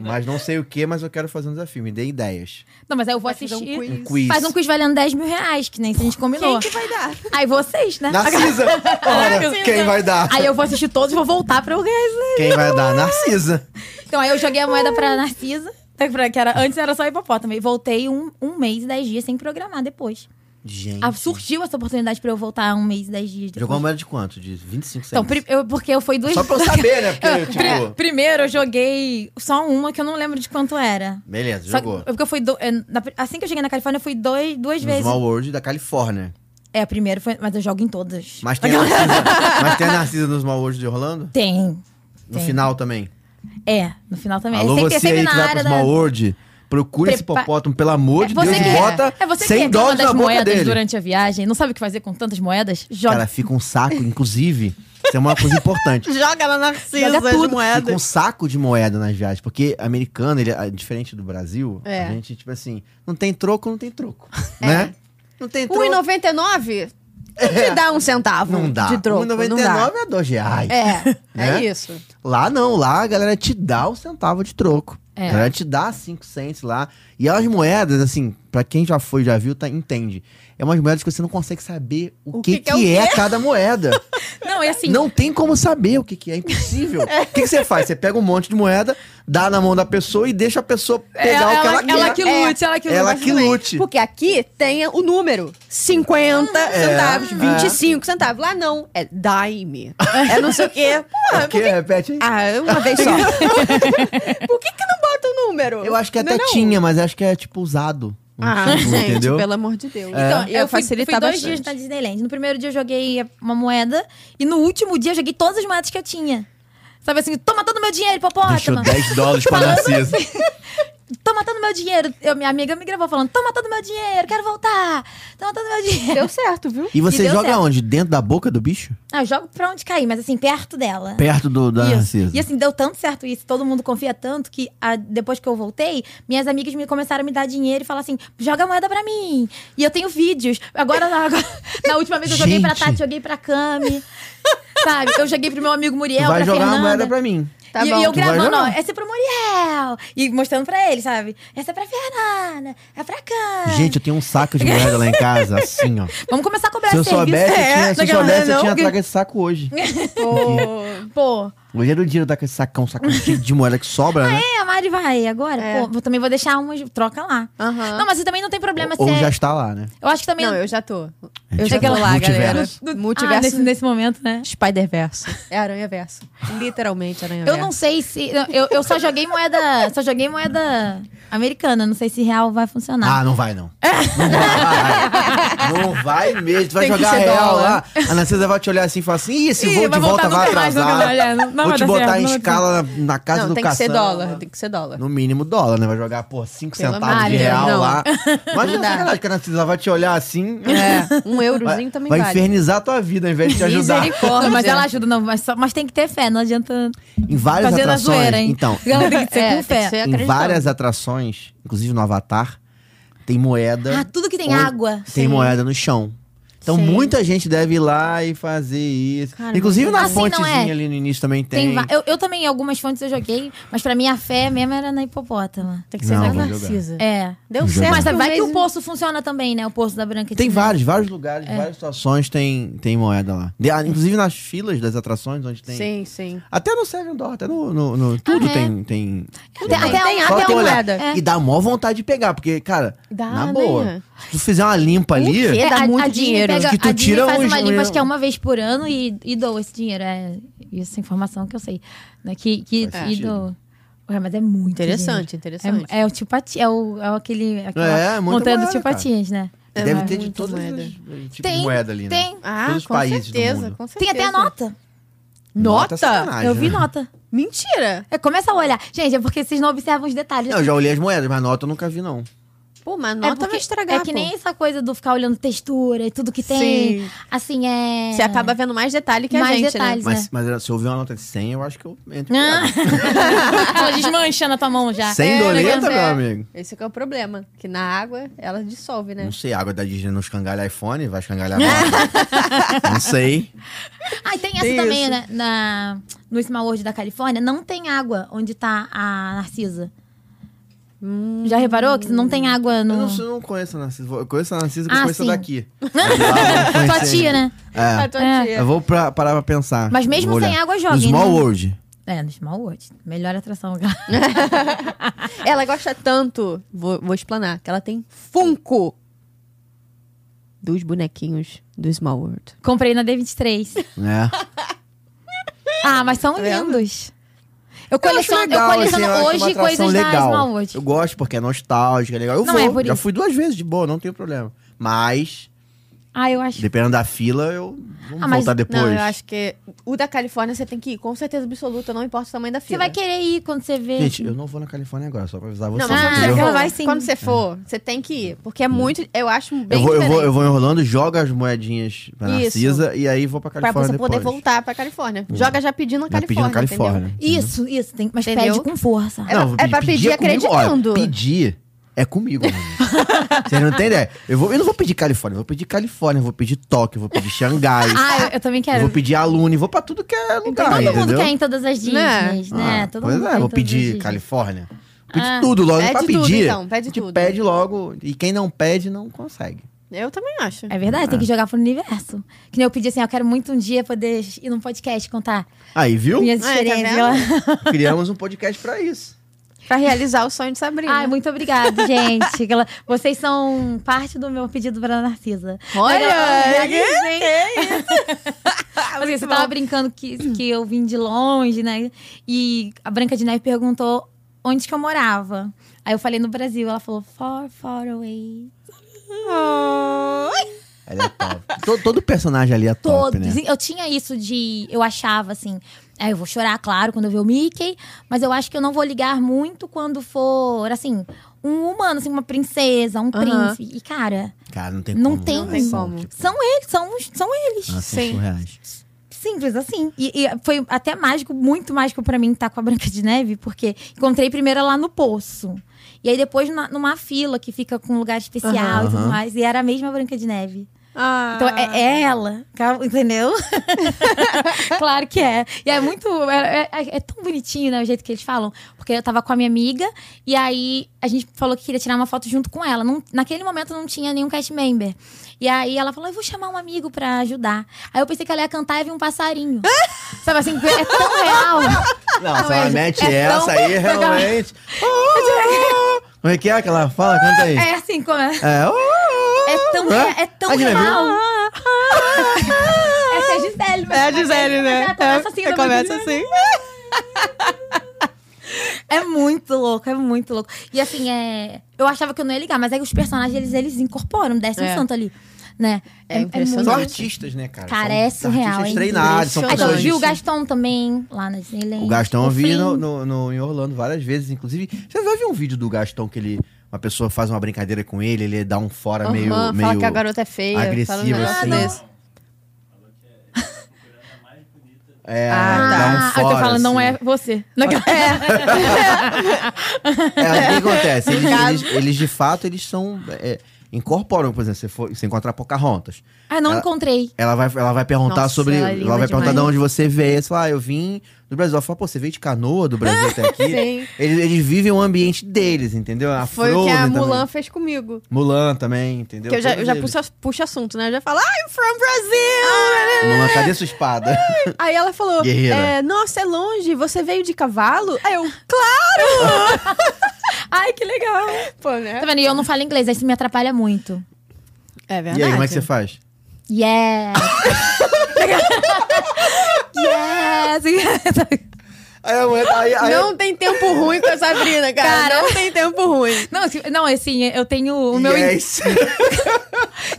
[SPEAKER 2] mas não sei o quê, mas eu quero fazer um desafio. Me dê ideias.
[SPEAKER 3] Não, mas aí eu vou
[SPEAKER 4] fazer um
[SPEAKER 3] assistir.
[SPEAKER 2] Um
[SPEAKER 4] quiz.
[SPEAKER 2] quiz.
[SPEAKER 3] Faz um quiz valendo 10 mil reais, que nem se a gente combinou.
[SPEAKER 1] vai dar?
[SPEAKER 3] Aí vocês, né?
[SPEAKER 2] Narcisa! Ora,
[SPEAKER 3] Narcisa.
[SPEAKER 2] quem vai dar?
[SPEAKER 3] Aí eu vou assistir todos e vou voltar pra eu realizar.
[SPEAKER 2] Quem vai dar? Narcisa.
[SPEAKER 3] Então aí eu joguei a moeda pra Narcisa, né, pra- que era, antes era só hipopótamo. E voltei um, um mês e dez dias sem programar depois.
[SPEAKER 2] Gente.
[SPEAKER 3] Ah, surgiu essa oportunidade pra eu voltar um mês e dez dias depois.
[SPEAKER 2] Jogou uma moeda de quanto? De 25 centavos?
[SPEAKER 3] então, pri- eu- porque eu fui duas
[SPEAKER 2] Só pra eu saber, né?
[SPEAKER 3] Eu-
[SPEAKER 2] Porque,
[SPEAKER 3] pri-
[SPEAKER 2] tipo...
[SPEAKER 3] primeiro eu joguei só uma que eu não lembro de quanto era.
[SPEAKER 2] Beleza,
[SPEAKER 3] Só que-
[SPEAKER 2] jogou.
[SPEAKER 3] porque eu fui do- é, na- assim que eu cheguei na Califórnia, eu fui dois, duas
[SPEAKER 2] No
[SPEAKER 3] vezes.
[SPEAKER 2] Small World da Califórnia.
[SPEAKER 3] É, primeiro foi. Mas eu jogo em todas.
[SPEAKER 2] Mas tem a Narcisa, mas tem a Narcisa no Small World de Orlando?
[SPEAKER 3] Tem.
[SPEAKER 2] No
[SPEAKER 3] Tem.
[SPEAKER 2] final também.
[SPEAKER 3] É, no final também.
[SPEAKER 2] Alô,
[SPEAKER 3] sempre,
[SPEAKER 2] você
[SPEAKER 3] sempre
[SPEAKER 2] aí
[SPEAKER 3] na
[SPEAKER 2] que vai
[SPEAKER 3] área
[SPEAKER 2] pro
[SPEAKER 3] da-
[SPEAKER 2] Small World, procura esse
[SPEAKER 3] Prepa-
[SPEAKER 2] hipopótamo, pelo amor de
[SPEAKER 3] É, você
[SPEAKER 2] Deus,
[SPEAKER 3] que
[SPEAKER 2] e bota
[SPEAKER 3] é você
[SPEAKER 2] 100
[SPEAKER 3] que é dona
[SPEAKER 2] dólares
[SPEAKER 3] das
[SPEAKER 2] na boca
[SPEAKER 3] moedas
[SPEAKER 2] dele.
[SPEAKER 3] durante a viagem, não sabe o que fazer com tantas moedas? Joga
[SPEAKER 2] Cara, fica um saco, inclusive, isso é uma coisa importante.
[SPEAKER 1] Joga na Narcisa
[SPEAKER 3] Joga
[SPEAKER 1] as
[SPEAKER 3] tudo.
[SPEAKER 2] Fica um
[SPEAKER 1] moedas.
[SPEAKER 2] saco de moeda nas viagens, porque americano, ele é diferente do Brasil,
[SPEAKER 1] É.
[SPEAKER 2] a gente, tipo assim, não tem troco, não tem troco,
[SPEAKER 3] É.
[SPEAKER 2] né? Não
[SPEAKER 3] Um
[SPEAKER 2] tem troco,
[SPEAKER 1] 1,99 não te dá um centavo
[SPEAKER 2] É. não dá.
[SPEAKER 1] de troco. não dá.
[SPEAKER 2] 1,99 é 2 reais.
[SPEAKER 1] É,
[SPEAKER 2] Né?
[SPEAKER 1] é isso.
[SPEAKER 2] Lá não, lá a galera te dá o centavo de troco.
[SPEAKER 3] É.
[SPEAKER 2] A galera te dá 5 cents lá. E as moedas, assim, pra quem já foi, já viu, tá, entende. É umas moedas que você não consegue saber o, que, que,
[SPEAKER 1] que é o
[SPEAKER 2] é, cada moeda.
[SPEAKER 3] Não, e assim,
[SPEAKER 2] Não tem como saber o que, que é, é impossível. O que, que você faz? Você pega um monte de moeda, dá na mão da pessoa e deixa a pessoa
[SPEAKER 3] é,
[SPEAKER 2] pegar o que ela,
[SPEAKER 3] ela que
[SPEAKER 2] quer. É.
[SPEAKER 3] lute, ela que lute.
[SPEAKER 2] ela
[SPEAKER 3] mas
[SPEAKER 2] que
[SPEAKER 3] tudo bem.
[SPEAKER 2] lute.
[SPEAKER 1] Porque aqui tem o número 50
[SPEAKER 2] É.
[SPEAKER 1] centavos, 25 centavos. Lá não, é dime. É não sei o quê.
[SPEAKER 2] O quê? Repete aí.
[SPEAKER 1] Ah, uma vez só. Por que que não bota o número?
[SPEAKER 2] Eu acho que
[SPEAKER 1] Não
[SPEAKER 2] até
[SPEAKER 1] é não?
[SPEAKER 2] tinha, mas acho que é tipo usado.
[SPEAKER 1] Ah,
[SPEAKER 2] Tipo,
[SPEAKER 1] gente,
[SPEAKER 2] entendeu?
[SPEAKER 1] pelo amor de Deus.
[SPEAKER 3] Então,
[SPEAKER 2] é.
[SPEAKER 1] eu,
[SPEAKER 3] eu fui, fui
[SPEAKER 1] facilitar
[SPEAKER 3] dois dias
[SPEAKER 1] É, bastante.
[SPEAKER 3] na Disneyland. No primeiro dia eu joguei uma moeda e no último dia eu joguei todas as moedas que eu tinha. Sabe assim, tô matando meu dinheiro,
[SPEAKER 2] Deixou
[SPEAKER 3] hipopótamo.
[SPEAKER 2] 10 dólares pra assim. Narcisa.
[SPEAKER 3] Tô matando meu dinheiro. Eu, minha amiga me gravou falando, tô matando meu dinheiro, quero voltar. Tô matando meu dinheiro.
[SPEAKER 1] Deu certo, viu?
[SPEAKER 2] E você
[SPEAKER 3] deu
[SPEAKER 2] joga
[SPEAKER 3] certo.
[SPEAKER 2] onde? Dentro da boca do bicho?
[SPEAKER 3] Ah, eu jogo pra onde cair, mas assim, perto dela.
[SPEAKER 2] Perto do, da
[SPEAKER 3] Isso.
[SPEAKER 2] Narcisa.
[SPEAKER 3] E assim, deu tanto certo isso, todo mundo confia tanto que ah, depois que eu voltei, minhas amigas me começaram a me dar dinheiro e falar assim: joga a moeda pra mim. E eu tenho vídeos. Agora, na, agora- na última vez, eu joguei pra
[SPEAKER 2] Gente.
[SPEAKER 3] Tati, joguei pra Cami. sabe? Eu joguei pro meu amigo
[SPEAKER 2] tu
[SPEAKER 3] Muriel,
[SPEAKER 2] vai
[SPEAKER 3] é pra
[SPEAKER 2] jogar
[SPEAKER 3] Fernanda.
[SPEAKER 2] uma moeda pra mim.
[SPEAKER 1] Tá
[SPEAKER 3] e,
[SPEAKER 1] bom.
[SPEAKER 3] e eu
[SPEAKER 2] Tu vai
[SPEAKER 3] gravando, ó,
[SPEAKER 2] jogar.
[SPEAKER 3] essa é pro Muriel. E mostrando pra ele, sabe? Essa é pra Fernanda, é pra Cami.
[SPEAKER 2] Gente, eu tenho um saco de moeda lá em casa, assim, ó.
[SPEAKER 3] Vamos começar a cobrar
[SPEAKER 2] Se eu
[SPEAKER 3] serviço. É,
[SPEAKER 2] soubesse, eu tinha, se eu
[SPEAKER 3] daquela-
[SPEAKER 2] soubesse, eu
[SPEAKER 3] não,
[SPEAKER 2] tinha
[SPEAKER 3] que-
[SPEAKER 2] trago esse saco hoje.
[SPEAKER 3] Pô,
[SPEAKER 2] Hoje era o dia de eu dar com esse sacão, sacão cheio de moeda que sobra, né?
[SPEAKER 3] é, a Mari vai agora.
[SPEAKER 1] É.
[SPEAKER 3] Pô, eu também vou deixar umas, troca lá.
[SPEAKER 1] Aham.
[SPEAKER 3] Não, mas também não tem problema
[SPEAKER 2] Ou
[SPEAKER 3] se é-
[SPEAKER 2] já está lá, né?
[SPEAKER 3] Eu acho que também.
[SPEAKER 1] Não, eu já tô. Eu
[SPEAKER 2] Gente,
[SPEAKER 1] já tô
[SPEAKER 2] aquela-
[SPEAKER 1] lá,
[SPEAKER 2] multiverso.
[SPEAKER 1] galera.
[SPEAKER 3] No- Ah,
[SPEAKER 1] Multiverso.
[SPEAKER 3] nesse, nesse momento, né?
[SPEAKER 1] Spider-Verso. É aranha-verso. Literalmente aranha-verso.
[SPEAKER 3] Eu não sei se. Eu, eu só joguei moeda. Só joguei moeda americana. Não sei se real vai funcionar.
[SPEAKER 2] Ah, não vai, não. Não vai. Não vai mesmo. Tu vai
[SPEAKER 3] Tem que
[SPEAKER 2] jogar
[SPEAKER 3] ser
[SPEAKER 2] real
[SPEAKER 3] dólar.
[SPEAKER 2] lá. A Narcisa vai te olhar assim e falar assim: Ih, esse
[SPEAKER 3] Ih,
[SPEAKER 2] voo de
[SPEAKER 3] vai
[SPEAKER 2] volta
[SPEAKER 3] voltar
[SPEAKER 2] vai
[SPEAKER 3] nunca mais, nunca
[SPEAKER 2] atrasar.
[SPEAKER 3] mais, é, não- não
[SPEAKER 2] Vou
[SPEAKER 3] vai
[SPEAKER 2] te
[SPEAKER 3] dar
[SPEAKER 2] botar
[SPEAKER 3] certo,
[SPEAKER 2] em
[SPEAKER 3] não vai dar
[SPEAKER 2] escala na, na casa
[SPEAKER 1] Não,
[SPEAKER 2] do
[SPEAKER 1] tem que ser
[SPEAKER 2] caçamba.
[SPEAKER 1] dólar. Tem que ser dólar.
[SPEAKER 2] No mínimo dólar, né? Vai jogar, pô, 5
[SPEAKER 1] Pelo
[SPEAKER 2] centavos de
[SPEAKER 3] amor de
[SPEAKER 2] real
[SPEAKER 1] Deus, não.
[SPEAKER 2] lá. Imagina
[SPEAKER 1] dá.
[SPEAKER 2] a sacanagem que a Narcisa vai te olhar assim.
[SPEAKER 1] É, um um eurozinho
[SPEAKER 2] Vai,
[SPEAKER 1] também
[SPEAKER 2] vai
[SPEAKER 1] vale.
[SPEAKER 2] infernizar a tua vida ao invés de te ajudar.
[SPEAKER 1] Misericórdia.
[SPEAKER 3] Não, mas ela ajuda, não. Mas, só- mas tem que ter fé, não adianta
[SPEAKER 2] Em várias
[SPEAKER 3] fazer na
[SPEAKER 2] atrações.
[SPEAKER 3] zoeira, hein?
[SPEAKER 2] Então,
[SPEAKER 3] Galera, tem que ser
[SPEAKER 1] É,
[SPEAKER 3] com
[SPEAKER 1] tem que
[SPEAKER 3] fé.
[SPEAKER 1] ser
[SPEAKER 2] em
[SPEAKER 1] acreditando.
[SPEAKER 2] várias atrações, inclusive no Avatar, tem moeda.
[SPEAKER 3] Ah, tudo que tem
[SPEAKER 2] Ou-
[SPEAKER 3] água.
[SPEAKER 2] Tem moeda no chão. Então
[SPEAKER 3] Sim.
[SPEAKER 2] muita gente deve ir lá e fazer isso.
[SPEAKER 1] Cara,
[SPEAKER 2] Inclusive na
[SPEAKER 3] assim não
[SPEAKER 2] fontezinha
[SPEAKER 3] é.
[SPEAKER 2] ali no início também tem.
[SPEAKER 3] Tem va- eu, eu também, em algumas fontes eu joguei, mas pra mim a fé mesmo era na hipopótama.
[SPEAKER 1] Tem que ser
[SPEAKER 2] Não,
[SPEAKER 1] na
[SPEAKER 2] vou jogar.
[SPEAKER 1] Narcisa.
[SPEAKER 3] É.
[SPEAKER 1] Deu
[SPEAKER 2] Vou jogar.
[SPEAKER 1] certo.
[SPEAKER 3] Mas
[SPEAKER 1] um
[SPEAKER 3] vai que
[SPEAKER 1] mês
[SPEAKER 3] o poço funciona também, né? O poço da Branca de
[SPEAKER 2] Tem
[SPEAKER 3] Neve.
[SPEAKER 2] vários, vários lugares,
[SPEAKER 3] É.
[SPEAKER 2] várias situações tem, tem moeda lá. De- ah, inclusive nas filas das atrações onde tem.
[SPEAKER 1] Sim, sim.
[SPEAKER 2] Até no Seven Door, até no. no- no- tudo
[SPEAKER 3] é?
[SPEAKER 2] tem, tem.
[SPEAKER 3] Até,
[SPEAKER 2] moeda.
[SPEAKER 3] até,
[SPEAKER 1] Tem
[SPEAKER 3] um-
[SPEAKER 2] Só
[SPEAKER 3] até
[SPEAKER 2] tu
[SPEAKER 1] a
[SPEAKER 3] um-
[SPEAKER 2] olhar.
[SPEAKER 1] moeda.
[SPEAKER 2] E dá mó vontade de pegar, porque, cara,
[SPEAKER 1] Dá,
[SPEAKER 2] na
[SPEAKER 1] né?
[SPEAKER 2] boa. Se tu fizer uma limpa ali.
[SPEAKER 1] quê? Dá muito
[SPEAKER 3] Disney
[SPEAKER 1] dinheiro.
[SPEAKER 3] Pega,
[SPEAKER 2] Que tu
[SPEAKER 3] É, a Disney
[SPEAKER 2] tira
[SPEAKER 3] faz
[SPEAKER 2] uns-
[SPEAKER 3] uma limpa, acho que é uma vez por ano e, e doa esse dinheiro. É essa informação que eu sei. Né? Que, que,
[SPEAKER 2] Faz
[SPEAKER 3] e
[SPEAKER 2] sentido.
[SPEAKER 3] doa. Ué, mas é muito
[SPEAKER 1] Interessante,
[SPEAKER 3] dinheiro.
[SPEAKER 1] interessante.
[SPEAKER 3] É, é o Tipati, é, o, é o aquele aquela
[SPEAKER 2] É, muita
[SPEAKER 3] montanha do
[SPEAKER 2] moeda, cara.
[SPEAKER 3] Tipatias, né?
[SPEAKER 1] É
[SPEAKER 2] deve
[SPEAKER 1] mais
[SPEAKER 2] ter de
[SPEAKER 1] muita
[SPEAKER 2] todas
[SPEAKER 1] moeda.
[SPEAKER 2] as eh, tipos de
[SPEAKER 3] Tem,
[SPEAKER 2] moeda ali, né?
[SPEAKER 3] Tem.
[SPEAKER 1] Ah,
[SPEAKER 2] Todos os
[SPEAKER 1] com,
[SPEAKER 2] países do
[SPEAKER 1] certeza,
[SPEAKER 2] mundo.
[SPEAKER 1] com certeza.
[SPEAKER 3] Tem até a nota.
[SPEAKER 2] Nota é
[SPEAKER 1] Nota?
[SPEAKER 2] sacanagem,
[SPEAKER 3] Eu vi
[SPEAKER 2] né?
[SPEAKER 3] nota.
[SPEAKER 1] Mentira!
[SPEAKER 3] É, começa a olhar. Gente, é porque vocês não observam os detalhes.
[SPEAKER 2] Não, eu já olhei as moedas, mas nota eu nunca vi, não.
[SPEAKER 1] Pô, mas
[SPEAKER 3] É
[SPEAKER 1] nota
[SPEAKER 3] porque-
[SPEAKER 1] vai estragar,
[SPEAKER 3] É que
[SPEAKER 1] pô.
[SPEAKER 3] nem essa coisa do ficar olhando textura e tudo que tem.
[SPEAKER 1] Sim.
[SPEAKER 3] Assim, é.
[SPEAKER 1] Você acaba vendo mais detalhe que
[SPEAKER 3] Mais
[SPEAKER 1] a gente,
[SPEAKER 3] detalhes.
[SPEAKER 1] né?
[SPEAKER 2] Mas, mas se eu ouvir uma nota de 100, eu acho que eu entro.
[SPEAKER 3] Ah. Ela desmancha na tua mão já.
[SPEAKER 2] 100
[SPEAKER 1] É,
[SPEAKER 2] doleta,
[SPEAKER 1] mas
[SPEAKER 2] meu
[SPEAKER 1] é.
[SPEAKER 2] amigo?
[SPEAKER 1] Esse que é o problema. Que na água, ela dissolve, né?
[SPEAKER 2] Não sei, a água tá da Disney não escangalha iPhone, vai escangalhar nada. não sei.
[SPEAKER 3] Ah, e tem essa
[SPEAKER 2] Tem
[SPEAKER 3] também,
[SPEAKER 2] isso.
[SPEAKER 3] né? Na, no Small World da Califórnia, não tem água onde tá a Narcisa. Já reparou que não tem água
[SPEAKER 2] Hum. Eu
[SPEAKER 3] no.
[SPEAKER 2] não, sei, eu não conheço a Narcisa. Eu conheço a Narcisa porque
[SPEAKER 3] Ah,
[SPEAKER 2] eu conheço a
[SPEAKER 3] sim.
[SPEAKER 2] daqui. Mas lá eu não conheço
[SPEAKER 3] Tua
[SPEAKER 2] ainda.
[SPEAKER 3] tia, né?
[SPEAKER 1] A
[SPEAKER 2] É.
[SPEAKER 1] Ah, tua
[SPEAKER 3] É.
[SPEAKER 1] tia.
[SPEAKER 2] Eu vou pra- parar pra pensar.
[SPEAKER 3] Mas mesmo
[SPEAKER 2] Vou
[SPEAKER 3] sem
[SPEAKER 2] olhar.
[SPEAKER 3] água,
[SPEAKER 2] No
[SPEAKER 3] joguem,
[SPEAKER 2] Small
[SPEAKER 3] né?
[SPEAKER 2] World.
[SPEAKER 3] É, no Small World. Melhor atração. cara.
[SPEAKER 1] Ela gosta tanto, vou, vou explanar, que ela tem Funko dos bonequinhos do Small World.
[SPEAKER 3] Comprei na D23.
[SPEAKER 2] né?
[SPEAKER 3] Ah, mas são
[SPEAKER 1] vendo?
[SPEAKER 3] lindos. Eu
[SPEAKER 2] Tá Eu acho
[SPEAKER 3] coleciono, eu
[SPEAKER 2] legal, assim,
[SPEAKER 3] coleciono
[SPEAKER 2] eu acho uma
[SPEAKER 3] hoje
[SPEAKER 2] atração
[SPEAKER 3] coisas da
[SPEAKER 2] legal.
[SPEAKER 3] Small World.
[SPEAKER 2] Eu gosto porque é nostálgica, é legal. Eu
[SPEAKER 3] Não,
[SPEAKER 2] vou,
[SPEAKER 3] é por
[SPEAKER 2] já
[SPEAKER 3] isso.
[SPEAKER 2] fui duas vezes de boa, não tenho problema. Mas,
[SPEAKER 3] Ah, eu acho.
[SPEAKER 2] dependendo da fila, eu vou
[SPEAKER 3] Ah, mas-
[SPEAKER 2] voltar depois.
[SPEAKER 1] Não, eu acho que o da Califórnia você tem que ir, com certeza absoluta, não importa o tamanho da
[SPEAKER 3] Você
[SPEAKER 1] fila.
[SPEAKER 3] vai querer ir quando você vê.
[SPEAKER 2] Gente, eu não vou na Califórnia agora, só pra avisar vocês.
[SPEAKER 1] Não, mas quando
[SPEAKER 3] Ah,
[SPEAKER 1] você
[SPEAKER 2] entendeu?
[SPEAKER 1] for,
[SPEAKER 3] ela vai sim.
[SPEAKER 1] Quando você for, você tem que ir. Porque é muito. Eu acho bem
[SPEAKER 2] eu vou, eu,
[SPEAKER 1] diferente.
[SPEAKER 2] vou, eu vou enrolando, joga as moedinhas pra
[SPEAKER 1] Isso.
[SPEAKER 2] Narcisa e aí vou pra
[SPEAKER 1] Pra
[SPEAKER 2] Califórnia
[SPEAKER 1] você
[SPEAKER 2] depois. Hum.
[SPEAKER 1] poder voltar pra Califórnia. Joga já pedindo a
[SPEAKER 2] Já pedi
[SPEAKER 1] Califórnia,
[SPEAKER 2] na Califórnia.
[SPEAKER 1] entendeu?
[SPEAKER 2] entendeu?
[SPEAKER 3] Isso, isso. Tem, mas
[SPEAKER 1] Entendeu?
[SPEAKER 3] pede com força.
[SPEAKER 1] É-
[SPEAKER 2] Não,
[SPEAKER 1] pra pedir
[SPEAKER 2] comigo,
[SPEAKER 1] acreditando.
[SPEAKER 2] Olha, pedir é comigo. mano. Vocês não entendem? É, Eu, vou, eu não vou pedir Califórnia, eu vou pedir Califórnia, eu vou pedir Tóquio, eu vou pedir Xangai,
[SPEAKER 3] Ah, eu, eu também
[SPEAKER 2] eu
[SPEAKER 3] quero. Então
[SPEAKER 2] vou pedir Alune, vou pra tudo que é lugar,
[SPEAKER 3] Todo mundo
[SPEAKER 2] entendeu?
[SPEAKER 3] quer em todas as Disneys, né?
[SPEAKER 2] Ah,
[SPEAKER 3] Todo
[SPEAKER 2] pois
[SPEAKER 3] mundo
[SPEAKER 2] é,
[SPEAKER 3] quer em
[SPEAKER 2] vou
[SPEAKER 3] todas as
[SPEAKER 2] pedir
[SPEAKER 3] Disney.
[SPEAKER 2] Califórnia. Pedi
[SPEAKER 3] Ah.
[SPEAKER 2] tudo logo
[SPEAKER 1] Pede
[SPEAKER 2] pra
[SPEAKER 1] tudo,
[SPEAKER 2] pedir.
[SPEAKER 1] então, pede
[SPEAKER 2] a gente
[SPEAKER 1] tudo.
[SPEAKER 2] pede logo. E quem não pede, não consegue.
[SPEAKER 1] Eu também acho.
[SPEAKER 3] É verdade, tem que jogar pro universo. Que nem eu pedi assim, eu quero muito um dia poder ir num podcast contar
[SPEAKER 2] Aí, viu?
[SPEAKER 3] minhas
[SPEAKER 1] Ah, tá
[SPEAKER 3] experiências.
[SPEAKER 2] Criamos um podcast pra isso.
[SPEAKER 1] Pra realizar o sonho de Sabrina.
[SPEAKER 3] Ai, muito obrigada, gente. Aquela- Vocês são parte do meu pedido pra Narcisa.
[SPEAKER 1] Olha! é
[SPEAKER 3] Obrigada, gente. Assim,
[SPEAKER 1] tá
[SPEAKER 3] você tava brincando que, que eu vim de longe, né? E a Branca de Neve perguntou onde que eu morava. Aí eu falei no Brasil, ela falou far, far away.
[SPEAKER 2] Ela é top. To- todo, personagem ali é top,
[SPEAKER 3] Todos.
[SPEAKER 2] né?
[SPEAKER 3] Eu tinha isso de. Eu achava assim. Ah, eu vou chorar, claro, quando eu ver o Mickey, mas eu acho que eu não vou ligar muito quando for, assim, um humano, assim, uma princesa, um
[SPEAKER 1] Aham.
[SPEAKER 3] príncipe. E, cara,
[SPEAKER 2] Cara, não tem
[SPEAKER 3] Não
[SPEAKER 2] como.
[SPEAKER 3] tem
[SPEAKER 2] né?
[SPEAKER 1] como.
[SPEAKER 2] Tipo,
[SPEAKER 3] são eles, são, os- são eles.
[SPEAKER 2] ah, são
[SPEAKER 1] Sim.
[SPEAKER 2] surreais.
[SPEAKER 3] Simples assim. E, e foi até mágico, muito mágico pra mim estar com a Branca de Neve, porque encontrei primeiro ela no poço. E aí depois na- numa fila que fica com um lugar especial e tudo
[SPEAKER 2] Aham.
[SPEAKER 3] mais. E era a mesma Branca de Neve.
[SPEAKER 1] Ah.
[SPEAKER 3] Então é, é ela, cal- entendeu? claro que é. E é muito. É, é- é tão bonitinho, né? O jeito que eles falam. Porque eu tava com a minha amiga e aí a gente falou que queria tirar uma foto junto com ela. Não- naquele momento não tinha nenhum cast member. E aí ela falou: eu vou chamar um amigo pra ajudar. Aí eu pensei que ela ia cantar e vi um passarinho. Sabe assim, é tão real.
[SPEAKER 2] Não, se ela
[SPEAKER 3] é-
[SPEAKER 2] mete
[SPEAKER 3] é
[SPEAKER 2] essa
[SPEAKER 3] tão-
[SPEAKER 2] aí, realmente. Como é que é que ela fala? Canta aí.
[SPEAKER 3] É assim como é.
[SPEAKER 2] É, ah,
[SPEAKER 3] É tão,
[SPEAKER 2] ah.
[SPEAKER 3] é, é tão
[SPEAKER 2] A gente vai ver.
[SPEAKER 3] real. Essa é a Gisele, mas-
[SPEAKER 1] É a Gisele, né?
[SPEAKER 3] Ela começa assim,
[SPEAKER 1] É,
[SPEAKER 3] eu
[SPEAKER 1] começa assim.
[SPEAKER 3] É muito louco, é muito louco. E assim, é. Eu achava que eu não ia ligar, mas é que os personagens, eles, eles incorporam, desce um
[SPEAKER 1] É.
[SPEAKER 3] santo ali. Né?
[SPEAKER 1] É
[SPEAKER 3] muito-
[SPEAKER 2] São
[SPEAKER 1] impressionante.
[SPEAKER 2] artistas, né, cara?
[SPEAKER 3] Cara,
[SPEAKER 2] são
[SPEAKER 3] é surreal,
[SPEAKER 2] Artistas
[SPEAKER 3] é
[SPEAKER 2] treinados, são
[SPEAKER 3] A
[SPEAKER 2] pessoas
[SPEAKER 3] gente
[SPEAKER 1] impressionante.
[SPEAKER 3] viu o Gaston também, lá na Disneyland.
[SPEAKER 2] O Gastão eu vi
[SPEAKER 3] Flynn.
[SPEAKER 2] no, no, no- em Orlando várias vezes, inclusive. Você já viu um vídeo do Gastão que ele uma pessoa faz uma brincadeira com ele, ele dá um fora meio,
[SPEAKER 1] Aham,
[SPEAKER 2] meio
[SPEAKER 1] fala que a garota é feia. fala um
[SPEAKER 2] agressivo,
[SPEAKER 1] negócio
[SPEAKER 2] assim.
[SPEAKER 1] desse.
[SPEAKER 2] É,
[SPEAKER 3] Ah,
[SPEAKER 2] dá um fora.
[SPEAKER 3] eu tô falando, não
[SPEAKER 2] assim.
[SPEAKER 3] é você. Naquela-
[SPEAKER 2] É, o que acontece? Eles, eles- eles, de fato, eles são. é, incorporam, por exemplo, se for, se encontrar Pocahontas.
[SPEAKER 3] Ah, não
[SPEAKER 2] Ela-
[SPEAKER 3] encontrei.
[SPEAKER 2] Ela vai, ela vai perguntar
[SPEAKER 1] Nossa,
[SPEAKER 2] sobre.
[SPEAKER 1] ela é
[SPEAKER 2] Ela,
[SPEAKER 1] linda
[SPEAKER 2] vai perguntar de
[SPEAKER 1] demais.
[SPEAKER 2] onde você veio. Você fala, ah, eu vim do Brasil. Ela fala, pô, você veio de canoa do Brasil até aqui.
[SPEAKER 1] Sim.
[SPEAKER 2] Eles, eles vivem o ambiente deles, entendeu? A
[SPEAKER 1] Foi o
[SPEAKER 2] Frozen
[SPEAKER 1] que a
[SPEAKER 2] também.
[SPEAKER 1] Mulan fez comigo.
[SPEAKER 2] Mulan também, entendeu?
[SPEAKER 1] Que eu já, eu
[SPEAKER 2] Todos
[SPEAKER 1] já
[SPEAKER 2] eles.
[SPEAKER 1] puxo, puxo assunto, né? Eu já falo, I'm from Brasil!
[SPEAKER 2] Mulan, cadê sua espada?
[SPEAKER 1] Aí ela falou,
[SPEAKER 2] Ah. Guerreira.
[SPEAKER 1] é, nossa, é longe, você veio de cavalo? Aí eu, claro!
[SPEAKER 3] Ai, que legal.
[SPEAKER 1] Pô,
[SPEAKER 3] Tá
[SPEAKER 1] né?
[SPEAKER 3] vendo? E eu não falo inglês, isso me atrapalha muito.
[SPEAKER 1] É verdade.
[SPEAKER 2] e aí, como é que você faz?
[SPEAKER 3] Yeah. yes.
[SPEAKER 2] Aí, a mulher- tá aí, aí-
[SPEAKER 1] Não tem tempo ruim com a Sabrina, cara.
[SPEAKER 3] Cara.
[SPEAKER 1] Não tem tempo ruim.
[SPEAKER 3] Não, assim, não, assim, eu tenho o meu,
[SPEAKER 2] Yes.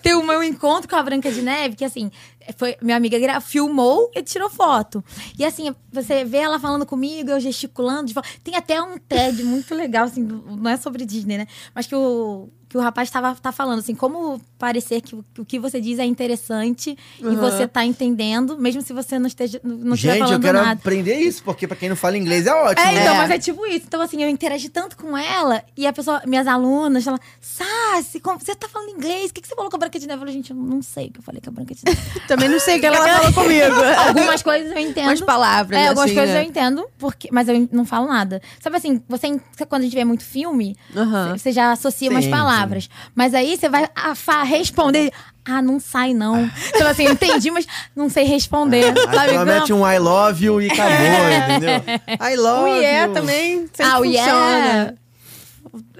[SPEAKER 3] tem o meu encontro com a Branca de Neve, que assim, foi, minha amiga gra- filmou e tirou foto. E assim, você vê ela falando comigo, eu gesticulando. de fo- Tem até um TED muito legal, assim, do- não é sobre Disney, né? Mas que o, que o rapaz tava, tá falando, assim, como parecer que o, que o que você diz é interessante e você tá entendendo, mesmo se você não esteja não estiver
[SPEAKER 2] Gente, eu
[SPEAKER 3] falando
[SPEAKER 2] quero
[SPEAKER 3] nada.
[SPEAKER 2] aprender isso, porque pra quem não fala inglês é ótimo.
[SPEAKER 3] É,
[SPEAKER 2] né?
[SPEAKER 3] então, mas é tipo isso. Então, assim, eu interagi tanto com ela e a pessoa, minhas alunas, ela, Sassi, como, você tá falando inglês? O que, que você falou com a Branca de Neve? Eu falei, gente, eu não sei o que eu falei com a Branca de Neve.
[SPEAKER 1] Também não sei o que ela falou comigo.
[SPEAKER 3] algumas coisas eu entendo.
[SPEAKER 1] Umas palavras,
[SPEAKER 3] É, algumas
[SPEAKER 1] assim,
[SPEAKER 3] coisas
[SPEAKER 1] né?
[SPEAKER 3] eu entendo, porque, mas eu não falo nada. Sabe assim, você, en- quando a gente vê muito filme,
[SPEAKER 1] Aham.
[SPEAKER 3] você já associa umas
[SPEAKER 2] Sim,
[SPEAKER 3] palavras. Mas aí você vai a, fa- responder. Ah, não sai, não. Então, assim, eu entendi, mas não sei responder.
[SPEAKER 2] Aí
[SPEAKER 3] sabe? é
[SPEAKER 2] ela
[SPEAKER 3] Não.
[SPEAKER 2] mete um I love you e acabou, entendeu? I
[SPEAKER 4] Oh,
[SPEAKER 3] Um
[SPEAKER 1] O
[SPEAKER 2] love
[SPEAKER 1] yeah
[SPEAKER 2] you.
[SPEAKER 1] também sempre
[SPEAKER 3] Ah, o
[SPEAKER 1] funciona.
[SPEAKER 3] yeah.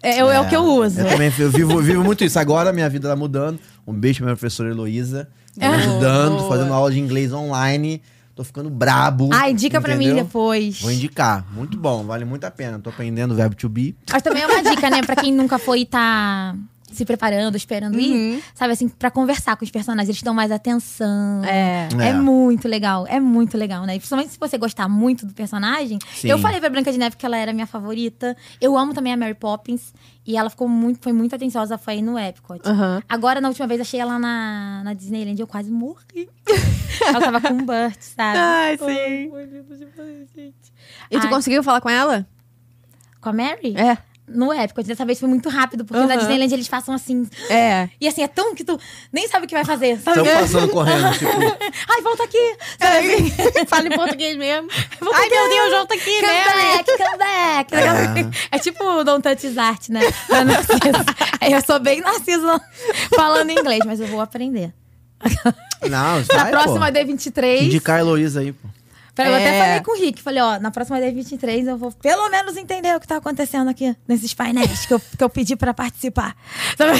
[SPEAKER 3] É, é, é o que eu uso.
[SPEAKER 2] Eu também eu vivo, vivo muito isso. Agora minha vida tá mudando. Um beijo pra minha professora Heloísa. Tá
[SPEAKER 3] Ah,
[SPEAKER 2] me ajudando,
[SPEAKER 1] Boa.
[SPEAKER 2] fazendo aula de inglês online. Tô ficando brabo.
[SPEAKER 3] Ai, dica pra mim
[SPEAKER 2] entendeu?
[SPEAKER 3] depois.
[SPEAKER 2] Vou indicar. Muito bom, vale muito a pena. Tô aprendendo o verbo to be.
[SPEAKER 3] Mas também é uma dica, né? Pra quem nunca foi e tá se preparando, esperando
[SPEAKER 1] Uhum.
[SPEAKER 3] ir. Sabe assim, pra conversar com os personagens. Eles dão mais atenção.
[SPEAKER 1] É.
[SPEAKER 3] É.
[SPEAKER 2] É.
[SPEAKER 3] muito legal, é muito legal, né? E Principalmente se você gostar muito do personagem.
[SPEAKER 2] Sim.
[SPEAKER 3] Eu falei pra Branca de Neve que ela era minha favorita. Eu amo também a Mary Poppins. E ela ficou muito, foi muito atenciosa, foi aí no Epcot.
[SPEAKER 1] Aham.
[SPEAKER 3] Agora, na última vez, achei ela na, na Disneyland e eu quase morri. ela tava com o Bert, sabe?
[SPEAKER 1] Ai,
[SPEAKER 4] Oh.
[SPEAKER 1] sim.
[SPEAKER 3] Foi lindo demais, gente.
[SPEAKER 1] E tu
[SPEAKER 3] Ai.
[SPEAKER 1] conseguiu falar com ela?
[SPEAKER 3] Com a Mary?
[SPEAKER 1] É.
[SPEAKER 3] No Epcot, dessa vez foi muito rápido, porque na
[SPEAKER 1] Aham.
[SPEAKER 3] Disneyland eles passam assim.
[SPEAKER 1] É.
[SPEAKER 3] E assim, é tão que tu nem sabe o que vai fazer. Sabe?
[SPEAKER 2] Estão passando correndo, tipo.
[SPEAKER 3] Ai, volta aqui!
[SPEAKER 1] É, Fala em português mesmo.
[SPEAKER 3] Volta
[SPEAKER 1] Ai,
[SPEAKER 3] aqui.
[SPEAKER 1] meu Deus, volta aqui né?
[SPEAKER 3] Come
[SPEAKER 1] mesmo.
[SPEAKER 3] back, come back.
[SPEAKER 2] Ah.
[SPEAKER 3] É. tipo Don't Touch His Art, né? Da Narcisa. Eu sou bem narcisa falando inglês, mas eu vou aprender.
[SPEAKER 2] Não,
[SPEAKER 3] Na
[SPEAKER 2] sai,
[SPEAKER 3] próxima
[SPEAKER 2] pô.
[SPEAKER 3] D23.
[SPEAKER 2] Indicar a Heloísa aí, pô.
[SPEAKER 3] Pera, eu até
[SPEAKER 1] É.
[SPEAKER 3] falei com o Rick. Falei, ó, na próxima D23 eu vou pelo menos entender o que tá acontecendo aqui nesses painéis que eu, que eu pedi pra participar. Sabe?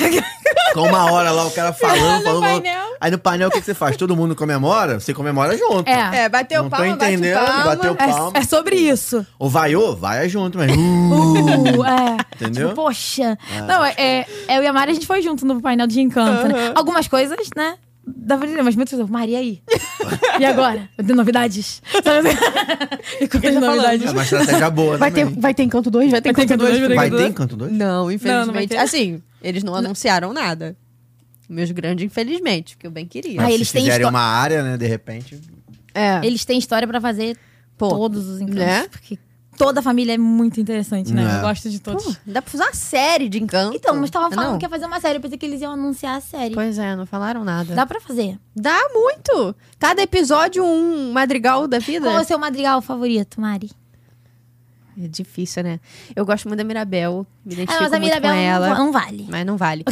[SPEAKER 2] Ficou uma hora lá, o cara falando, falando. falando.
[SPEAKER 1] painel.
[SPEAKER 2] Aí no painel o que que você faz? Todo mundo comemora? Você comemora junto.
[SPEAKER 3] É.
[SPEAKER 1] É, bateu
[SPEAKER 2] Não tô
[SPEAKER 1] palma, bate
[SPEAKER 2] entendendo,
[SPEAKER 1] palma.
[SPEAKER 2] bateu palma.
[SPEAKER 3] É, é sobre isso.
[SPEAKER 2] Ou vaiou? Vai junto, mas. Uh,
[SPEAKER 3] Uh, é.
[SPEAKER 2] Entendeu?
[SPEAKER 3] Tipo, poxa.
[SPEAKER 1] Ah.
[SPEAKER 3] Não, é, é- eu e a Mari, a gente foi junto no painel de encanto. né? Algumas coisas, né? Da Vanilla, mas muitas coisas. Maria aí. e agora? Eu tenho novidades. Sabe assim? Me conta as
[SPEAKER 1] tá falando?
[SPEAKER 2] é
[SPEAKER 3] novidades.
[SPEAKER 2] uma estratégia boa,
[SPEAKER 4] Vai ter,
[SPEAKER 2] também.
[SPEAKER 4] vai ter Encanto 2? Vai ter
[SPEAKER 3] Vai ter
[SPEAKER 4] Encanto 2?
[SPEAKER 3] Encanto
[SPEAKER 2] Vai ter encanto dois?
[SPEAKER 1] Não,
[SPEAKER 4] Não, não vai
[SPEAKER 1] infelizmente.
[SPEAKER 4] ter.
[SPEAKER 1] assim, eles não anunciaram nada. Meus grandes, infelizmente, que eu bem queria.
[SPEAKER 2] Mas
[SPEAKER 3] Aí
[SPEAKER 2] se
[SPEAKER 3] eles têm
[SPEAKER 2] fizerem
[SPEAKER 3] histó-
[SPEAKER 2] uma área, né, de repente.
[SPEAKER 1] É.
[SPEAKER 3] Eles têm história pra fazer
[SPEAKER 1] Pô,
[SPEAKER 3] todos os encantos.
[SPEAKER 1] né?
[SPEAKER 3] Porque toda a família é muito interessante, né?
[SPEAKER 2] É.
[SPEAKER 3] Eu gosto de todos.
[SPEAKER 1] Pô, dá pra fazer uma série de encanto.
[SPEAKER 3] Então, mas tava
[SPEAKER 1] Não?
[SPEAKER 3] falando que ia fazer uma série. Eu pensei que eles iam anunciar a série.
[SPEAKER 1] é Pois é, não falaram nada.
[SPEAKER 3] Dá pra fazer.
[SPEAKER 1] Dá muito! Cada episódio um madrigal da vida.
[SPEAKER 3] Qual é o seu madrigal favorito, Mari?
[SPEAKER 1] É difícil, né? Eu gosto muito da Mirabel. Me identifico
[SPEAKER 3] Ah, mas a
[SPEAKER 1] muito
[SPEAKER 3] Mirabel
[SPEAKER 1] com ela.
[SPEAKER 3] não, não vale.
[SPEAKER 1] Mas não vale.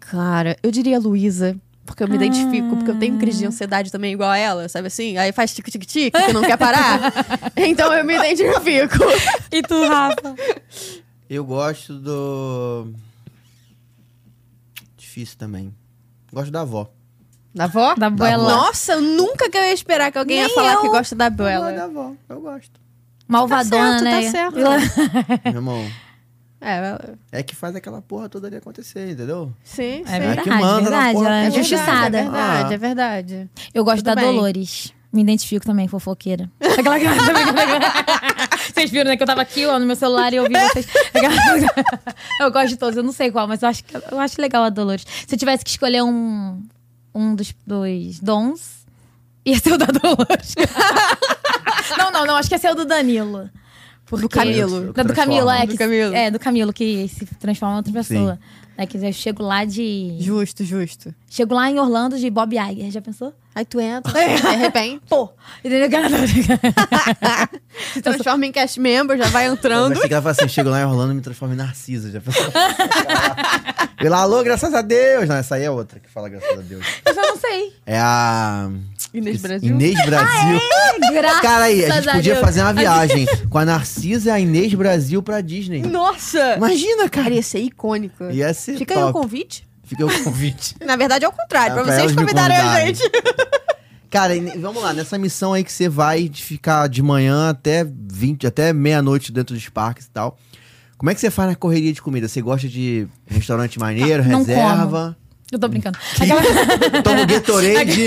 [SPEAKER 1] Cara, eu diria Luísa. Porque eu me identifico, porque eu tenho um crise
[SPEAKER 3] Ah.
[SPEAKER 1] de ansiedade também igual a ela, sabe assim? Aí faz tic-tic-tic, que não quer parar. então eu me identifico.
[SPEAKER 3] E tu, Rafa?
[SPEAKER 2] Eu gosto do. Difícil também. Gosto da avó.
[SPEAKER 1] Da avó?
[SPEAKER 3] Da Abuela.
[SPEAKER 1] Nossa, eu nunca que eu ia esperar que alguém ia
[SPEAKER 3] Nem
[SPEAKER 1] falar
[SPEAKER 3] eu.
[SPEAKER 1] que gosta da
[SPEAKER 2] Eu gosto
[SPEAKER 3] é.
[SPEAKER 1] Abuela.
[SPEAKER 2] da avó, eu gosto.
[SPEAKER 3] Malvadona,
[SPEAKER 1] Tá
[SPEAKER 3] né?
[SPEAKER 1] certo, tá
[SPEAKER 3] Ela-
[SPEAKER 2] Meu irmão,
[SPEAKER 1] É, ela-
[SPEAKER 2] é que faz aquela porra toda ali acontecer, entendeu?
[SPEAKER 1] sim,
[SPEAKER 3] É
[SPEAKER 1] sim.
[SPEAKER 2] É
[SPEAKER 3] verdade,
[SPEAKER 2] que manda na porta.
[SPEAKER 3] verdade. Ela é
[SPEAKER 2] É verdade,
[SPEAKER 3] injustiçada.
[SPEAKER 1] É verdade,
[SPEAKER 2] Ah.
[SPEAKER 1] é verdade.
[SPEAKER 3] Eu gosto
[SPEAKER 1] Tudo
[SPEAKER 3] da
[SPEAKER 1] bem.
[SPEAKER 3] Dolores. Me identifico também, fofoqueira. Aquela que... Você Vocês viram, né? Que eu tava aqui, ó, no meu celular e eu
[SPEAKER 1] É.
[SPEAKER 3] ouvi vocês. eu gosto de todos, eu não sei qual, mas eu acho, que- eu acho legal a Dolores. Se eu tivesse que escolher um, um dos, dos dons, ia ser o da Dolores. não, não, não, acho que ia ser o do Danilo. Porque... Do
[SPEAKER 1] Camilo.
[SPEAKER 3] Da, do Camilo, é.
[SPEAKER 1] Do
[SPEAKER 3] que-
[SPEAKER 1] Camilo.
[SPEAKER 3] É, do Camilo, que se transforma em outra pessoa. É, quer dizer, eu chego lá de.
[SPEAKER 1] Justo, justo.
[SPEAKER 3] Chego lá em Orlando de Bob Iger, já pensou?
[SPEAKER 1] Aí tu entra, de repente,
[SPEAKER 3] Pô! Entendeu?
[SPEAKER 1] se transforma em cast member, já vai
[SPEAKER 2] Eu
[SPEAKER 1] entrando.
[SPEAKER 2] achei que ela falou assim: chego lá em Orlando e me transformo em Narcisa. Já pensou? Eu lá, alô, graças a Deus. Não, essa aí é outra que fala graças a Deus.
[SPEAKER 3] Eu já não sei.
[SPEAKER 2] É a.
[SPEAKER 1] Inês Brasil.
[SPEAKER 2] Inês Brasil.
[SPEAKER 3] Graças
[SPEAKER 2] Cara, aí, a gente podia
[SPEAKER 3] Deus.
[SPEAKER 2] fazer uma viagem com a Narcisa e a Inês Brasil pra Disney.
[SPEAKER 1] Nossa!
[SPEAKER 2] Imagina, cara.
[SPEAKER 1] Cara, ia ser é icônico.
[SPEAKER 2] Ia ser
[SPEAKER 1] Fica aí o
[SPEAKER 2] top.
[SPEAKER 1] convite.
[SPEAKER 2] Fica o convite.
[SPEAKER 1] Na verdade, é o contrário,
[SPEAKER 2] É,
[SPEAKER 1] pra
[SPEAKER 2] pra
[SPEAKER 1] vocês
[SPEAKER 2] elas me
[SPEAKER 1] convidarem a
[SPEAKER 2] convidarem.
[SPEAKER 1] gente.
[SPEAKER 2] Cara, e- vamos lá, nessa missão aí que você vai de ficar de manhã até 20, até meia-noite dentro dos parques e tal. Como é que você faz na correria de comida? Você gosta de restaurante maneiro,
[SPEAKER 3] Não
[SPEAKER 2] reserva?
[SPEAKER 3] Eu tô brincando.
[SPEAKER 2] Toma o Gatorade,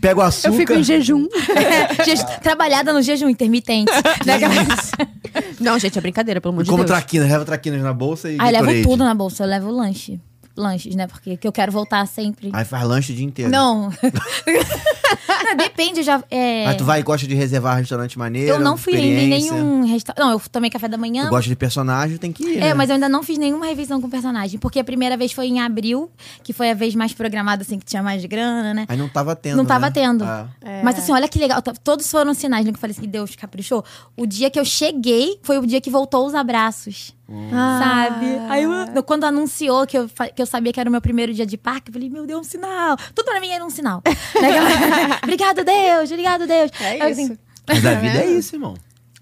[SPEAKER 2] pega o açúcar.
[SPEAKER 4] Eu fico em jejum.
[SPEAKER 3] É, jeju- Trabalhada no jejum um intermitente. Né,
[SPEAKER 1] Não, gente, é brincadeira, pelo amor
[SPEAKER 2] E
[SPEAKER 1] de
[SPEAKER 2] como
[SPEAKER 1] Deus.
[SPEAKER 2] traquinas, leva traquinas na bolsa e
[SPEAKER 3] Aí Ah, eu
[SPEAKER 2] Gatorade.
[SPEAKER 3] levo tudo na bolsa, eu levo lanche. Lanches, né? Porque que eu quero voltar sempre.
[SPEAKER 2] Aí faz lanche o dia inteiro.
[SPEAKER 3] Não. Não, Depende, eu já. é,
[SPEAKER 2] Mas Ah, tu vai e gosta de reservar restaurante maneiro,
[SPEAKER 3] eu não fui ainda em
[SPEAKER 2] experiência.
[SPEAKER 3] nenhum restaurante. Não, eu tomei café da manhã.
[SPEAKER 2] Tu gosta de personagem, tem que ir,
[SPEAKER 3] É,
[SPEAKER 2] né?
[SPEAKER 3] mas eu ainda não fiz nenhuma revisão com personagem. Porque a primeira vez foi em abril, que foi a vez mais programada, assim, que tinha mais grana, né?
[SPEAKER 2] Aí não tava tendo,
[SPEAKER 3] Não tava
[SPEAKER 2] né?
[SPEAKER 3] tendo.
[SPEAKER 2] Ah.
[SPEAKER 1] É.
[SPEAKER 3] Mas assim, olha que legal. t- Todos foram sinais, né? Que eu falei assim, Deus caprichou. O dia que eu cheguei foi o dia que voltou os abraços.
[SPEAKER 1] Ah.
[SPEAKER 3] Sabe? Aí eu- quando anunciou que eu, fa- que eu sabia que era o meu primeiro dia de parque, eu falei, meu Deus, um sinal. Tudo pra mim era um sinal. Né? obrigado, Deus, obrigado, Deus.
[SPEAKER 1] É
[SPEAKER 3] Aí,
[SPEAKER 1] isso.
[SPEAKER 3] assim,
[SPEAKER 2] Mas a vida é isso, irmão.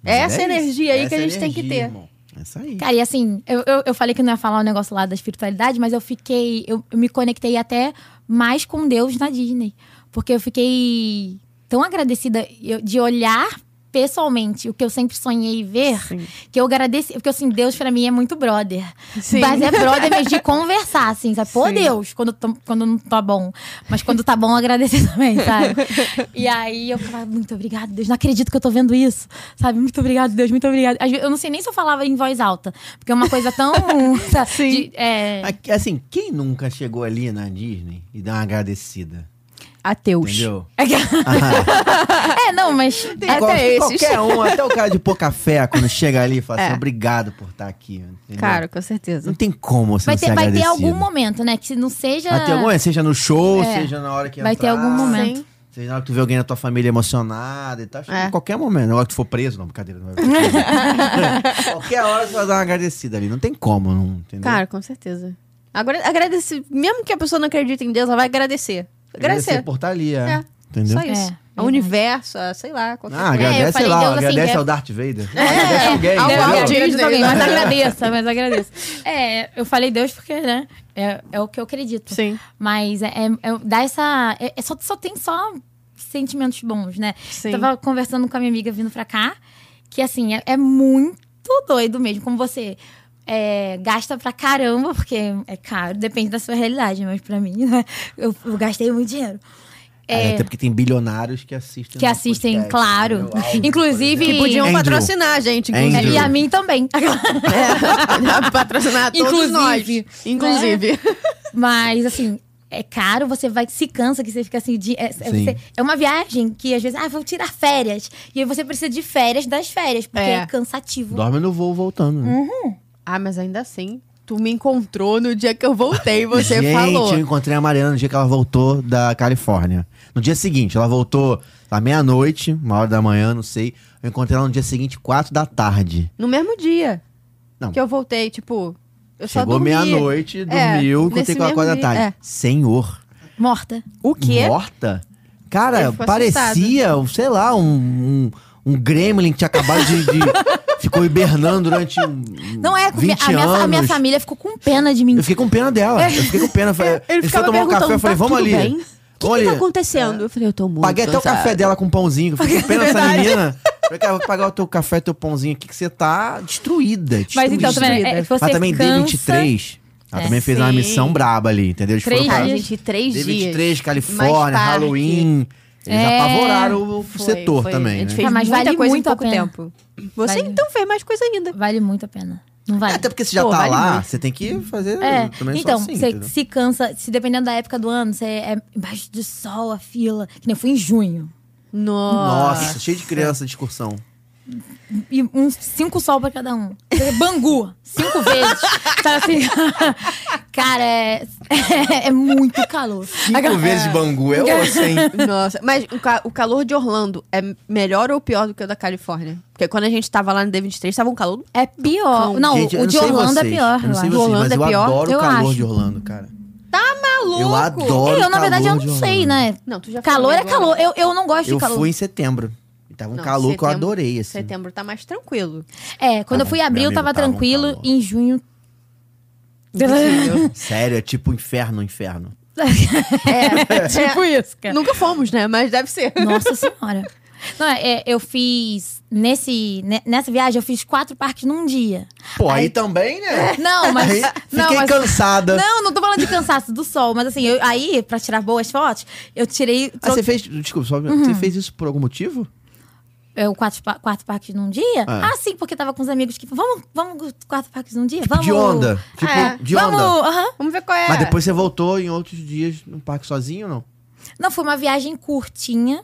[SPEAKER 2] A
[SPEAKER 1] É
[SPEAKER 2] vida
[SPEAKER 1] essa energia aí que a
[SPEAKER 2] Essa
[SPEAKER 1] gente tem que
[SPEAKER 2] energia,
[SPEAKER 1] ter.
[SPEAKER 2] irmão. Essa aí.
[SPEAKER 3] Cara, e assim, eu, eu, eu falei que não ia falar o negócio lá da espiritualidade, mas eu fiquei. Eu, eu me conectei até mais com Deus na Disney. Porque eu fiquei tão agradecida eu- de olhar pessoalmente o que eu sempre sonhei ver, que eu agradeci. Porque assim, Deus pra mim é muito brother.
[SPEAKER 1] Sim.
[SPEAKER 3] Mas é brother mesmo de conversar, assim, sabe? Pô, Deus, quando, tô- quando não tá bom. Mas quando tá bom, eu agradecer também, sabe? E aí eu falava, muito obrigado, Deus. Não acredito que eu tô vendo isso, sabe? Muito obrigado, Deus, muito obrigado. Às ve- Eu não sei nem se eu falava em voz alta, porque é uma coisa tão. sabe,
[SPEAKER 1] Sim.
[SPEAKER 3] de- é,
[SPEAKER 2] Aqui, Assim, quem nunca chegou ali na Disney e deu uma agradecida?
[SPEAKER 1] Ateus.
[SPEAKER 2] Entendeu?
[SPEAKER 3] é, não, mas.
[SPEAKER 1] Até
[SPEAKER 2] Qual-
[SPEAKER 1] esses.
[SPEAKER 2] qualquer um, até o cara de pouca fé, quando chega ali, fala
[SPEAKER 3] É.
[SPEAKER 2] assim, obrigado por estar aqui. entendeu?
[SPEAKER 1] Cara, com
[SPEAKER 2] Não
[SPEAKER 1] certeza.
[SPEAKER 2] tem como você
[SPEAKER 3] Vai
[SPEAKER 2] não
[SPEAKER 3] ter,
[SPEAKER 2] ser
[SPEAKER 3] vai ter
[SPEAKER 2] agradecido.
[SPEAKER 3] algum momento, né? Que se não seja.
[SPEAKER 2] Vai ter algum, seja no show,
[SPEAKER 3] É.
[SPEAKER 2] seja na hora que
[SPEAKER 3] Vai ter
[SPEAKER 2] entrar,
[SPEAKER 3] algum momento.
[SPEAKER 2] Seja na hora que tu vê alguém da tua família emocionada e tal. Acho que
[SPEAKER 1] É.
[SPEAKER 2] Em qualquer momento. Na hora que tu for preso, não, brincadeira. Não vai preso. qualquer hora tu vai dar uma agradecida ali. Não tem como, não, entendeu?
[SPEAKER 1] Cara, com certeza. Agora, agradecer. Mesmo que a pessoa não acredite em Deus, ela vai agradecer. Agradecer.
[SPEAKER 2] por estar ali, é.
[SPEAKER 1] É.
[SPEAKER 2] Entendeu?
[SPEAKER 1] Só isso.
[SPEAKER 3] É,
[SPEAKER 1] ao universo, a, sei lá, qualquer
[SPEAKER 2] Ah,
[SPEAKER 1] coisa.
[SPEAKER 3] É, eu
[SPEAKER 2] agradece,
[SPEAKER 3] falei,
[SPEAKER 2] sei lá,
[SPEAKER 3] Deus, assim,
[SPEAKER 2] agradece
[SPEAKER 3] que-
[SPEAKER 2] ao Darth Vader.
[SPEAKER 3] É,
[SPEAKER 2] Agradece alguém,
[SPEAKER 1] ao
[SPEAKER 3] é,
[SPEAKER 2] entendeu?
[SPEAKER 1] Walt
[SPEAKER 3] agradeço
[SPEAKER 1] Disney,
[SPEAKER 3] alguém,
[SPEAKER 1] né?
[SPEAKER 3] mas agradeça, mas agradeça. É, eu falei Deus porque, né? É, é o que eu acredito.
[SPEAKER 1] Sim.
[SPEAKER 3] Mas é, é- é- dá essa. é- é só, só tem só sentimentos bons, né?
[SPEAKER 1] Sim.
[SPEAKER 3] Tava conversando com a minha amiga vindo pra cá, que assim, é, é muito doido mesmo. Como você é, gasta pra caramba, porque é caro, depende da sua realidade, mas pra mim, né? Eu, eu gastei muito dinheiro.
[SPEAKER 2] É, Até porque tem bilionários que assistem.
[SPEAKER 3] Que
[SPEAKER 2] nosso
[SPEAKER 3] assistem,
[SPEAKER 2] podcast,
[SPEAKER 3] claro.
[SPEAKER 2] entendeu? Ao vivo,
[SPEAKER 3] Inclusive-
[SPEAKER 2] por exemplo.
[SPEAKER 1] Que podiam
[SPEAKER 2] Andrew.
[SPEAKER 1] patrocinar a gente, inclusive.
[SPEAKER 2] Andrew.
[SPEAKER 3] E a mim também.
[SPEAKER 1] É, patrocinar a todos
[SPEAKER 3] Inclusive.
[SPEAKER 1] nós. Inclusive.
[SPEAKER 3] Mas, assim, é caro, você vai, se cansa, que você fica assim. de- é, é-
[SPEAKER 2] Sim.
[SPEAKER 3] você- é uma viagem que às vezes, ah, vou tirar férias. E aí você precisa de férias das férias, porque é,
[SPEAKER 1] É.
[SPEAKER 3] cansativo.
[SPEAKER 2] Dorme no voo voltando, né?
[SPEAKER 1] Ah, mas ainda assim, tu me encontrou no dia que eu voltei, você
[SPEAKER 2] Gente,
[SPEAKER 1] falou.
[SPEAKER 2] eu encontrei a Mariana no dia que ela voltou da Califórnia. No dia seguinte, ela voltou à meia-noite, uma hora da manhã, não sei. Eu encontrei ela no dia seguinte, quatro da tarde.
[SPEAKER 1] No mesmo dia
[SPEAKER 2] Não.
[SPEAKER 1] que eu voltei, tipo, eu só
[SPEAKER 2] Chegou
[SPEAKER 1] dormi.
[SPEAKER 2] meia-noite,
[SPEAKER 1] É,
[SPEAKER 2] dormiu, encontrei
[SPEAKER 1] nesse
[SPEAKER 2] com ela
[SPEAKER 1] mesmo
[SPEAKER 2] quatro da
[SPEAKER 1] dia,
[SPEAKER 2] tarde.
[SPEAKER 1] é.
[SPEAKER 2] Senhor,
[SPEAKER 3] Morta.
[SPEAKER 1] O quê?
[SPEAKER 2] morta?
[SPEAKER 1] Ele
[SPEAKER 2] Cara,
[SPEAKER 1] ficou
[SPEAKER 2] parecia, sei lá, um, um, um gremlin que tinha acabado de... de- ficou hibernando durante um,
[SPEAKER 3] Não é, com-
[SPEAKER 2] 20
[SPEAKER 3] a, minha,
[SPEAKER 2] anos.
[SPEAKER 3] a minha família ficou com pena de mim.
[SPEAKER 2] Eu fiquei com pena dela. Eu fiquei com pena. Falei, a gente foi
[SPEAKER 1] É. ficava
[SPEAKER 2] tomar um café, eu
[SPEAKER 1] perguntando,
[SPEAKER 2] falei,
[SPEAKER 1] "Tá
[SPEAKER 2] vamos
[SPEAKER 1] tudo
[SPEAKER 2] ali.
[SPEAKER 1] bem? O que, que tá acontecendo? Eu falei, eu tô muito
[SPEAKER 2] Paguei até o
[SPEAKER 1] cansada.
[SPEAKER 2] café dela com pãozinho. Eu Fiquei com pena dessa menina. Falei, cara, vou pagar o teu café, teu pãozinho aqui, que você tá destruída.
[SPEAKER 3] Mas então,
[SPEAKER 2] destruída.
[SPEAKER 3] também, é, você
[SPEAKER 2] Ela também
[SPEAKER 3] cansa- É,
[SPEAKER 2] D23. Ela também fez uma
[SPEAKER 1] Sim.
[SPEAKER 2] missão braba ali, entendeu? Eles
[SPEAKER 3] Três
[SPEAKER 2] foram pra
[SPEAKER 1] Cara,
[SPEAKER 3] dias.
[SPEAKER 1] gente, três dias.
[SPEAKER 2] D23,
[SPEAKER 1] Mais
[SPEAKER 2] Califórnia,
[SPEAKER 1] parque.
[SPEAKER 2] Halloween. Eles
[SPEAKER 3] É,
[SPEAKER 2] apavoraram o setor também,
[SPEAKER 1] A gente
[SPEAKER 2] né?
[SPEAKER 1] fez
[SPEAKER 3] Ah, mas
[SPEAKER 1] muita
[SPEAKER 3] vale
[SPEAKER 1] coisa em
[SPEAKER 3] muito a
[SPEAKER 1] pouco
[SPEAKER 3] pena.
[SPEAKER 1] tempo. Você
[SPEAKER 3] Vale.
[SPEAKER 1] então fez mais coisa ainda.
[SPEAKER 3] Vale muito a pena. Não vale?
[SPEAKER 2] Até porque você já
[SPEAKER 1] Pô,
[SPEAKER 2] tá
[SPEAKER 1] vale
[SPEAKER 2] lá,
[SPEAKER 1] muito.
[SPEAKER 2] você tem que fazer
[SPEAKER 3] É,
[SPEAKER 2] também
[SPEAKER 3] então,
[SPEAKER 2] só assim,
[SPEAKER 3] você
[SPEAKER 2] entendeu?
[SPEAKER 3] se cansa, se dependendo da época do ano, você é embaixo do sol, a fila. Que nem eu fui em junho.
[SPEAKER 1] Nossa.
[SPEAKER 2] Nossa, cheio de criança, discussão.
[SPEAKER 3] E uns cinco sol pra cada um. Bangu, cinco vezes. Sabe assim? Cara, é, é muito calor.
[SPEAKER 2] Cinco vezes de Bangu, é osso, hein?
[SPEAKER 1] Nossa, mas o, ca- o calor de Orlando é melhor ou pior do que o da Califórnia? Porque quando a gente tava lá no D23, tava um calor.
[SPEAKER 3] É pior. Não,
[SPEAKER 2] Gente, eu
[SPEAKER 3] o de
[SPEAKER 2] sei
[SPEAKER 3] Orlando é
[SPEAKER 2] vocês, Eu não
[SPEAKER 3] pior.
[SPEAKER 2] sei
[SPEAKER 3] acho.
[SPEAKER 2] vocês,
[SPEAKER 1] Orlando
[SPEAKER 2] mas
[SPEAKER 1] é
[SPEAKER 2] eu
[SPEAKER 1] pior?
[SPEAKER 2] adoro
[SPEAKER 3] Eu
[SPEAKER 2] o calor
[SPEAKER 3] acho.
[SPEAKER 2] de Orlando, cara.
[SPEAKER 1] Maluco!
[SPEAKER 2] Eu adoro
[SPEAKER 3] Tá Eu,
[SPEAKER 2] o
[SPEAKER 3] na verdade, eu
[SPEAKER 2] calor de
[SPEAKER 3] não sei,
[SPEAKER 2] Orlando.
[SPEAKER 3] né?
[SPEAKER 1] Não, tu já falou
[SPEAKER 3] Calor é
[SPEAKER 1] agora.
[SPEAKER 3] calor. Eu, eu não gosto
[SPEAKER 2] Eu
[SPEAKER 3] de calor.
[SPEAKER 2] fui em setembro. E tava um
[SPEAKER 1] Não,
[SPEAKER 2] calor que eu
[SPEAKER 1] setembro-
[SPEAKER 2] adorei, assim.
[SPEAKER 1] Setembro tá mais tranquilo.
[SPEAKER 3] É, quando
[SPEAKER 2] Tá
[SPEAKER 3] eu fui em
[SPEAKER 2] bom,
[SPEAKER 3] abril,
[SPEAKER 2] meu
[SPEAKER 3] tava
[SPEAKER 2] amigo, tá bom,
[SPEAKER 3] tranquilo.
[SPEAKER 2] tá bom.
[SPEAKER 3] em junho.
[SPEAKER 2] Sério, é tipo inferno, inferno.
[SPEAKER 3] tipo isso, cara.
[SPEAKER 1] Nunca fomos, né? Mas deve ser.
[SPEAKER 3] Nossa senhora. Não, é, é, eu fiz. Nesse, ne- nessa viagem, eu fiz quatro parques num dia.
[SPEAKER 2] Pô, aí, também, né?
[SPEAKER 3] Não, mas.
[SPEAKER 2] Aí
[SPEAKER 3] não,
[SPEAKER 2] fiquei
[SPEAKER 3] mas-
[SPEAKER 2] cansada.
[SPEAKER 3] Não, não tô falando de cansaço do sol, mas assim, eu- aí, pra tirar boas fotos, eu tirei.
[SPEAKER 2] Ah,
[SPEAKER 3] tro-
[SPEAKER 2] você fez. Desculpa, só, você fez isso por algum motivo?
[SPEAKER 3] eu, é, quatro, pa- quatro parques num dia? Ah, sim, porque tava com os amigos que. Vamos, vamos quatro parques num dia? vamos.
[SPEAKER 2] De onda. Tipo,
[SPEAKER 1] É.
[SPEAKER 2] de onda.
[SPEAKER 3] vamos, aham.
[SPEAKER 1] Vamos ver qual é.
[SPEAKER 2] Mas depois você voltou em outros dias no parque sozinho ou não?
[SPEAKER 3] Não, foi uma viagem curtinha.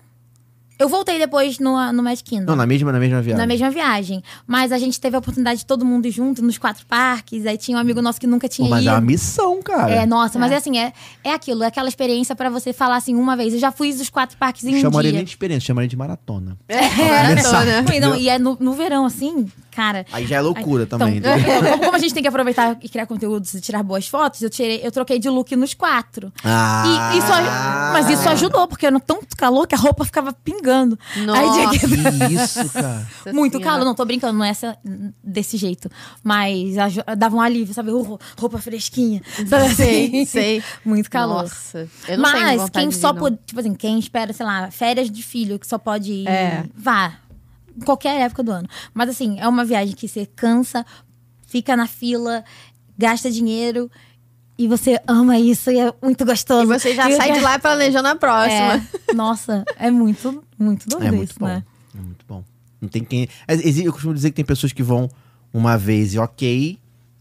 [SPEAKER 3] Eu voltei depois no, no Magic Kingdom.
[SPEAKER 2] Não, na mesma, na mesma viagem.
[SPEAKER 3] Na mesma viagem. Mas a gente teve a oportunidade de todo mundo ir junto nos quatro parques. Aí tinha um amigo nosso que nunca
[SPEAKER 2] Pô,
[SPEAKER 3] tinha
[SPEAKER 2] mas é
[SPEAKER 3] ido.
[SPEAKER 2] uma missão, cara.
[SPEAKER 3] É, nossa, mas é assim, é, é aquilo, é aquela experiência pra você falar assim uma vez. Eu já fui os quatro parques em um
[SPEAKER 2] chamaria
[SPEAKER 3] dia.
[SPEAKER 2] nem de experiência, chamaria de maratona.
[SPEAKER 1] É, maratona.
[SPEAKER 3] Foi, não, e é no, no verão, assim, cara.
[SPEAKER 2] Aí já é loucura
[SPEAKER 3] Então,
[SPEAKER 2] também. né?
[SPEAKER 3] como, como a gente tem que aproveitar e criar conteúdos e tirar boas fotos, eu, tirei, eu troquei de look nos quatro.
[SPEAKER 2] Ah.
[SPEAKER 3] E isso, aj- mas isso ajudou, porque era tanto calor que a roupa ficava pingando. Aí tinha que
[SPEAKER 2] Que isso, cara.
[SPEAKER 1] Nossa
[SPEAKER 3] Muito
[SPEAKER 1] Senhora.
[SPEAKER 3] calor, não tô brincando, não é essa, desse jeito. Mas aju- dava um alívio, sabe? Uh, roupa fresquinha. Sabe assim?
[SPEAKER 1] Sei, sei.
[SPEAKER 3] Muito calor.
[SPEAKER 1] Nossa, eu não tenho
[SPEAKER 3] Mas
[SPEAKER 1] vontade
[SPEAKER 3] quem
[SPEAKER 1] de ir,
[SPEAKER 3] só
[SPEAKER 1] não.
[SPEAKER 3] pode. Tipo assim, quem espera, sei lá, férias de filho, que só pode ir.
[SPEAKER 1] É.
[SPEAKER 3] Vá. em Qualquer época do ano. Mas assim, é uma viagem que você cansa, fica na fila, gasta dinheiro. E você ama isso e é muito gostoso.
[SPEAKER 1] E você já sai de lá planejando a próxima.
[SPEAKER 3] É, nossa, é muito, muito doido
[SPEAKER 2] É muito
[SPEAKER 3] isso,
[SPEAKER 2] bom.
[SPEAKER 3] né?
[SPEAKER 2] É muito bom. Não tem quem. é, exi- Eu costumo dizer que tem pessoas que vão uma vez e ok.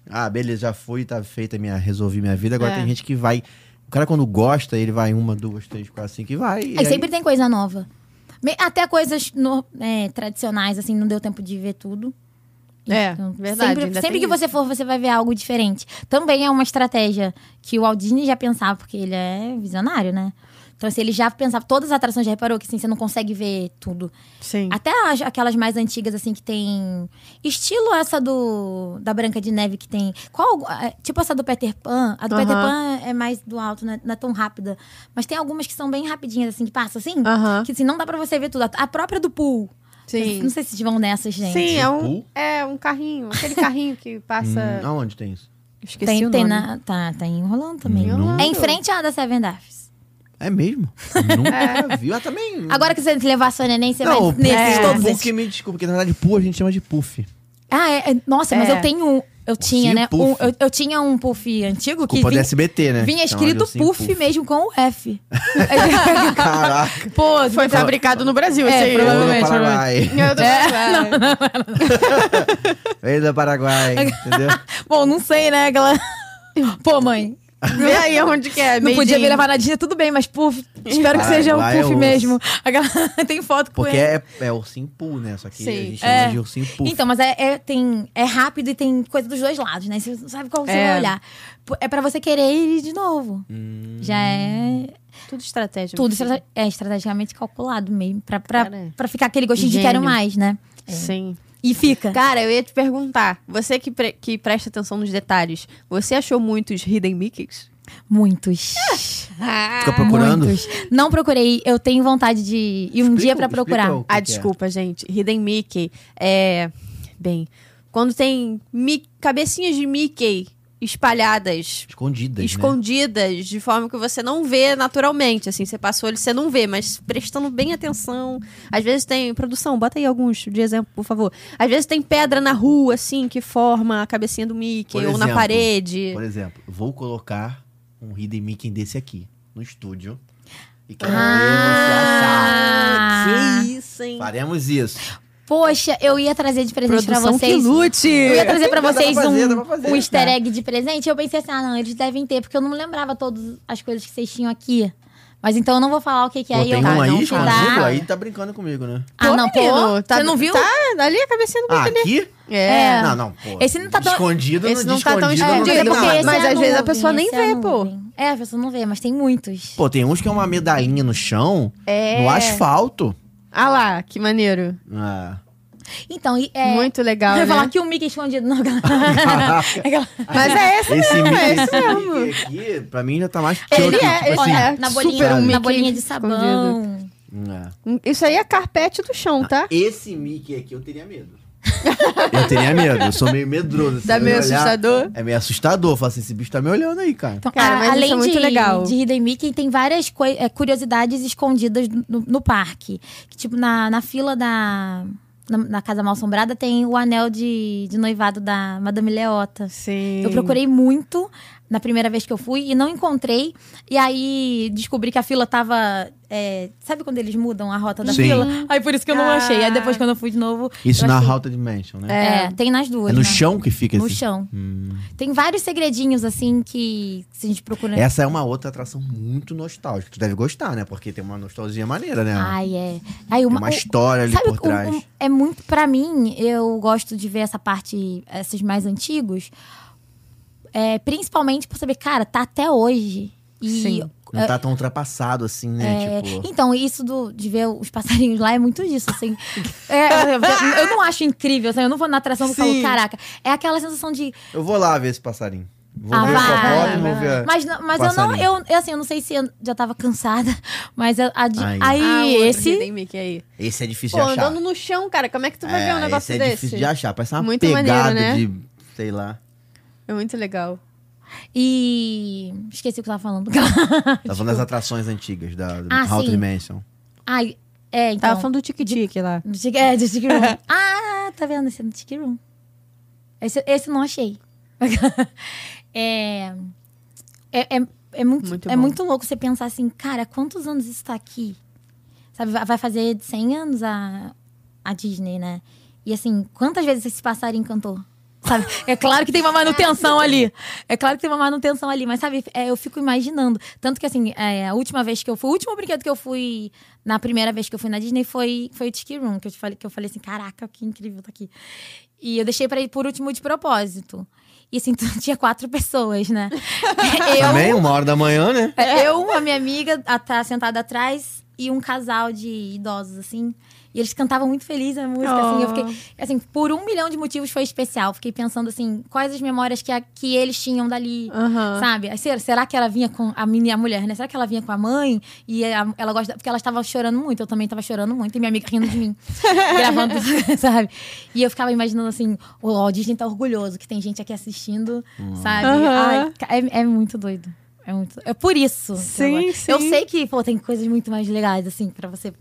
[SPEAKER 2] Ah, beleza, já fui, tá feita minha. Resolvi minha vida. Agora
[SPEAKER 1] É.
[SPEAKER 2] tem gente que vai. O cara, quando gosta, ele vai uma, duas, três, quatro, cinco e vai. e
[SPEAKER 3] Aí
[SPEAKER 2] aí-
[SPEAKER 3] É sempre tem coisa nova. Me- Até coisas no- é, tradicionais, assim, não deu tempo de ver tudo.
[SPEAKER 1] É,
[SPEAKER 3] Então,
[SPEAKER 1] verdade,
[SPEAKER 3] Sempre,
[SPEAKER 1] ainda
[SPEAKER 3] sempre que
[SPEAKER 1] tem
[SPEAKER 3] você for, você vai ver algo diferente. Também é uma estratégia que o Walt Disney já pensava, porque ele é visionário, né? Então, se ele já pensava, todas as atrações já reparou que assim, você não consegue ver tudo.
[SPEAKER 1] Sim.
[SPEAKER 3] Até as- aquelas mais antigas, assim, que tem. Estilo essa do. Da Branca de Neve que tem. Qual. é, Tipo essa do Peter Pan. A do Peter
[SPEAKER 1] Aham.
[SPEAKER 3] Pan é mais do alto, né? não é tão rápida. Mas tem algumas que são bem rapidinhas, assim, que passa assim.
[SPEAKER 1] Aham.
[SPEAKER 3] Que assim, não dá pra você ver tudo. A- A própria do pool.
[SPEAKER 1] Sim.
[SPEAKER 3] Não sei se vão nessas, gente.
[SPEAKER 1] Sim, é um,
[SPEAKER 2] Tipo?
[SPEAKER 1] é um carrinho. Aquele carrinho que
[SPEAKER 2] Hum,
[SPEAKER 1] passa...
[SPEAKER 2] aonde tem isso?
[SPEAKER 1] Esqueci
[SPEAKER 3] Tem,
[SPEAKER 1] o
[SPEAKER 3] tem
[SPEAKER 1] nome.
[SPEAKER 3] na. Tá, tá enrolando também.
[SPEAKER 2] Não.
[SPEAKER 3] É em frente à da Seven Daffs.
[SPEAKER 2] É mesmo? Eu Nunca vi. Ah, também.
[SPEAKER 3] É. Agora que você levar sua neném, você
[SPEAKER 2] não,
[SPEAKER 3] vai nesses
[SPEAKER 2] é,
[SPEAKER 3] todos.
[SPEAKER 2] porque me desculpa, porque na verdade puff a gente chama de puff.
[SPEAKER 3] Ah, é, é- nossa, mas
[SPEAKER 1] É.
[SPEAKER 3] eu tenho um. Eu tinha, né?
[SPEAKER 2] puff.
[SPEAKER 3] um- eu, eu tinha um puff antigo que
[SPEAKER 2] Culpa do
[SPEAKER 3] vinha,
[SPEAKER 2] SBT, né? Chamava
[SPEAKER 3] vinha
[SPEAKER 2] de
[SPEAKER 3] escrito
[SPEAKER 2] ursinho
[SPEAKER 3] puff, mesmo com o F.
[SPEAKER 2] Caraca.
[SPEAKER 1] Pô, foi fabricado no Brasil,
[SPEAKER 3] É,
[SPEAKER 1] isso aí.
[SPEAKER 2] Veio do
[SPEAKER 1] provavelmente.
[SPEAKER 2] Paraguai.
[SPEAKER 1] É, Eu tô falando.
[SPEAKER 2] Veio do Paraguai, entendeu?
[SPEAKER 3] Bom, não sei, né, galera? Pô, mãe,
[SPEAKER 1] Vê aí onde que é.
[SPEAKER 3] não
[SPEAKER 1] Made
[SPEAKER 3] podia
[SPEAKER 1] in.
[SPEAKER 3] me levar na Disney, tudo bem, mas puff, espero que
[SPEAKER 2] Ah,
[SPEAKER 3] seja um
[SPEAKER 2] lá é
[SPEAKER 3] puff
[SPEAKER 2] osso.
[SPEAKER 3] mesmo. A galera tem foto com
[SPEAKER 2] Porque
[SPEAKER 3] ele.
[SPEAKER 2] é, é ursinho pool, né? Só que a
[SPEAKER 1] Sim.
[SPEAKER 2] gente chama
[SPEAKER 3] É.
[SPEAKER 2] de ursinho puff.
[SPEAKER 3] Então, mas é, é- tem, é rápido e tem coisa dos dois lados, né? Você não sabe qual você
[SPEAKER 1] É.
[SPEAKER 3] vai olhar. Pô, É pra você querer ir de novo.
[SPEAKER 2] Hum.
[SPEAKER 3] Já é
[SPEAKER 1] Tudo estratégia.
[SPEAKER 3] tudo
[SPEAKER 1] meu filho.
[SPEAKER 3] estra- é estrategicamente calculado mesmo. Pra, pra,
[SPEAKER 1] Cara, é.
[SPEAKER 3] pra ficar aquele gostinho de
[SPEAKER 1] Gênio.
[SPEAKER 3] quero mais, né?
[SPEAKER 1] Sim.
[SPEAKER 3] E fica.
[SPEAKER 1] Cara, eu ia te perguntar. Você que, pre- que presta atenção nos detalhes, você achou muitos Hidden Mickeys? Ah,
[SPEAKER 3] Muitos.
[SPEAKER 2] Fica procurando.
[SPEAKER 3] Muitos. Não procurei. Eu tenho vontade de ir um
[SPEAKER 2] Explica-
[SPEAKER 3] dia pra procurar.
[SPEAKER 2] explica o que
[SPEAKER 1] Ah,
[SPEAKER 2] que é.
[SPEAKER 1] desculpa, gente. Hidden Mickey é. Bem, quando tem mi- cabecinhas de Mickey espalhadas,
[SPEAKER 2] Escondidas, né?
[SPEAKER 1] escondidas, de forma que você não vê naturalmente. Assim, você passa o olho e você não vê, mas prestando bem atenção. Às vezes tem. Produção, bota aí alguns de exemplo, por favor. Às vezes tem pedra na rua, assim, que forma a cabecinha do Mickey,
[SPEAKER 2] Por
[SPEAKER 1] ou na
[SPEAKER 2] exemplo,
[SPEAKER 1] parede.
[SPEAKER 2] Por exemplo, vou colocar um Hidden Mickey desse aqui no estúdio. E queremos sua chapa.
[SPEAKER 3] Ah,
[SPEAKER 1] Ah, Que isso, hein?
[SPEAKER 2] Faremos isso.
[SPEAKER 3] Poxa, eu ia trazer de presente pra
[SPEAKER 1] Produção
[SPEAKER 3] vocês.
[SPEAKER 1] que
[SPEAKER 3] Eu
[SPEAKER 1] lute!
[SPEAKER 3] ia trazer pra
[SPEAKER 2] Dá pra
[SPEAKER 3] vocês
[SPEAKER 2] fazer, dá
[SPEAKER 3] um,
[SPEAKER 2] pra fazer. né?
[SPEAKER 3] um easter egg de presente. Eu pensei assim, ah, não, eles devem ter, porque eu não lembrava todas as coisas que vocês tinham aqui. Mas então eu não vou falar o que, que é.
[SPEAKER 2] Pô,
[SPEAKER 3] e eu
[SPEAKER 2] tem
[SPEAKER 3] vou
[SPEAKER 2] um aí
[SPEAKER 3] te dar.
[SPEAKER 2] escondido, aí tá brincando comigo, né?
[SPEAKER 3] Ah, não, pô.
[SPEAKER 1] menino, tá-
[SPEAKER 3] Você não viu?
[SPEAKER 1] Tá ali a cabecinha do
[SPEAKER 2] Ah,
[SPEAKER 1] bebê.
[SPEAKER 2] aqui?
[SPEAKER 1] É.
[SPEAKER 2] Não, não, pô.
[SPEAKER 3] Esse não tá tão-
[SPEAKER 2] escondido,
[SPEAKER 1] Esse
[SPEAKER 2] não,
[SPEAKER 1] não tá tão
[SPEAKER 2] escondido, não
[SPEAKER 1] escondido,
[SPEAKER 2] tem
[SPEAKER 1] porque
[SPEAKER 2] nada.
[SPEAKER 1] esse Mas
[SPEAKER 3] é
[SPEAKER 1] às vezes a pessoa
[SPEAKER 3] nuvem,
[SPEAKER 1] nem
[SPEAKER 3] esse é
[SPEAKER 1] vê, pô.
[SPEAKER 3] nuvem. É, a pessoa não vê, mas tem muitos.
[SPEAKER 2] Pô, tem uns que é uma medalhinha no chão,
[SPEAKER 1] É.
[SPEAKER 2] no asfalto.
[SPEAKER 1] Ah lá, que maneiro.
[SPEAKER 2] Ah.
[SPEAKER 3] Então, e, é...
[SPEAKER 1] Muito legal,
[SPEAKER 3] Eu ia
[SPEAKER 1] né?
[SPEAKER 3] falar que o Mickey escondido. Não, aquela... aquela...
[SPEAKER 1] Mas é esse
[SPEAKER 2] Esse
[SPEAKER 1] mesmo, é
[SPEAKER 2] Mickey,
[SPEAKER 1] esse
[SPEAKER 2] esse
[SPEAKER 1] mesmo.
[SPEAKER 2] Mickey aqui, pra mim já tá mais
[SPEAKER 1] Ele
[SPEAKER 2] choruco,
[SPEAKER 1] é,
[SPEAKER 2] tipo
[SPEAKER 1] ele
[SPEAKER 2] assim.
[SPEAKER 1] é.
[SPEAKER 3] na
[SPEAKER 2] super
[SPEAKER 3] bolinha,
[SPEAKER 2] um
[SPEAKER 3] na
[SPEAKER 1] Mickey
[SPEAKER 3] bolinha de sabão.
[SPEAKER 2] É.
[SPEAKER 1] Isso aí é carpete do chão, tá?
[SPEAKER 2] Esse Mickey aqui eu teria medo. eu teria medo, eu sou meio medroso. assim,
[SPEAKER 1] Tá
[SPEAKER 2] de
[SPEAKER 1] meio
[SPEAKER 2] olhar.
[SPEAKER 1] assustador?
[SPEAKER 2] É meio assustador, eu falo assim, esse bicho tá me olhando aí, cara.
[SPEAKER 3] Então,
[SPEAKER 1] Cara,
[SPEAKER 3] a-
[SPEAKER 1] mas isso
[SPEAKER 3] além
[SPEAKER 1] é muito
[SPEAKER 3] de,
[SPEAKER 1] legal.
[SPEAKER 3] de Hidden Mickey, tem várias coi- é, curiosidades escondidas no, no parque. Que, tipo, na, na fila da. Na, na Casa Mal Assombrada tem o anel de, de noivado da Madame Leota.
[SPEAKER 1] Sim.
[SPEAKER 3] Eu procurei muito na primeira vez que eu fui e não encontrei. E aí descobri que a fila tava. é, sabe quando eles mudam a rota da
[SPEAKER 2] Sim.
[SPEAKER 3] fila? Aí por isso que eu não achei. Aí depois quando eu fui de novo.
[SPEAKER 2] Isso
[SPEAKER 3] eu
[SPEAKER 2] na
[SPEAKER 3] achei.
[SPEAKER 2] Haunted Mansion, né?
[SPEAKER 3] É, tem nas duas.
[SPEAKER 2] no
[SPEAKER 3] né?
[SPEAKER 2] chão que fica
[SPEAKER 3] No
[SPEAKER 2] esse-
[SPEAKER 3] chão.
[SPEAKER 2] Hum.
[SPEAKER 3] Tem vários segredinhos, assim, que se a gente procura.
[SPEAKER 2] Essa é uma outra atração muito nostálgica. Tu deve gostar, né? Porque tem uma nostalgia maneira, né?
[SPEAKER 3] Ai, é. Aí,
[SPEAKER 2] Tem
[SPEAKER 3] uma,
[SPEAKER 2] uma
[SPEAKER 3] o-
[SPEAKER 2] história ali
[SPEAKER 3] sabe
[SPEAKER 2] por
[SPEAKER 3] o-
[SPEAKER 2] trás.
[SPEAKER 3] o- é muito pra mim, eu gosto de ver essa parte, esses mais antigos, é, principalmente por saber, cara, tá até hoje. E,
[SPEAKER 1] Sim.
[SPEAKER 2] Não tá tão ultrapassado assim, né?
[SPEAKER 3] é,
[SPEAKER 2] Tipo.
[SPEAKER 3] Então, isso do- de ver os passarinhos lá é muito disso, assim. É, eu, eu não acho incrível, assim, eu não vou na atração e falo,
[SPEAKER 2] Sim.
[SPEAKER 3] caraca. É aquela sensação de.
[SPEAKER 2] Eu vou lá ver esse passarinho. Vou
[SPEAKER 3] Ah,
[SPEAKER 2] ver
[SPEAKER 3] vai,
[SPEAKER 2] o cocó e
[SPEAKER 1] vai.
[SPEAKER 2] vou ver.
[SPEAKER 3] Mas, não- mas eu não,
[SPEAKER 2] passarinho.
[SPEAKER 3] eu, eu, assim, eu não sei se eu já tava cansada, mas a- a de-
[SPEAKER 2] Ai.
[SPEAKER 3] aí,
[SPEAKER 1] Ah, o outro
[SPEAKER 3] esse.
[SPEAKER 1] Hidden Mickey aí.
[SPEAKER 2] Esse é difícil
[SPEAKER 1] Pô,
[SPEAKER 2] de achar.
[SPEAKER 1] andando no chão, cara, como é que tu vai ver um negócio
[SPEAKER 2] esse é
[SPEAKER 1] desse?
[SPEAKER 2] difícil de achar. Parece uma
[SPEAKER 1] Muito
[SPEAKER 2] pegada
[SPEAKER 3] né?
[SPEAKER 1] maneiro,
[SPEAKER 2] de. Sei lá.
[SPEAKER 1] É muito legal.
[SPEAKER 3] E. Esqueci o que eu tava falando.
[SPEAKER 2] Tá falando das atrações antigas da
[SPEAKER 3] Tipo- Ah,
[SPEAKER 2] Haunted
[SPEAKER 3] sim.
[SPEAKER 2] Mansion.
[SPEAKER 3] Ai, é, então.
[SPEAKER 4] Tava falando do tique-tique lá.
[SPEAKER 3] Do Tic- É, do Tic Room. ah, tá vendo? Esse é do Tic Room. Esse, esse eu não achei. é, é, é, é muito,
[SPEAKER 1] Muito
[SPEAKER 3] é
[SPEAKER 1] bom.
[SPEAKER 3] muito louco você pensar assim, cara, quantos anos isso tá aqui? Sabe, vai vai fazer 100 anos a, a Disney, né? E assim, quantas vezes esse passarinho cantou? Sabe? É claro que tem uma manutenção ali. É claro que tem uma manutenção ali, mas sabe, é, eu fico imaginando. Tanto que assim, é, a última vez que eu fui, o último brinquedo que eu fui, na primeira vez que eu fui na Disney foi, foi o Tiki Room, que eu, te falei, que eu falei assim, caraca, que incrível tá aqui. E eu deixei pra ir por último de propósito. E assim, tinha quatro pessoas, né? eu,
[SPEAKER 2] Também, uma hora da manhã, né?
[SPEAKER 3] é, Eu, a minha amiga, a- tá sentada atrás e um casal de idosos, assim. E eles cantavam muito feliz a música, assim. Eu fiquei, assim, por um milhão de motivos foi especial. Fiquei pensando, assim, quais as memórias que, a- que eles tinham dali,
[SPEAKER 1] Aham.
[SPEAKER 3] sabe? Aí, ser- será que ela vinha com a menina, a mulher, né? Será que ela vinha com a mãe? E a- ela gosta, porque ela estava chorando muito, eu também estava chorando muito. E minha amiga rindo de mim, gravando, sabe? E eu ficava imaginando, assim, ó, o Disney tá orgulhoso que tem gente aqui assistindo, sabe?
[SPEAKER 1] Aham.
[SPEAKER 3] Ai, ca- é, é muito doido. É, muito, é por isso.
[SPEAKER 1] Sim,
[SPEAKER 3] eu, Eu
[SPEAKER 1] sim.
[SPEAKER 3] sei que, pô, tem coisas muito mais legais, assim, pra você.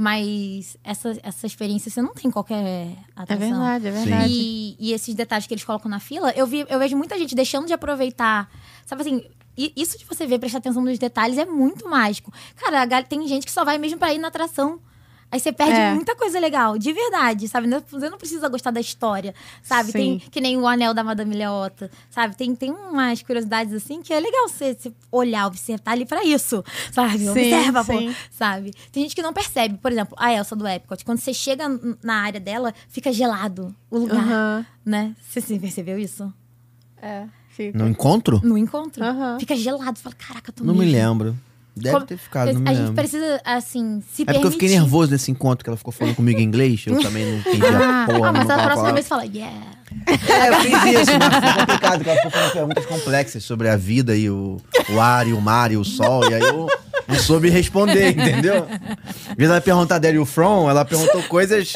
[SPEAKER 3] Mas essa, essa experiência você não tem em qualquer
[SPEAKER 1] É
[SPEAKER 3] atração.
[SPEAKER 1] verdade, é
[SPEAKER 2] Sim.
[SPEAKER 1] verdade.
[SPEAKER 3] E, e esses detalhes que eles colocam na fila, eu, vi, eu vejo muita gente deixando de aproveitar. Sabe assim, i- isso de você ver, prestar atenção nos detalhes é muito mágico. Cara, a gal- tem gente que só vai mesmo pra ir na atração. Aí você perde
[SPEAKER 1] É.
[SPEAKER 3] muita coisa legal, de verdade, sabe? Não- é, Você não precisa gostar da história, sabe? Tem, que nem o anel da Madame Leota, sabe? Tem, tem umas curiosidades assim que é legal você, você olhar, observar, tá ali pra isso, sabe?
[SPEAKER 1] Sim,
[SPEAKER 3] Observa,
[SPEAKER 1] sim.
[SPEAKER 3] pô sabe? Tem gente que não percebe, por exemplo, a Elsa do Epcot, quando você chega n- na área dela, fica gelado o lugar,
[SPEAKER 1] Aham.
[SPEAKER 3] né? Você, você percebeu isso?
[SPEAKER 1] É, fica.
[SPEAKER 2] No encontro?
[SPEAKER 3] No encontro,
[SPEAKER 1] Aham.
[SPEAKER 3] fica gelado, fala, caraca, eu tô
[SPEAKER 2] Não me
[SPEAKER 3] mesmo."
[SPEAKER 2] lembro. Deve
[SPEAKER 3] Como-
[SPEAKER 2] ter ficado, não me
[SPEAKER 3] A
[SPEAKER 2] lembro.
[SPEAKER 3] gente precisa, assim, se
[SPEAKER 2] É porque eu fiquei
[SPEAKER 3] permitir.
[SPEAKER 2] nervoso nesse encontro que ela ficou falando comigo em inglês. Eu também não entendi
[SPEAKER 3] Ah,
[SPEAKER 2] a porra.
[SPEAKER 3] ah, mas
[SPEAKER 2] não
[SPEAKER 3] a
[SPEAKER 2] tava
[SPEAKER 3] próxima
[SPEAKER 2] falando.
[SPEAKER 3] vez você fala, yeah.
[SPEAKER 2] É, eu fiz isso, mas foi complicado. Porque ela ficou fazendo perguntas complexas sobre a vida e o, o ar e o mar e o sol. E aí eu não soube responder, entendeu? Em vez ela perguntar dela e o from, ela perguntou coisas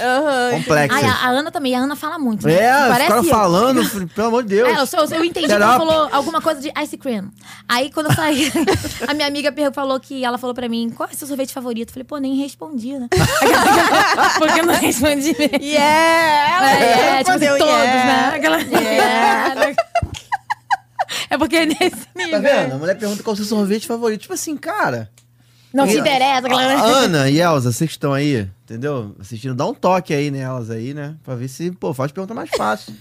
[SPEAKER 2] complexas.
[SPEAKER 3] Ai, a, a Ana também, a Ana fala muito. né?
[SPEAKER 2] é,
[SPEAKER 3] Parece
[SPEAKER 2] ficaram
[SPEAKER 3] eu.
[SPEAKER 2] falando, eu falei, pelo amor de Deus.
[SPEAKER 3] É, eu, eu- eu entendi que
[SPEAKER 2] Shut
[SPEAKER 3] ela
[SPEAKER 2] up.
[SPEAKER 3] falou alguma coisa de ice cream. Aí quando eu saí, a minha amiga per- falou que ela falou pra mim, qual é o seu sorvete favorito? Eu falei, pô, nem respondi, né? Porque eu não respondi mesmo.
[SPEAKER 1] Yeah!
[SPEAKER 3] É, é, tipo,
[SPEAKER 1] respondeu,
[SPEAKER 3] todos,
[SPEAKER 1] yeah.
[SPEAKER 3] né? Aquela... É porque nesse
[SPEAKER 2] Tá
[SPEAKER 3] nível.
[SPEAKER 2] vendo? A mulher pergunta qual é o seu sorvete favorito. Tipo assim, cara.
[SPEAKER 3] Não te
[SPEAKER 2] E-
[SPEAKER 3] interessa,
[SPEAKER 2] A-
[SPEAKER 3] galera.
[SPEAKER 2] Ana e Elza, vocês que estão aí, entendeu? Assistindo, dá um toque aí nelas aí, né? Pra ver se, pô, faz pergunta mais fácil.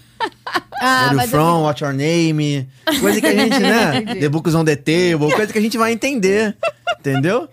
[SPEAKER 3] Ah,
[SPEAKER 2] Where you
[SPEAKER 3] mas eu-
[SPEAKER 2] from, what's your name? Coisa que a gente, né? The books on the table, coisa que a gente vai entender, entendeu?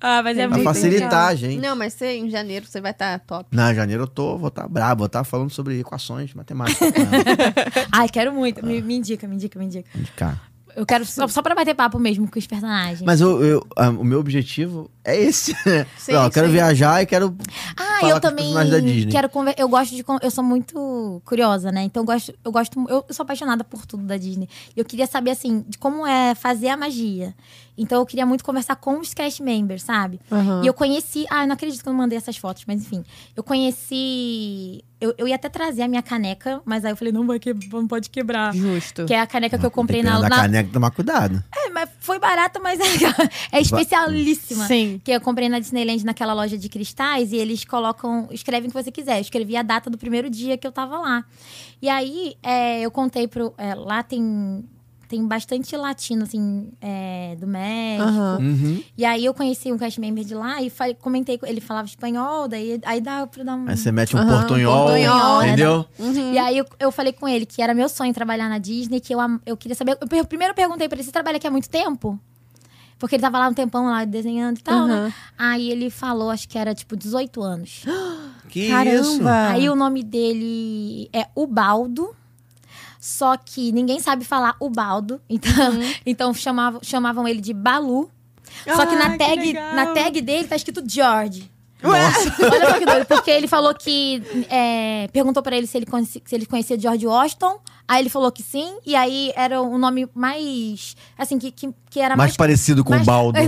[SPEAKER 3] Ah, mas é
[SPEAKER 2] Pra
[SPEAKER 3] muito
[SPEAKER 2] facilitar a gente.
[SPEAKER 1] Não, mas você, em janeiro você vai estar top.
[SPEAKER 2] Na janeiro eu tô, vou estar brabo, vou estar falando sobre equações matemáticas com ela.
[SPEAKER 3] Ai, quero muito. Me, me indica, me indica, me indica.
[SPEAKER 2] de cá.
[SPEAKER 3] Eu quero só, só pra bater papo mesmo com os personagens.
[SPEAKER 2] Mas eu, eu- ah, o meu objetivo é esse. Não, eu quero
[SPEAKER 1] sim.
[SPEAKER 2] viajar e quero.
[SPEAKER 3] ah,
[SPEAKER 2] falar
[SPEAKER 3] eu
[SPEAKER 2] com os
[SPEAKER 3] também
[SPEAKER 2] personagens da Disney.
[SPEAKER 3] quero conversar. Eu gosto de. con- Eu sou muito curiosa, né? Então eu gosto. Eu, gosto, eu sou apaixonada por tudo da Disney. E eu queria saber, assim, de como é fazer a magia. Então eu queria muito conversar com os cast members, sabe? E eu conheci. Ah, eu não acredito que eu não mandei essas fotos, mas enfim. Eu conheci. Eu, eu ia até trazer a minha caneca, mas aí eu falei, não, vai que, não pode quebrar.
[SPEAKER 1] Justo.
[SPEAKER 3] Que é a caneca que eu comprei
[SPEAKER 2] Dependendo
[SPEAKER 3] na,
[SPEAKER 2] da
[SPEAKER 3] na,
[SPEAKER 2] caneca, tomar cuidado.
[SPEAKER 3] É, mas foi barata, mas é, é especialíssima.
[SPEAKER 1] Sim.
[SPEAKER 3] Que eu comprei na Disneyland naquela loja de cristais e eles colocam, escrevem o que você quiser. Eu escrevi a data do primeiro dia que eu tava lá. E aí é, eu contei pro. é, lá tem. Tem bastante latino, assim, é, do México.
[SPEAKER 2] Uhum.
[SPEAKER 3] E aí eu conheci um cast member de lá e falei- comentei com ele, falava espanhol, daí aí dá pra dar um.
[SPEAKER 2] Aí você mete um portunhol,
[SPEAKER 3] portunhol, né?
[SPEAKER 2] entendeu?
[SPEAKER 3] E aí eu, eu falei com ele que era meu sonho trabalhar na Disney, que eu, am- eu queria saber. Eu per- primeiro perguntei pra ele: você trabalha aqui há muito tempo? Porque ele tava lá um tempão lá desenhando e tal, né? Aí ele falou, acho que era tipo 18 anos.
[SPEAKER 2] Que isso?
[SPEAKER 4] Caramba!
[SPEAKER 3] Aí o nome dele é Ubaldo. Só que ninguém sabe falar Ubaldo, então, então chamavam, chamavam ele de Balu. Só que
[SPEAKER 2] Ah,
[SPEAKER 3] na tag, na tag dele tá escrito George. Olha só que doido, porque ele falou que. é, perguntou pra ele se ele, conheci- se ele conhecia George Washington. Aí ele falou que sim. E aí era um nome mais. Assim, que, que, que era
[SPEAKER 2] mais
[SPEAKER 3] mais.
[SPEAKER 2] parecido com o
[SPEAKER 3] mais-
[SPEAKER 2] Baldo.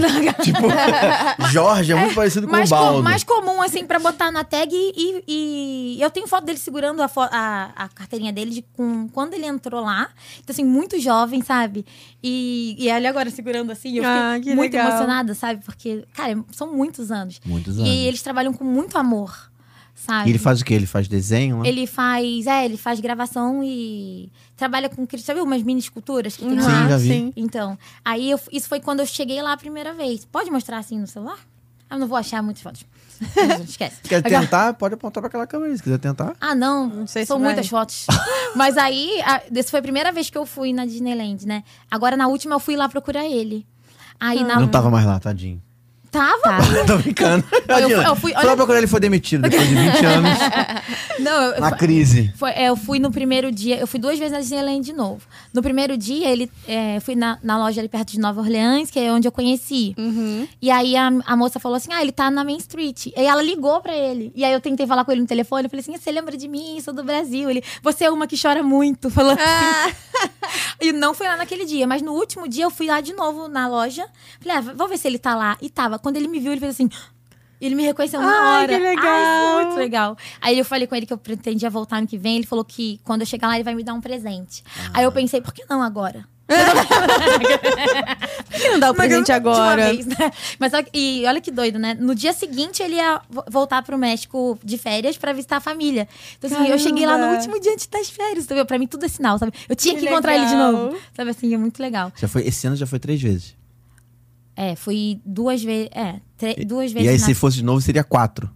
[SPEAKER 2] tipo, Jorge é muito parecido com o
[SPEAKER 3] mais, com-
[SPEAKER 2] Baldo.
[SPEAKER 3] mais comum, assim, pra botar na tag. E, e eu tenho foto dele segurando a, fo- a- a carteirinha dele de com, quando ele entrou lá. Então, assim, muito jovem, sabe? E, e ele agora segurando assim. Eu
[SPEAKER 4] Ah,
[SPEAKER 3] fiquei
[SPEAKER 4] que
[SPEAKER 3] muito
[SPEAKER 4] legal.
[SPEAKER 3] emocionada, sabe? Porque, cara, são muitos anos.
[SPEAKER 2] Muitos anos.
[SPEAKER 3] E eles trabalham com muito amor, sabe?
[SPEAKER 2] E ele faz o quê? Ele faz desenho, né?
[SPEAKER 3] Ele faz, é, ele faz gravação e trabalha com, aqueles- sabe umas mini esculturas que tem
[SPEAKER 2] Sim,
[SPEAKER 3] lá?
[SPEAKER 2] já vi.
[SPEAKER 4] sim.
[SPEAKER 3] Então, aí eu- isso foi quando eu cheguei lá a primeira vez. Pode mostrar assim no celular? Eu não vou achar muitas fotos. Esquece.
[SPEAKER 2] Quer
[SPEAKER 3] Agora-
[SPEAKER 2] tentar? Pode apontar pra aquela câmera aí, se quiser tentar.
[SPEAKER 3] ah, não.
[SPEAKER 4] sei se
[SPEAKER 3] São
[SPEAKER 4] vai.
[SPEAKER 3] muitas fotos. Mas aí, a, essa foi a primeira vez que eu fui na Disneyland, né? Agora, na última, eu fui lá procurar ele. Aí, na...
[SPEAKER 2] Não tava mais lá, tadinho.
[SPEAKER 3] Tava?
[SPEAKER 2] Tô brincando.
[SPEAKER 3] eu fui-
[SPEAKER 2] Adianta.
[SPEAKER 3] eu fui-
[SPEAKER 2] Foi
[SPEAKER 3] olha-
[SPEAKER 2] lá procurar ele foi demitido depois de 20 anos.
[SPEAKER 3] Não, eu, eu,
[SPEAKER 2] na crise.
[SPEAKER 3] Foi- é, eu fui no primeiro dia, eu fui duas vezes na Disneyland de novo. No primeiro dia, ele é, eu fui na, na loja ali perto de Nova Orleans, que é onde eu conheci. E aí a, a moça falou assim: Ah, ele tá na Main Street. E ela ligou pra ele. E aí eu tentei falar com ele no telefone, eu falei assim: Você lembra de mim? Sou do Brasil. Ele, você é uma que chora muito. Falou assim. E não fui lá naquele dia, mas no último dia eu fui lá de novo na loja. Falei, ah, vou ver se ele tá lá. E tava. Quando ele me viu, ele fez assim. Ele me reconheceu na
[SPEAKER 4] Ai,
[SPEAKER 3] hora.
[SPEAKER 4] que legal.
[SPEAKER 3] Ai, foi muito legal. Aí eu falei com ele que eu pretendia voltar ano que vem. Ele falou que quando eu chegar lá, ele vai me dar um presente.
[SPEAKER 1] Ah.
[SPEAKER 3] Aí eu pensei, por que não agora?
[SPEAKER 1] Por que não dá o presente
[SPEAKER 3] De uma
[SPEAKER 1] agora?
[SPEAKER 3] vez, né? Mas olha- e olha que doido, né? No dia seguinte ele ia vo- voltar pro México de férias pra visitar a família. Então assim, eu cheguei lá no
[SPEAKER 4] Caramba.
[SPEAKER 3] último dia antes das férias, entendeu? Pra mim tudo é sinal, sabe? Eu tinha que,
[SPEAKER 4] Que
[SPEAKER 3] encontrar ele de
[SPEAKER 4] legal.
[SPEAKER 3] novo. Sabe assim, é muito legal.
[SPEAKER 2] Já foi, esse ano já foi três vezes.
[SPEAKER 3] É, fui duas vezes, é, tre- duas
[SPEAKER 2] e
[SPEAKER 3] vezes
[SPEAKER 2] aí,
[SPEAKER 3] na
[SPEAKER 2] se fosse de novo, seria quatro.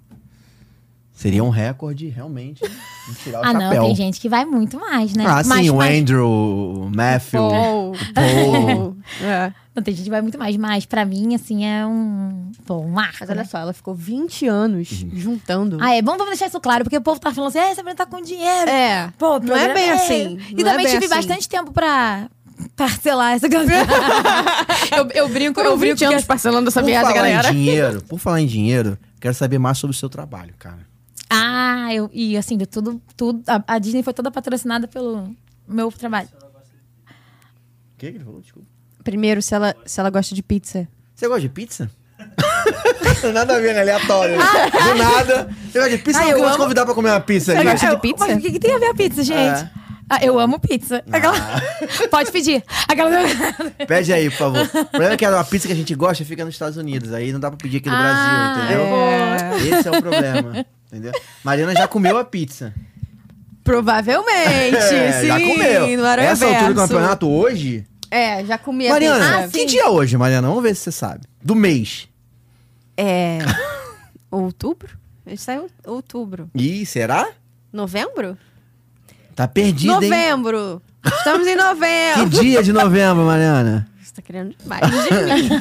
[SPEAKER 2] Seria um recorde, realmente. de tirar o
[SPEAKER 3] Ah,
[SPEAKER 2] chapéu.
[SPEAKER 3] não, tem gente que vai muito mais, né?
[SPEAKER 2] Ah, sim,
[SPEAKER 3] mais,
[SPEAKER 2] o
[SPEAKER 3] mais-
[SPEAKER 2] Andrew, o Matthew,
[SPEAKER 1] Paul.
[SPEAKER 2] o Paul.
[SPEAKER 1] É.
[SPEAKER 3] Não, tem gente que vai muito mais, mas pra mim, assim, é um. Pô, um marco.
[SPEAKER 1] Mas olha
[SPEAKER 3] né?
[SPEAKER 1] só, ela ficou 20 anos
[SPEAKER 2] Uhum.
[SPEAKER 1] juntando.
[SPEAKER 3] Ah, é bom, vamos deixar isso claro, porque o povo tá falando assim, é, essa menina tá com dinheiro.
[SPEAKER 1] É.
[SPEAKER 3] Pô,
[SPEAKER 1] Não é bem
[SPEAKER 3] programa-
[SPEAKER 1] assim,
[SPEAKER 3] E
[SPEAKER 1] não é
[SPEAKER 3] também
[SPEAKER 1] bem
[SPEAKER 3] tive
[SPEAKER 1] assim.
[SPEAKER 3] bastante tempo pra parcelar essa campanha. eu, eu brinco, eu brinco. que essa-
[SPEAKER 1] parcelando essa
[SPEAKER 2] Por falar em dinheiro, por falar em dinheiro, quero saber mais sobre o seu trabalho, cara.
[SPEAKER 3] Ah, eu, e assim, de tudo, tudo. A, a Disney foi toda patrocinada pelo meu trabalho.
[SPEAKER 2] O que que ele falou? Desculpa.
[SPEAKER 1] Primeiro, se ela, se ela gosta de pizza.
[SPEAKER 2] Você gosta de pizza? nada a ver, né? aleatório.
[SPEAKER 1] Ah.
[SPEAKER 2] Do nada. Você gosta de pizza?
[SPEAKER 3] Ah,
[SPEAKER 2] eu
[SPEAKER 3] eu
[SPEAKER 2] vou te
[SPEAKER 3] amo.
[SPEAKER 2] convidar pra comer uma pizza
[SPEAKER 1] Você
[SPEAKER 2] ali.
[SPEAKER 1] gosta de
[SPEAKER 3] Eu-
[SPEAKER 1] pizza?
[SPEAKER 3] Mas o que, que tem a ver a pizza, gente?
[SPEAKER 2] É.
[SPEAKER 3] Ah, eu amo pizza. Aquela- Pode pedir. Aquela...
[SPEAKER 2] Pede aí, por favor. O problema é que a pizza que a gente gosta fica nos Estados Unidos. Aí não dá pra pedir aqui no
[SPEAKER 3] Ah,
[SPEAKER 2] Brasil, entendeu? Esse é o problema. Entendeu? Mariana já comeu a pizza.
[SPEAKER 1] Provavelmente, sim.
[SPEAKER 2] É, já comeu.
[SPEAKER 1] No Aranha
[SPEAKER 2] Essa é altura do
[SPEAKER 1] Verso. assim.
[SPEAKER 2] campeonato hoje.
[SPEAKER 1] É, já comi a
[SPEAKER 2] Mariana,
[SPEAKER 1] pizza.
[SPEAKER 2] que dia é hoje, Mariana? Vamos ver se você sabe. Do mês.
[SPEAKER 1] É. outubro? Ele saiu em outubro.
[SPEAKER 2] Ih, será?
[SPEAKER 1] Novembro?
[SPEAKER 2] Tá perdido, hein?
[SPEAKER 1] novembro! Estamos em
[SPEAKER 2] Que
[SPEAKER 1] novembro!
[SPEAKER 2] dia de novembro, Mariana?
[SPEAKER 1] Você tá querendo demais de mim.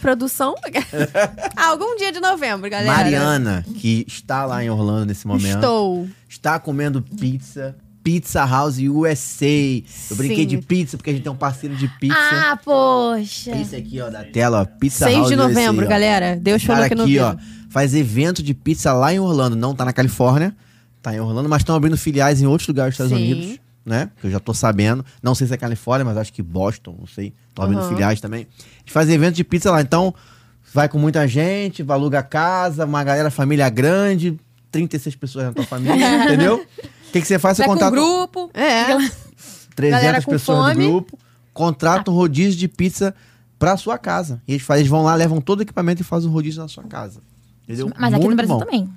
[SPEAKER 1] Produção? Algum dia de novembro, galera.
[SPEAKER 2] Mariana, que está lá em Orlando nesse momento.
[SPEAKER 1] Estou.
[SPEAKER 2] Está comendo pizza. Pizza House USA. Eu brinquei
[SPEAKER 1] Sim.
[SPEAKER 2] de pizza porque a gente tem um parceiro de pizza.
[SPEAKER 3] Ah, poxa.
[SPEAKER 2] Isso aqui, ó, da tela, ó. Pizza
[SPEAKER 1] 6
[SPEAKER 2] House
[SPEAKER 1] de novembro,
[SPEAKER 2] USA, assim, ó.
[SPEAKER 1] galera. Deus falou
[SPEAKER 2] Cara
[SPEAKER 1] que
[SPEAKER 2] aqui, ó,
[SPEAKER 1] novembro.
[SPEAKER 2] faz evento de pizza lá em Orlando. Não tá na Califórnia, tá em Orlando, mas estão abrindo filiais em outros lugares dos Estados
[SPEAKER 1] Sim.
[SPEAKER 2] Unidos, né? Que eu já tô sabendo. Não sei se é Califórnia, mas acho que Boston, não sei. Estão abrindo
[SPEAKER 1] Aham.
[SPEAKER 2] filiais também. E faz evento de pizza lá. Então, vai com muita gente, vai aluga casa, uma galera, família grande, 36 pessoas na tua família, entendeu? O que, que você faz? Você
[SPEAKER 3] Vai com o
[SPEAKER 2] contrata
[SPEAKER 3] grupo.
[SPEAKER 1] É.
[SPEAKER 2] 300
[SPEAKER 1] galera com
[SPEAKER 2] pessoas
[SPEAKER 1] fome.
[SPEAKER 2] no grupo, contrata um rodízio de pizza pra sua casa. E eles, fazem, eles vão lá, levam todo o equipamento e fazem o rodízio na sua casa. Entendeu?
[SPEAKER 3] Mas aqui
[SPEAKER 2] Muito
[SPEAKER 3] no Brasil
[SPEAKER 2] bom.
[SPEAKER 3] também.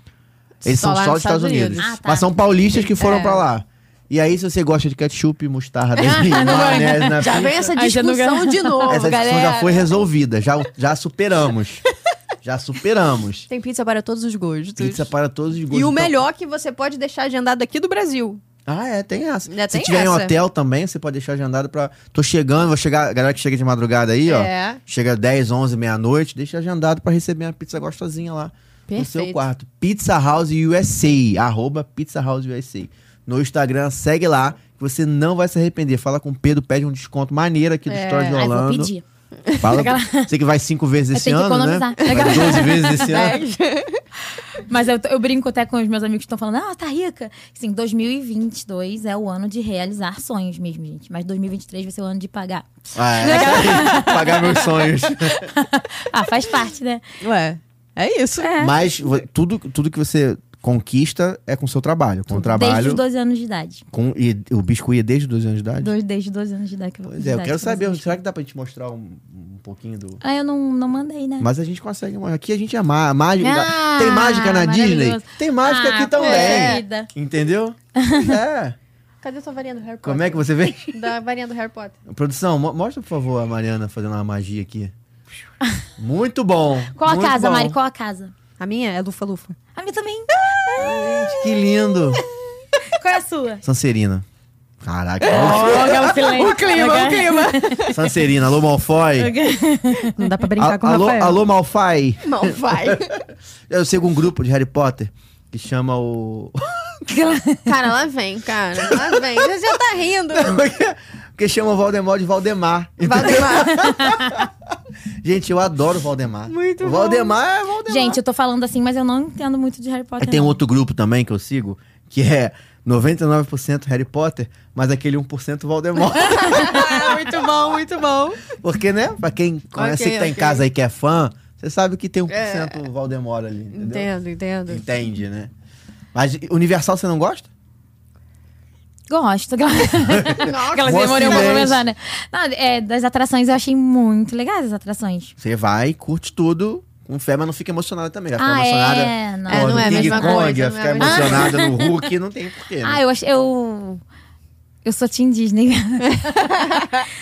[SPEAKER 2] Eles
[SPEAKER 1] Só
[SPEAKER 2] são
[SPEAKER 1] lá
[SPEAKER 2] só
[SPEAKER 1] nos
[SPEAKER 2] dos Estados
[SPEAKER 1] Estados
[SPEAKER 2] Unidos.
[SPEAKER 1] Unidos. Ah, tá.
[SPEAKER 3] Ah, tá.
[SPEAKER 2] Mas são paulistas que foram pra lá. E aí, se você gosta de ketchup, mostarda e maionese na
[SPEAKER 1] Já
[SPEAKER 2] pizza,
[SPEAKER 1] vem essa
[SPEAKER 4] Aí já não
[SPEAKER 1] discussão
[SPEAKER 4] ganha.
[SPEAKER 1] de novo,
[SPEAKER 2] essa discussão
[SPEAKER 1] galera.
[SPEAKER 2] já foi resolvida. Já, já superamos. já superamos.
[SPEAKER 1] Tem pizza para todos os gostos.
[SPEAKER 2] Pizza para todos os gostos.
[SPEAKER 1] E o
[SPEAKER 2] Então-
[SPEAKER 1] melhor que você pode deixar agendado aqui do Brasil.
[SPEAKER 2] Ah, é, tem essa.
[SPEAKER 1] Ainda
[SPEAKER 2] Se
[SPEAKER 1] tem
[SPEAKER 2] tiver em
[SPEAKER 1] essa.
[SPEAKER 2] hotel também, você pode deixar agendado pra... Tô chegando, vou chegar... A galera que chega de madrugada aí, ó.
[SPEAKER 1] É.
[SPEAKER 2] Chega 10, 11, meia-noite, deixa agendado pra receber uma pizza gostosinha lá. No seu
[SPEAKER 1] Perfeito.
[SPEAKER 2] quarto. Pizza House USA. Arroba Pizza House USA. No Instagram, segue lá, que você não vai se arrepender. Fala com o Pedro, pede um desconto maneiro aqui do Stories de
[SPEAKER 3] Aí É, vou
[SPEAKER 2] Orlando.
[SPEAKER 3] pedir.
[SPEAKER 2] Fala, você que vai cinco vezes
[SPEAKER 3] Eu
[SPEAKER 2] esse
[SPEAKER 3] tenho que
[SPEAKER 2] ano, né?
[SPEAKER 3] economizar. É.
[SPEAKER 2] Vai 12 vezes esse ano.
[SPEAKER 1] né?
[SPEAKER 3] Mas eu, eu brinco até com os meus amigos que estão falando, ah, tá rica. Assim, 2022 é o ano de realizar sonhos mesmo, gente. Mas 2023 vai ser o ano de pagar.
[SPEAKER 2] Ah, é. Pagar meus sonhos.
[SPEAKER 3] Ah, faz parte, né?
[SPEAKER 1] Ué, é isso. É.
[SPEAKER 2] Mas vo- tudo, tudo que você conquista é com o seu trabalho. Com o
[SPEAKER 3] Desde
[SPEAKER 2] trabalho.
[SPEAKER 3] os 12 anos de idade.
[SPEAKER 2] Com, e o biscoito ia desde os 12 anos de idade?
[SPEAKER 3] Dois, desde os 12 anos de idade. Que
[SPEAKER 2] Pois é, eu
[SPEAKER 3] idade
[SPEAKER 2] quero
[SPEAKER 3] que eu
[SPEAKER 2] saber.
[SPEAKER 3] comecei.
[SPEAKER 2] Será que dá pra gente mostrar um, um pouquinho do.
[SPEAKER 3] Ah, eu não, não mandei, né?
[SPEAKER 2] Mas a gente consegue, mano. Aqui a gente é má, mágica.
[SPEAKER 3] Ah,
[SPEAKER 2] tem mágica na Disney?
[SPEAKER 3] maravilhoso.
[SPEAKER 2] Tem mágica
[SPEAKER 3] Ah,
[SPEAKER 2] aqui também.
[SPEAKER 3] poxa vida.
[SPEAKER 2] Entendeu? é.
[SPEAKER 4] Cadê sua varinha do Harry Potter?
[SPEAKER 2] Como é que você vê?
[SPEAKER 4] Da varinha do Harry Potter.
[SPEAKER 2] Produção, mo- mostra por favor a Mariana fazendo uma magia aqui. Muito bom.
[SPEAKER 3] Qual a
[SPEAKER 2] muito
[SPEAKER 3] casa,
[SPEAKER 2] bom.
[SPEAKER 3] Mari? Qual a casa?
[SPEAKER 1] A minha é lufa-lufa.
[SPEAKER 3] A minha também. Ah,
[SPEAKER 2] Que lindo.
[SPEAKER 3] Qual é a sua?
[SPEAKER 2] Sancerina. Caraca. alô,
[SPEAKER 1] É
[SPEAKER 3] o clima, o clima.
[SPEAKER 2] Sancerina, alô, Malfoy.
[SPEAKER 1] Não dá pra brincar
[SPEAKER 2] A-
[SPEAKER 1] com o
[SPEAKER 2] alô,
[SPEAKER 1] Rafael.
[SPEAKER 2] alô, Malfoy.
[SPEAKER 1] Não, vai.
[SPEAKER 2] Eu sigo um grupo de Harry Potter que chama o.
[SPEAKER 1] cara, lá vem, cara. Lá vem. Você já tá rindo.
[SPEAKER 2] que chama o Valdemar de Valdemar.
[SPEAKER 1] Valdemar.
[SPEAKER 2] Gente, eu adoro o Valdemar. Muito o Valdemar é Valdemar.
[SPEAKER 3] Gente, eu tô falando assim, mas eu não entendo muito de Harry
[SPEAKER 2] Aí
[SPEAKER 3] Potter.
[SPEAKER 2] tem um
[SPEAKER 3] não.
[SPEAKER 2] outro grupo também que eu sigo, que é 99% Harry Potter, mas aquele 1% Valdemar.
[SPEAKER 1] muito bom, muito bom.
[SPEAKER 2] Porque, né, pra quem conhece
[SPEAKER 1] Ok,
[SPEAKER 2] que tá em
[SPEAKER 1] ok. É.
[SPEAKER 2] casa aí que é fã, você sabe que tem 1% Valdemar ali, entendeu?
[SPEAKER 1] Entendo, entendo.
[SPEAKER 2] Entende, né? Mas Universal você não gosta?
[SPEAKER 3] Gosto. Aquela... Aquelas
[SPEAKER 2] Bom
[SPEAKER 3] demorou pra
[SPEAKER 2] silêncio.
[SPEAKER 3] começar, né? Não, é, das atrações eu achei muito legais as atrações.
[SPEAKER 2] Você vai, curte tudo, com fé, mas não fica emocionada também. Vai ficar
[SPEAKER 3] Ah,
[SPEAKER 2] emocionada.
[SPEAKER 3] é, não.
[SPEAKER 2] pô,
[SPEAKER 1] É, não
[SPEAKER 2] no
[SPEAKER 1] é a
[SPEAKER 2] King
[SPEAKER 1] mesma
[SPEAKER 2] Kong,
[SPEAKER 1] coisa,
[SPEAKER 2] Vai
[SPEAKER 1] não é
[SPEAKER 2] ficar
[SPEAKER 1] a mesma
[SPEAKER 2] emocionada no Hulk, não tem porquê. Né?
[SPEAKER 3] Ah, eu achei. Eu. Eu sou Team Disney.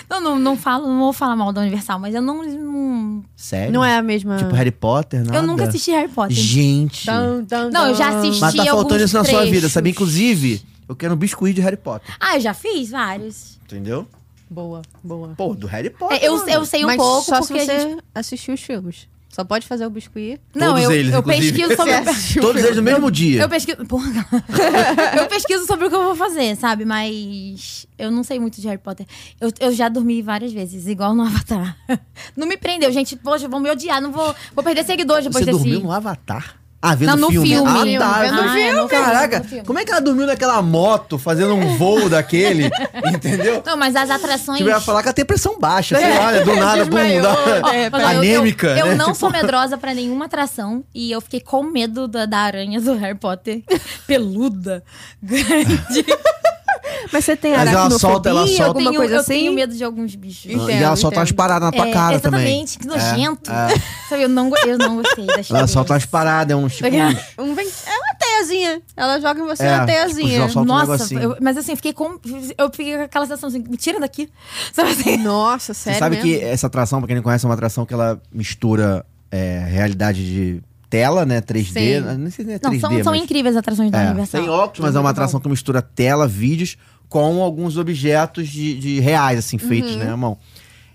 [SPEAKER 3] não, não, não falo, não vou falar mal da Universal, mas eu não. não-
[SPEAKER 2] Sério?
[SPEAKER 1] Não é a mesma.
[SPEAKER 2] Tipo Harry Potter, nada.
[SPEAKER 3] eu nunca assisti Harry Potter.
[SPEAKER 2] Gente.
[SPEAKER 1] Tum, tum,
[SPEAKER 3] Não, eu já
[SPEAKER 1] tum.
[SPEAKER 3] assisti.
[SPEAKER 2] Mas tá faltando
[SPEAKER 3] alguns
[SPEAKER 2] isso na sua
[SPEAKER 3] trechos.
[SPEAKER 2] vida, sabe? Inclusive, eu quero um biscoito de Harry Potter,
[SPEAKER 3] Ah, eu já fiz vários.
[SPEAKER 2] entendeu?
[SPEAKER 1] Boa, boa.
[SPEAKER 2] Pô, do Harry
[SPEAKER 3] É,
[SPEAKER 2] Potter.
[SPEAKER 3] eu, eu sei um pouco,
[SPEAKER 1] só
[SPEAKER 3] porque
[SPEAKER 1] se você
[SPEAKER 3] a gente.
[SPEAKER 1] assistir os filmes. Só pode fazer o biscuit.
[SPEAKER 3] Não,
[SPEAKER 2] Todos
[SPEAKER 3] eu,
[SPEAKER 2] eles,
[SPEAKER 3] eu
[SPEAKER 2] inclusive.
[SPEAKER 3] pesquiso sobre.
[SPEAKER 2] Todos eles no mesmo dia.
[SPEAKER 3] Eu pesquiso. Porra, eu pesquiso sobre o que eu vou fazer, sabe? Mas eu não sei muito de Harry Potter. Eu, eu já dormi várias vezes, igual no Avatar. Não me prendeu, gente. Poxa, vão me odiar. Não vou, vou perder seguidores depois
[SPEAKER 2] Você
[SPEAKER 3] desse.
[SPEAKER 2] dormiu no Avatar? Ah, vendo
[SPEAKER 3] Não, no
[SPEAKER 2] filme.
[SPEAKER 3] filme.
[SPEAKER 2] Ah, tá.
[SPEAKER 3] Vendo
[SPEAKER 2] eu tô-
[SPEAKER 3] filme. Ah, é, no filme,
[SPEAKER 2] Caraca,
[SPEAKER 3] no filme.
[SPEAKER 2] como é que ela dormiu naquela moto, fazendo um voo daquele, entendeu?
[SPEAKER 3] Não, mas as atrações.
[SPEAKER 2] Tipo, eu ia falar que ela tem pressão baixa, sei lá, né? Do nada, bum,
[SPEAKER 1] Desmaiou,
[SPEAKER 2] dá-
[SPEAKER 1] é,
[SPEAKER 3] Mas, ó, eu-
[SPEAKER 2] anêmica,
[SPEAKER 3] eu, eu,
[SPEAKER 2] né?
[SPEAKER 3] não
[SPEAKER 2] Tipo,
[SPEAKER 3] sou medrosa pra nenhuma atração e eu fiquei com medo da, da aranha do Harry Potter. Peluda, grande.
[SPEAKER 1] Mas você tem
[SPEAKER 2] Mas ela
[SPEAKER 1] aracnofobia,
[SPEAKER 2] solta, ela solta.
[SPEAKER 1] alguma
[SPEAKER 3] Tenho-
[SPEAKER 1] coisa
[SPEAKER 3] eu
[SPEAKER 1] assim?
[SPEAKER 3] tenho medo de alguns bichos.
[SPEAKER 2] Ah, e ela
[SPEAKER 1] Entendo,
[SPEAKER 2] solta umas
[SPEAKER 1] entendo.
[SPEAKER 2] paradas na tua
[SPEAKER 3] É,
[SPEAKER 2] cara também. É,
[SPEAKER 3] exatamente, que nojento. Sabe, eu não, go- eu não gostei da
[SPEAKER 2] Ela tá solta umas paradas, uns tipo,
[SPEAKER 3] Pegar.
[SPEAKER 2] uns-
[SPEAKER 1] Um vem- É uma teiazinha. Ela joga em você
[SPEAKER 2] É,
[SPEAKER 1] uma teiazinha.
[SPEAKER 2] tipo, solta um
[SPEAKER 3] Nossa,
[SPEAKER 2] negocinho.
[SPEAKER 3] eu- mas assim, eu fiquei com. Eu fiquei com aquela sensação assim, me tira daqui. Sabe assim?
[SPEAKER 1] Nossa,
[SPEAKER 2] Você
[SPEAKER 1] sério
[SPEAKER 2] sabe
[SPEAKER 1] mesmo?
[SPEAKER 2] que essa atração, pra quem não conhece, é uma atração que ela mistura é, realidade de tela, né? 3D.
[SPEAKER 3] Sim.
[SPEAKER 2] Não sei se é 3D.
[SPEAKER 3] Não, são, são
[SPEAKER 2] mas-
[SPEAKER 3] incríveis as atrações da
[SPEAKER 2] é,
[SPEAKER 3] Universal.
[SPEAKER 2] sem óculos, mas é uma atração que mistura tela, vídeos com alguns objetos de, de reais, assim, feitos,
[SPEAKER 3] Uhum.
[SPEAKER 2] né, mão.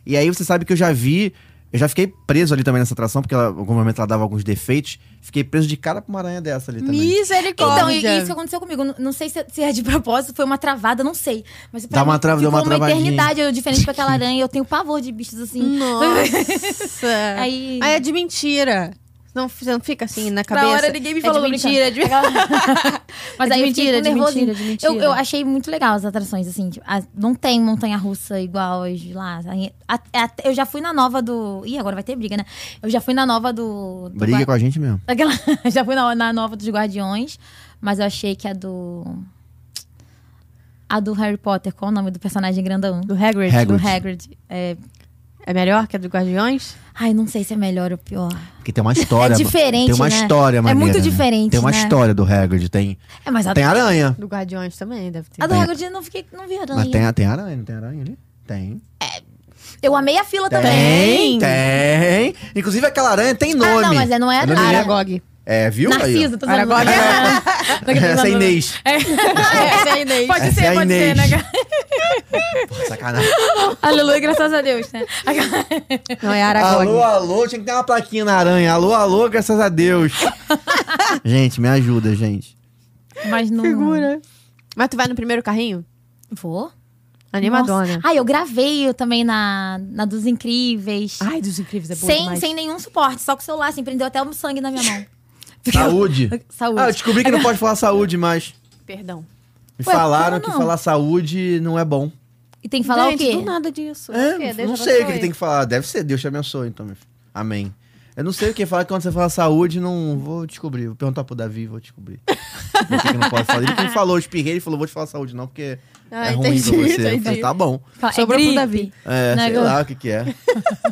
[SPEAKER 2] E aí você sabe que eu já vi. Eu já fiquei preso ali também nessa atração, porque ela, em algum momento ela dava alguns defeitos. Fiquei preso de cara pra uma aranha dessa ali também.
[SPEAKER 3] Então, e-
[SPEAKER 1] Misericórdia.
[SPEAKER 3] e isso que aconteceu comigo. Não, não sei se, se é de propósito, foi uma travada, não sei. Mas pra
[SPEAKER 2] Dá
[SPEAKER 3] mim,
[SPEAKER 2] uma trava- deu
[SPEAKER 3] ficou
[SPEAKER 2] uma
[SPEAKER 3] uma
[SPEAKER 2] travadinha.
[SPEAKER 3] eternidade eu diferente pra aquela aranha. Eu tenho pavor de bichos assim.
[SPEAKER 1] Então, Nossa.
[SPEAKER 3] Aí-
[SPEAKER 1] é de mentira. Não, você não fica assim na cabeça.
[SPEAKER 4] hora ninguém me
[SPEAKER 1] É
[SPEAKER 4] falou,
[SPEAKER 1] de
[SPEAKER 4] tô
[SPEAKER 1] mentira, é de mentira.
[SPEAKER 3] Mas
[SPEAKER 1] É de
[SPEAKER 3] aí eu
[SPEAKER 1] mentira,
[SPEAKER 3] fiquei
[SPEAKER 1] de
[SPEAKER 3] com nervosinho.
[SPEAKER 1] mentira, de mentira.
[SPEAKER 3] Eu, eu achei muito legal as atrações, assim. tipo, as- não tem montanha-russa igual as de lá. Aí, a- a- eu já fui na nova do... Ih, agora vai ter briga, né? Eu já fui na nova do... do
[SPEAKER 2] Briga
[SPEAKER 3] Gua-
[SPEAKER 2] com a gente mesmo.
[SPEAKER 3] Aquela, já fui na, na nova dos Guardiões, mas eu achei que a do... A do Harry Potter, qual o nome do personagem grandão?
[SPEAKER 1] Do Hagrid.
[SPEAKER 2] Hagrid.
[SPEAKER 3] Do Hagrid. É,
[SPEAKER 1] É melhor que a do Guardiões?
[SPEAKER 3] ai, não sei se é melhor ou pior.
[SPEAKER 2] Porque tem uma história.
[SPEAKER 3] É diferente,
[SPEAKER 2] Tem uma
[SPEAKER 3] né?
[SPEAKER 2] história,
[SPEAKER 3] É
[SPEAKER 2] maneira,
[SPEAKER 3] muito
[SPEAKER 2] né?
[SPEAKER 3] diferente,
[SPEAKER 2] Tem uma
[SPEAKER 3] né?
[SPEAKER 2] história do Hagrid. Tem,
[SPEAKER 3] É, mas a,
[SPEAKER 2] tem aranha.
[SPEAKER 1] Do Guardiões também deve ter.
[SPEAKER 3] a do
[SPEAKER 2] Tem.
[SPEAKER 3] Hagrid eu não, fiquei, não vi aranha.
[SPEAKER 2] Mas tem, tem aranha, não tem aranha ali? Tem.
[SPEAKER 3] Eu amei a fila
[SPEAKER 2] Tem,
[SPEAKER 3] também.
[SPEAKER 2] tem. Inclusive aquela aranha tem nome.
[SPEAKER 3] não, mas é- não é
[SPEAKER 2] Eu me
[SPEAKER 3] aranha.
[SPEAKER 2] lembro.
[SPEAKER 1] Aragog.
[SPEAKER 2] É, viu? Aí, ó.
[SPEAKER 3] Narciso, tô
[SPEAKER 1] Agora-
[SPEAKER 3] falando.
[SPEAKER 2] Essa é Inês.
[SPEAKER 1] Essa é a Inês.
[SPEAKER 4] Pode
[SPEAKER 2] Essa é
[SPEAKER 4] ser,
[SPEAKER 2] a
[SPEAKER 4] pode ser,
[SPEAKER 2] Inês.
[SPEAKER 4] né,
[SPEAKER 2] Sacanagem.
[SPEAKER 4] Aleluia, graças a Deus, né?
[SPEAKER 1] Não, é Aragog.
[SPEAKER 2] Alô, alô, tinha que ter uma plaquinha na aranha. Alô, alô, graças a Deus. gente, me ajuda, gente.
[SPEAKER 3] Mas não.
[SPEAKER 1] Mas tu vai no primeiro carrinho?
[SPEAKER 3] Vou.
[SPEAKER 1] Animadona.
[SPEAKER 3] Nossa. Ah, eu gravei eu também na, na dos incríveis.
[SPEAKER 1] Ai, dos incríveis é
[SPEAKER 3] sem, sem nenhum suporte, só com o celular, assim, prendeu até o sangue na minha mão.
[SPEAKER 2] Saúde.
[SPEAKER 3] Saúde.
[SPEAKER 2] Ah, eu descobri que não pode falar saúde mais.
[SPEAKER 1] Perdão.
[SPEAKER 2] Me
[SPEAKER 3] Ué,
[SPEAKER 2] falaram
[SPEAKER 3] como
[SPEAKER 2] que
[SPEAKER 3] não?
[SPEAKER 2] falar saúde não é bom.
[SPEAKER 3] E tem que falar
[SPEAKER 1] Gente,
[SPEAKER 3] o quê?
[SPEAKER 1] do nada disso.
[SPEAKER 2] É,
[SPEAKER 1] O quê? Deus
[SPEAKER 2] não
[SPEAKER 1] te
[SPEAKER 2] sei o que,
[SPEAKER 1] abençoe.
[SPEAKER 2] que tem que falar. Deve ser, Deus te abençoe, então. meu filho. Amém. Eu não sei o que falar que quando você fala saúde, não vou descobrir. Vou perguntar pro Davi, vou descobrir. Por que que não pode falar? Ele que me falou, eu espirrei, ele falou, vou te falar saúde não, porque
[SPEAKER 1] Ah,
[SPEAKER 2] é ruim pra
[SPEAKER 1] entendi,
[SPEAKER 2] você. Eu
[SPEAKER 1] entendi.
[SPEAKER 2] falei, tá bom.
[SPEAKER 3] Fala, é
[SPEAKER 1] Sobrou pro
[SPEAKER 3] gripe.
[SPEAKER 1] Davi.
[SPEAKER 2] É,
[SPEAKER 3] Não é
[SPEAKER 2] sei
[SPEAKER 3] igual-
[SPEAKER 2] lá o que que é.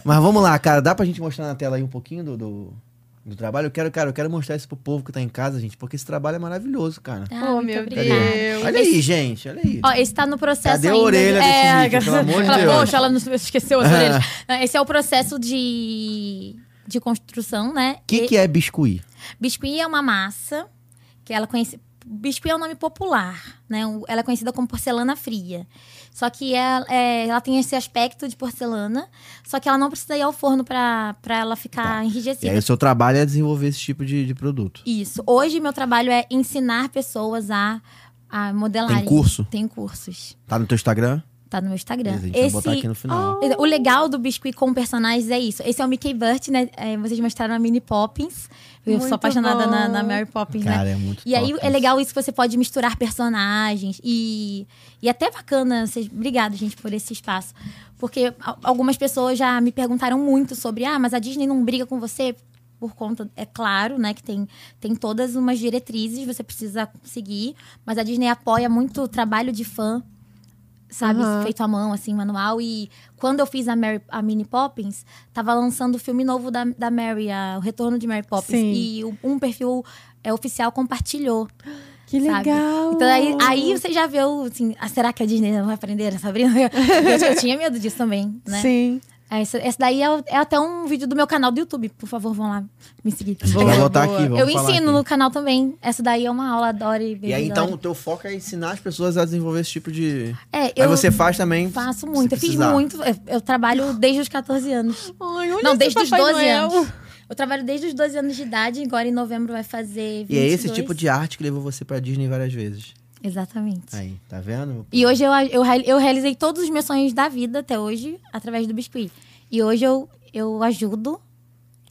[SPEAKER 2] Mas vamos lá, cara. Dá pra gente mostrar na tela aí um pouquinho do, do, do trabalho? Eu quero, cara, eu quero mostrar isso pro povo que tá em casa, gente, porque esse trabalho é maravilhoso, cara.
[SPEAKER 3] Ah,
[SPEAKER 1] Oh,
[SPEAKER 3] muito
[SPEAKER 1] meu
[SPEAKER 3] obrigada.
[SPEAKER 1] Deus.
[SPEAKER 2] Olha aí, gente, olha aí.
[SPEAKER 3] Ó, esse tá no processo
[SPEAKER 2] Cadê a
[SPEAKER 3] ainda. né?
[SPEAKER 2] orelha desse vídeo, pelo amor de
[SPEAKER 3] É, ela,
[SPEAKER 2] Deus?
[SPEAKER 3] Poxa, ela não esqueceu
[SPEAKER 2] Ah.
[SPEAKER 3] as orelhas. Não, Esse é o processo de, de construção, né?
[SPEAKER 2] O que, que é biscuit?
[SPEAKER 3] Biscuit é uma massa que ela conhece. Biscuit é um nome popular, né? O- Ela é conhecida como porcelana fria. Só que ela, é- ela tem esse aspecto de porcelana, só que ela não precisa ir ao forno pra pra ela ficar
[SPEAKER 2] Tá. E
[SPEAKER 3] enrijecida.
[SPEAKER 2] aí o seu trabalho é desenvolver esse tipo de, de produto.
[SPEAKER 3] Isso. Hoje, meu trabalho é ensinar pessoas a, a modelarem.
[SPEAKER 2] Tem curso?
[SPEAKER 3] Tem cursos.
[SPEAKER 2] Tá no teu Instagram?
[SPEAKER 3] Tá no meu
[SPEAKER 2] A
[SPEAKER 3] Instagram.
[SPEAKER 2] gente vai botar aqui
[SPEAKER 3] Esse, Ah,
[SPEAKER 2] no final.
[SPEAKER 3] Então, o legal do Biscuit com personagens é isso. Esse é o Mickey Burt, né? É, vocês mostraram a Mini Poppins. Eu
[SPEAKER 1] Muito
[SPEAKER 3] sou apaixonada na,
[SPEAKER 1] bom.
[SPEAKER 3] na Mary Poppins, né?
[SPEAKER 2] Cara, é muito
[SPEAKER 3] E aí
[SPEAKER 2] top
[SPEAKER 3] é
[SPEAKER 2] isso.
[SPEAKER 3] legal isso que você pode misturar personagens e, e é até bacana. Vocês, obrigado, gente, por esse espaço. Porque al- algumas pessoas já me perguntaram muito sobre, ah, mas a Disney não briga com você por conta, é claro, né, que tem, tem todas umas diretrizes, você precisa seguir, mas a Disney apoia muito o trabalho de fã, sabe,
[SPEAKER 1] Aham.
[SPEAKER 3] feito à mão, assim, manual, e quando eu fiz a, Mary, a Mini Poppins, tava lançando o filme novo da, da Mary, a- o Retorno de Mary Poppins,
[SPEAKER 1] Sim.
[SPEAKER 3] e o- um perfil é, oficial compartilhou
[SPEAKER 1] Que
[SPEAKER 3] sabe?
[SPEAKER 1] legal.
[SPEAKER 3] Então aí, aí você já viu, assim, ah, será que a Disney não vai aprender a Sabrina? Eu, eu tinha medo disso também, né?
[SPEAKER 1] Sim.
[SPEAKER 3] Aí, Esse, esse daí é, o- é até um vídeo do meu canal do YouTube, por favor, vão lá me seguir.
[SPEAKER 2] A gente vai botar aqui, vamos
[SPEAKER 3] eu
[SPEAKER 2] falar
[SPEAKER 3] ensino
[SPEAKER 2] aqui.
[SPEAKER 3] no canal também. Essa daí é uma aula, adore.
[SPEAKER 2] E aí,
[SPEAKER 3] baby,
[SPEAKER 2] então, o
[SPEAKER 3] adore.
[SPEAKER 2] teu foco é ensinar as pessoas a desenvolver esse tipo de...
[SPEAKER 3] É,
[SPEAKER 2] aí
[SPEAKER 3] eu
[SPEAKER 2] você faz também...
[SPEAKER 3] faço
[SPEAKER 2] se
[SPEAKER 3] muito. Eu fiz
[SPEAKER 2] precisar.
[SPEAKER 3] muito. Eu, eu trabalho desde os 14 anos.
[SPEAKER 1] Ai, olha
[SPEAKER 3] Não,
[SPEAKER 1] esse
[SPEAKER 3] desde os
[SPEAKER 1] Papai
[SPEAKER 3] 12
[SPEAKER 1] Noel.
[SPEAKER 3] anos. Eu trabalho desde os 12 anos de idade, agora em novembro vai fazer 22.
[SPEAKER 2] E é esse tipo de arte que levou você pra Disney várias vezes.
[SPEAKER 3] Exatamente.
[SPEAKER 2] Aí, tá vendo?
[SPEAKER 3] E hoje eu, eu, real- eu realizei todos os meus sonhos da vida até hoje através do biscuit. E hoje eu, eu ajudo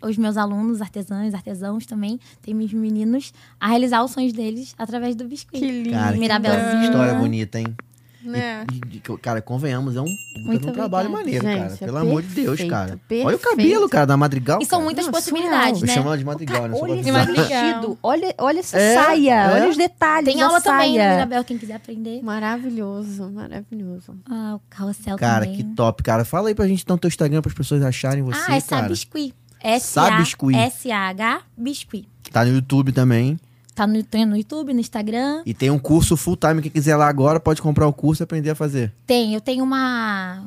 [SPEAKER 3] os meus alunos, artesãs, artesãos também, tem meus meninos, a realizar os sonhos deles através do biscuit.
[SPEAKER 1] Que lindo.
[SPEAKER 2] Cara,
[SPEAKER 3] Mirabelzinha.
[SPEAKER 2] Que história bonita, hein?
[SPEAKER 1] Né?
[SPEAKER 2] E- e- e, cara, convenhamos, é um, puta
[SPEAKER 3] Muito
[SPEAKER 2] de um trabalho
[SPEAKER 3] obrigada.
[SPEAKER 2] maneiro,
[SPEAKER 1] Gente,
[SPEAKER 2] cara.
[SPEAKER 1] é
[SPEAKER 2] Pelo amor de Deus,
[SPEAKER 1] perfeito,
[SPEAKER 2] cara.
[SPEAKER 1] perfeito.
[SPEAKER 2] Olha o cabelo, cara, da Madrigal.
[SPEAKER 3] E são
[SPEAKER 2] cara.
[SPEAKER 3] muitas
[SPEAKER 1] Não,
[SPEAKER 3] possibilidades,
[SPEAKER 2] Eu
[SPEAKER 3] né?
[SPEAKER 2] chamo ela de Madrigal, né? Só pra
[SPEAKER 1] Olha
[SPEAKER 2] avisar.
[SPEAKER 1] esse vestido. Olha, olha essa
[SPEAKER 2] É,
[SPEAKER 1] saia.
[SPEAKER 2] é.
[SPEAKER 1] Olha os detalhes.
[SPEAKER 3] Tem
[SPEAKER 1] da
[SPEAKER 3] aula também,
[SPEAKER 1] saia.
[SPEAKER 3] né, Mirabel, quem quiser aprender.
[SPEAKER 1] Maravilhoso, maravilhoso.
[SPEAKER 3] Ah, o carrossel
[SPEAKER 2] Cara,
[SPEAKER 3] também.
[SPEAKER 2] que top, cara. Fala aí pra gente então teu Instagram pras pessoas acharem você,
[SPEAKER 3] ah,
[SPEAKER 2] cara.
[SPEAKER 3] é Sabiscuit. s
[SPEAKER 2] Sabiscuit.
[SPEAKER 3] a S-A-H, Biscuit.
[SPEAKER 2] Tá no YouTube também.
[SPEAKER 3] Tá no, tem no YouTube, no Instagram.
[SPEAKER 2] E tem um curso full time. Quem quiser lá agora pode comprar o curso e aprender a fazer.
[SPEAKER 3] Tem, eu tenho uma.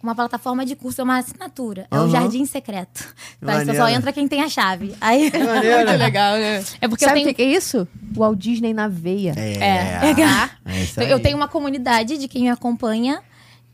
[SPEAKER 3] uma plataforma de curso, é uma assinatura. É o
[SPEAKER 2] Aham.
[SPEAKER 3] Jardim Secreto. Tá? Só-
[SPEAKER 2] Maneiro.
[SPEAKER 3] Só entra quem tem a chave. Aí...
[SPEAKER 2] Maneiro.
[SPEAKER 4] Muito legal, né?
[SPEAKER 3] É porque
[SPEAKER 1] Sabe o
[SPEAKER 3] eu
[SPEAKER 1] que
[SPEAKER 3] tenho...
[SPEAKER 1] que é isso? Walt Disney na veia.
[SPEAKER 2] É.
[SPEAKER 3] Pegar.
[SPEAKER 2] É isso
[SPEAKER 3] Tipo, Eu
[SPEAKER 2] aí.
[SPEAKER 3] tenho um uma comunidade de quem me acompanha,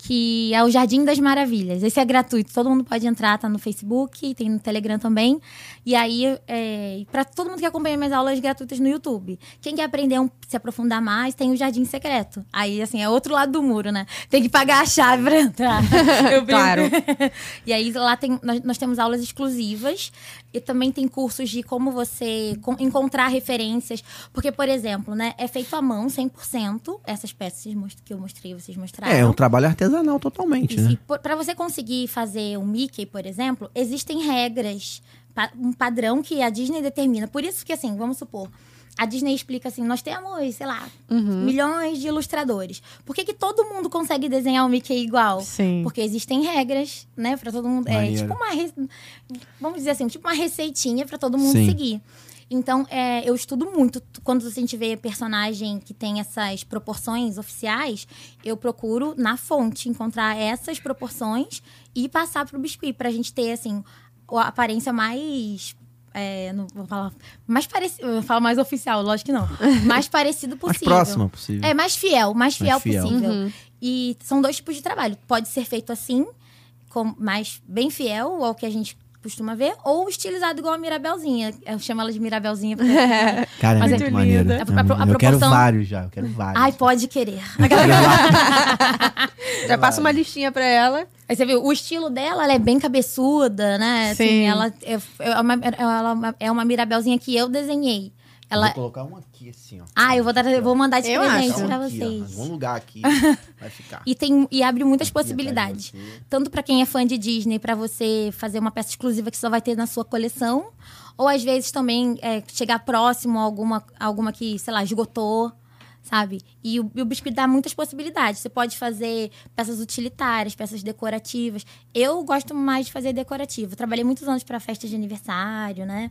[SPEAKER 3] que é o Jardim das Maravilhas. Esse é gratuito, todo mundo pode entrar, tá no Facebook, tem no Telegram também. E aí, é, para todo mundo que acompanha minhas aulas gratuitas no YouTube. Quem quer aprender, um- se aprofundar mais, tem o Jardim Secreto. Aí, assim, é outro lado do muro, né? Tem que pagar a chave pra entrar. Eu brinco.
[SPEAKER 1] Claro.
[SPEAKER 3] e aí, lá tem, nós, nós temos aulas exclusivas. E também tem cursos de como você con- encontrar referências. Porque, por exemplo, né? É feito à mão, 100%. Essas peças mos- que eu mostrei, vocês mostraram.
[SPEAKER 2] É um trabalho artesanal totalmente, né?
[SPEAKER 3] E para você conseguir fazer um Mickey, por exemplo, existem regras, pa- um padrão que a Disney determina. Por isso que, assim, vamos supor, a Disney explica assim: nós temos, sei lá, milhões de ilustradores. Por que, que todo mundo consegue desenhar o Mickey igual?
[SPEAKER 1] Sim.
[SPEAKER 3] Porque existem regras, né, para todo mundo. É
[SPEAKER 2] Maneiro.
[SPEAKER 3] tipo uma. re- Vamos dizer assim, tipo uma receitinha para todo mundo
[SPEAKER 2] Sim.
[SPEAKER 3] seguir. Então, é, eu estudo muito. T- Quando a gente vê personagem que tem essas proporções oficiais, eu procuro na fonte encontrar essas proporções e passar pro biscuit, pra gente ter, assim, o- a aparência mais. é, não vou falar. Mais parecido. Eu falo mais oficial, lógico que não. Mais parecido
[SPEAKER 2] Mais
[SPEAKER 3] possível.
[SPEAKER 2] próxima possível.
[SPEAKER 3] É, mais fiel, mais fiel,
[SPEAKER 2] fiel.
[SPEAKER 3] possível.
[SPEAKER 1] Uhum.
[SPEAKER 3] E são dois tipos de trabalho. Pode ser feito assim, com, mais bem fiel ao que a gente costuma ver, ou estilizado igual a Mirabelzinha. Eu chamo ela de Mirabelzinha. Porque...
[SPEAKER 2] Cara, é
[SPEAKER 3] Mas é
[SPEAKER 2] muito
[SPEAKER 3] muito
[SPEAKER 2] maneiro.
[SPEAKER 3] linda.
[SPEAKER 2] É
[SPEAKER 3] A- a-
[SPEAKER 2] muito-
[SPEAKER 3] a
[SPEAKER 2] eu quero
[SPEAKER 3] proporção-
[SPEAKER 2] vários já, eu quero vários.
[SPEAKER 3] Ai, pode querer. É,
[SPEAKER 1] Já passa uma listinha pra ela.
[SPEAKER 3] Aí você viu, o estilo dela, ela é bem cabeçuda, né? Assim,
[SPEAKER 1] Sim.
[SPEAKER 3] ela, é, é uma, ela é uma- é uma Mirabelzinha que eu desenhei. Ela...
[SPEAKER 2] Vou colocar um aqui, assim, ó. um
[SPEAKER 3] Ah, eu vou, dar, eu vou mandar de
[SPEAKER 1] Eu
[SPEAKER 3] presente
[SPEAKER 1] acho.
[SPEAKER 3] pra
[SPEAKER 2] Aqui, ó, em
[SPEAKER 3] vocês.
[SPEAKER 2] algum lugar aqui vai ficar.
[SPEAKER 3] E, tem, e abre muitas
[SPEAKER 2] Aqui atrás de
[SPEAKER 3] possibilidades.
[SPEAKER 2] você.
[SPEAKER 3] Tanto pra quem é fã de Disney, pra você fazer uma peça exclusiva que só vai ter na sua coleção. Ou às vezes também é, chegar próximo a alguma, a alguma que, sei lá, esgotou, sabe? E o, e o Biscuit dá muitas possibilidades. Você pode fazer peças utilitárias, peças decorativas. Eu gosto mais de fazer decorativo. Trabalhei muitos anos pra festa de aniversário, né?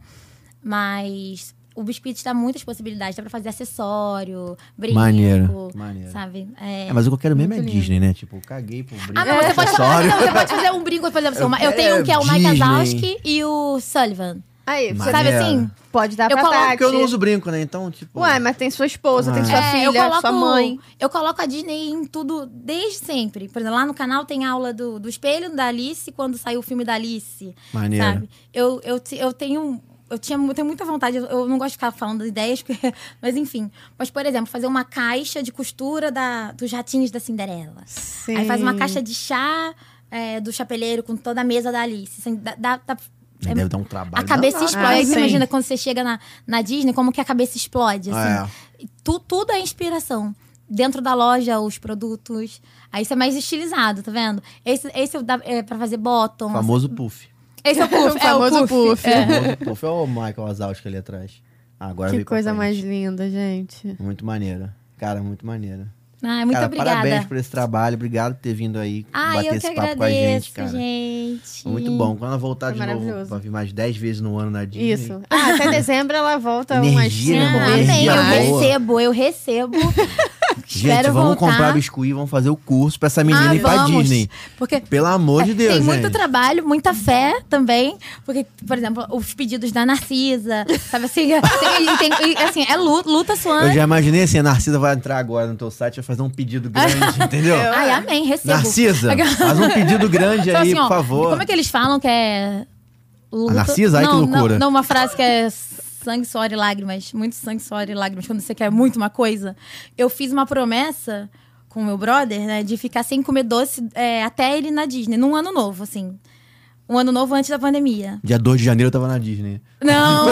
[SPEAKER 3] Mas o Biscuit dá muitas possibilidades. Dá pra fazer acessório, brinco,
[SPEAKER 2] Maneiro, maneiro.
[SPEAKER 3] sabe? É,
[SPEAKER 2] É, mas o que eu quero mesmo é Disney, né? Tipo, eu caguei pro brinco. É
[SPEAKER 3] ah, não, você pode, fazer,
[SPEAKER 2] acessório.
[SPEAKER 3] não, você pode fazer um brinco, por exemplo, assim,
[SPEAKER 2] Eu
[SPEAKER 3] uma- eu
[SPEAKER 2] quero
[SPEAKER 3] tenho um que é o Mike
[SPEAKER 2] Disney.
[SPEAKER 3] Azowski e o Sullivan.
[SPEAKER 1] Aí,
[SPEAKER 2] Mas-
[SPEAKER 1] você
[SPEAKER 3] Sabe
[SPEAKER 2] Maneiro.
[SPEAKER 3] assim?
[SPEAKER 1] pode dar
[SPEAKER 3] Eu
[SPEAKER 1] pra
[SPEAKER 3] coloco-
[SPEAKER 2] Porque eu não
[SPEAKER 1] Tati.
[SPEAKER 2] uso brinco, né? Então, tipo...
[SPEAKER 1] Ué, mas tem sua esposa, tem sua
[SPEAKER 3] É,
[SPEAKER 1] filha, sua mãe.
[SPEAKER 3] Eu coloco a Disney em tudo desde sempre. Por exemplo, lá no canal tem aula do, do espelho da Alice quando saiu o filme da Alice.
[SPEAKER 2] Maneiro.
[SPEAKER 3] Sabe? Eu, eu, ti- eu tenho. Eu, tinha, mu- tenho muita vontade, eu- eu não gosto de ficar falando ideias, porque- mas enfim. Mas, por exemplo, fazer uma caixa de costura da, dos ratinhos da Cinderela.
[SPEAKER 1] Sim.
[SPEAKER 3] Aí faz uma caixa de chá é, do chapeleiro com toda a mesa da Alice. Assim, dá- dá- dá- é-
[SPEAKER 2] Deve dar um trabalho.
[SPEAKER 3] a cabeça
[SPEAKER 2] danado.
[SPEAKER 3] explode.
[SPEAKER 1] Ah,
[SPEAKER 3] Aí você
[SPEAKER 1] sim.
[SPEAKER 3] imagina quando você chega na, na Disney, como que a cabeça explode, assim. E Tu, tudo é inspiração. Dentro da loja, os produtos. Aí isso é mais estilizado, tá vendo? Esse, esse eu dá- é pra fazer bottom.
[SPEAKER 2] É, famoso puff.
[SPEAKER 3] Esse é o puff. é
[SPEAKER 1] famoso
[SPEAKER 3] o puff. É.
[SPEAKER 1] puff.
[SPEAKER 2] Famoso puff. Olha o Michael Wazowski ali atrás. Ah, agora
[SPEAKER 1] Que
[SPEAKER 2] veio pra
[SPEAKER 1] coisa
[SPEAKER 2] frente.
[SPEAKER 1] mais linda, gente.
[SPEAKER 2] Muito maneira. Cara, muito maneira.
[SPEAKER 3] Ah, muito
[SPEAKER 2] cara,
[SPEAKER 3] obrigada.
[SPEAKER 2] parabéns por esse trabalho. Obrigado por ter vindo aí
[SPEAKER 3] Ah,
[SPEAKER 2] bater
[SPEAKER 3] eu que
[SPEAKER 2] esse papo com
[SPEAKER 3] agradeço,
[SPEAKER 2] a gente, cara.
[SPEAKER 3] gente.
[SPEAKER 2] Muito bom. Quando ela voltar
[SPEAKER 1] Foi
[SPEAKER 2] de novo,
[SPEAKER 1] maravilhoso.
[SPEAKER 2] vai vir mais 10 vezes no ano na Disney.
[SPEAKER 1] Isso. Ah, até dezembro ela volta umas
[SPEAKER 2] Energia,
[SPEAKER 1] cinco
[SPEAKER 2] né?
[SPEAKER 3] Ah,
[SPEAKER 1] vezes.
[SPEAKER 3] amém. Eu
[SPEAKER 2] Energia boa.
[SPEAKER 3] recebo, eu recebo.
[SPEAKER 2] Gente,
[SPEAKER 3] Espero
[SPEAKER 2] vamos
[SPEAKER 3] voltar.
[SPEAKER 2] comprar biscuit e vamos fazer o curso pra essa menina
[SPEAKER 3] Ah,
[SPEAKER 2] ir pra
[SPEAKER 3] vamos.
[SPEAKER 2] Disney.
[SPEAKER 3] Porque
[SPEAKER 2] Pelo amor de Deus,
[SPEAKER 3] É, Tem muito
[SPEAKER 2] gente.
[SPEAKER 3] trabalho, muita fé também. Porque, por exemplo, os pedidos da Narcisa, sabe assim? tem- tem- e, assim, é luta, luta sua.
[SPEAKER 2] Eu já imaginei assim, a Narcisa vai entrar agora no teu site e vai fazer um pedido grande, entendeu?
[SPEAKER 3] Ai, amém, recebo.
[SPEAKER 2] Narcisa, faz um pedido grande
[SPEAKER 3] Só
[SPEAKER 2] aí,
[SPEAKER 3] assim, ó,
[SPEAKER 2] por favor.
[SPEAKER 3] Como é que eles falam que é. Luta...
[SPEAKER 2] Narcisa? Ai, que
[SPEAKER 3] não,
[SPEAKER 2] loucura.
[SPEAKER 3] Não, não, uma frase que é sangue, suor e lágrimas. Muito sangue, suor e lágrimas. Quando você quer muito uma coisa. Eu fiz uma promessa com o meu brother, né? De ficar sem comer doce é, até ele na Disney. Num ano novo, assim. Um ano novo antes da pandemia.
[SPEAKER 2] Dia 2 de janeiro eu tava na Disney.
[SPEAKER 3] Não!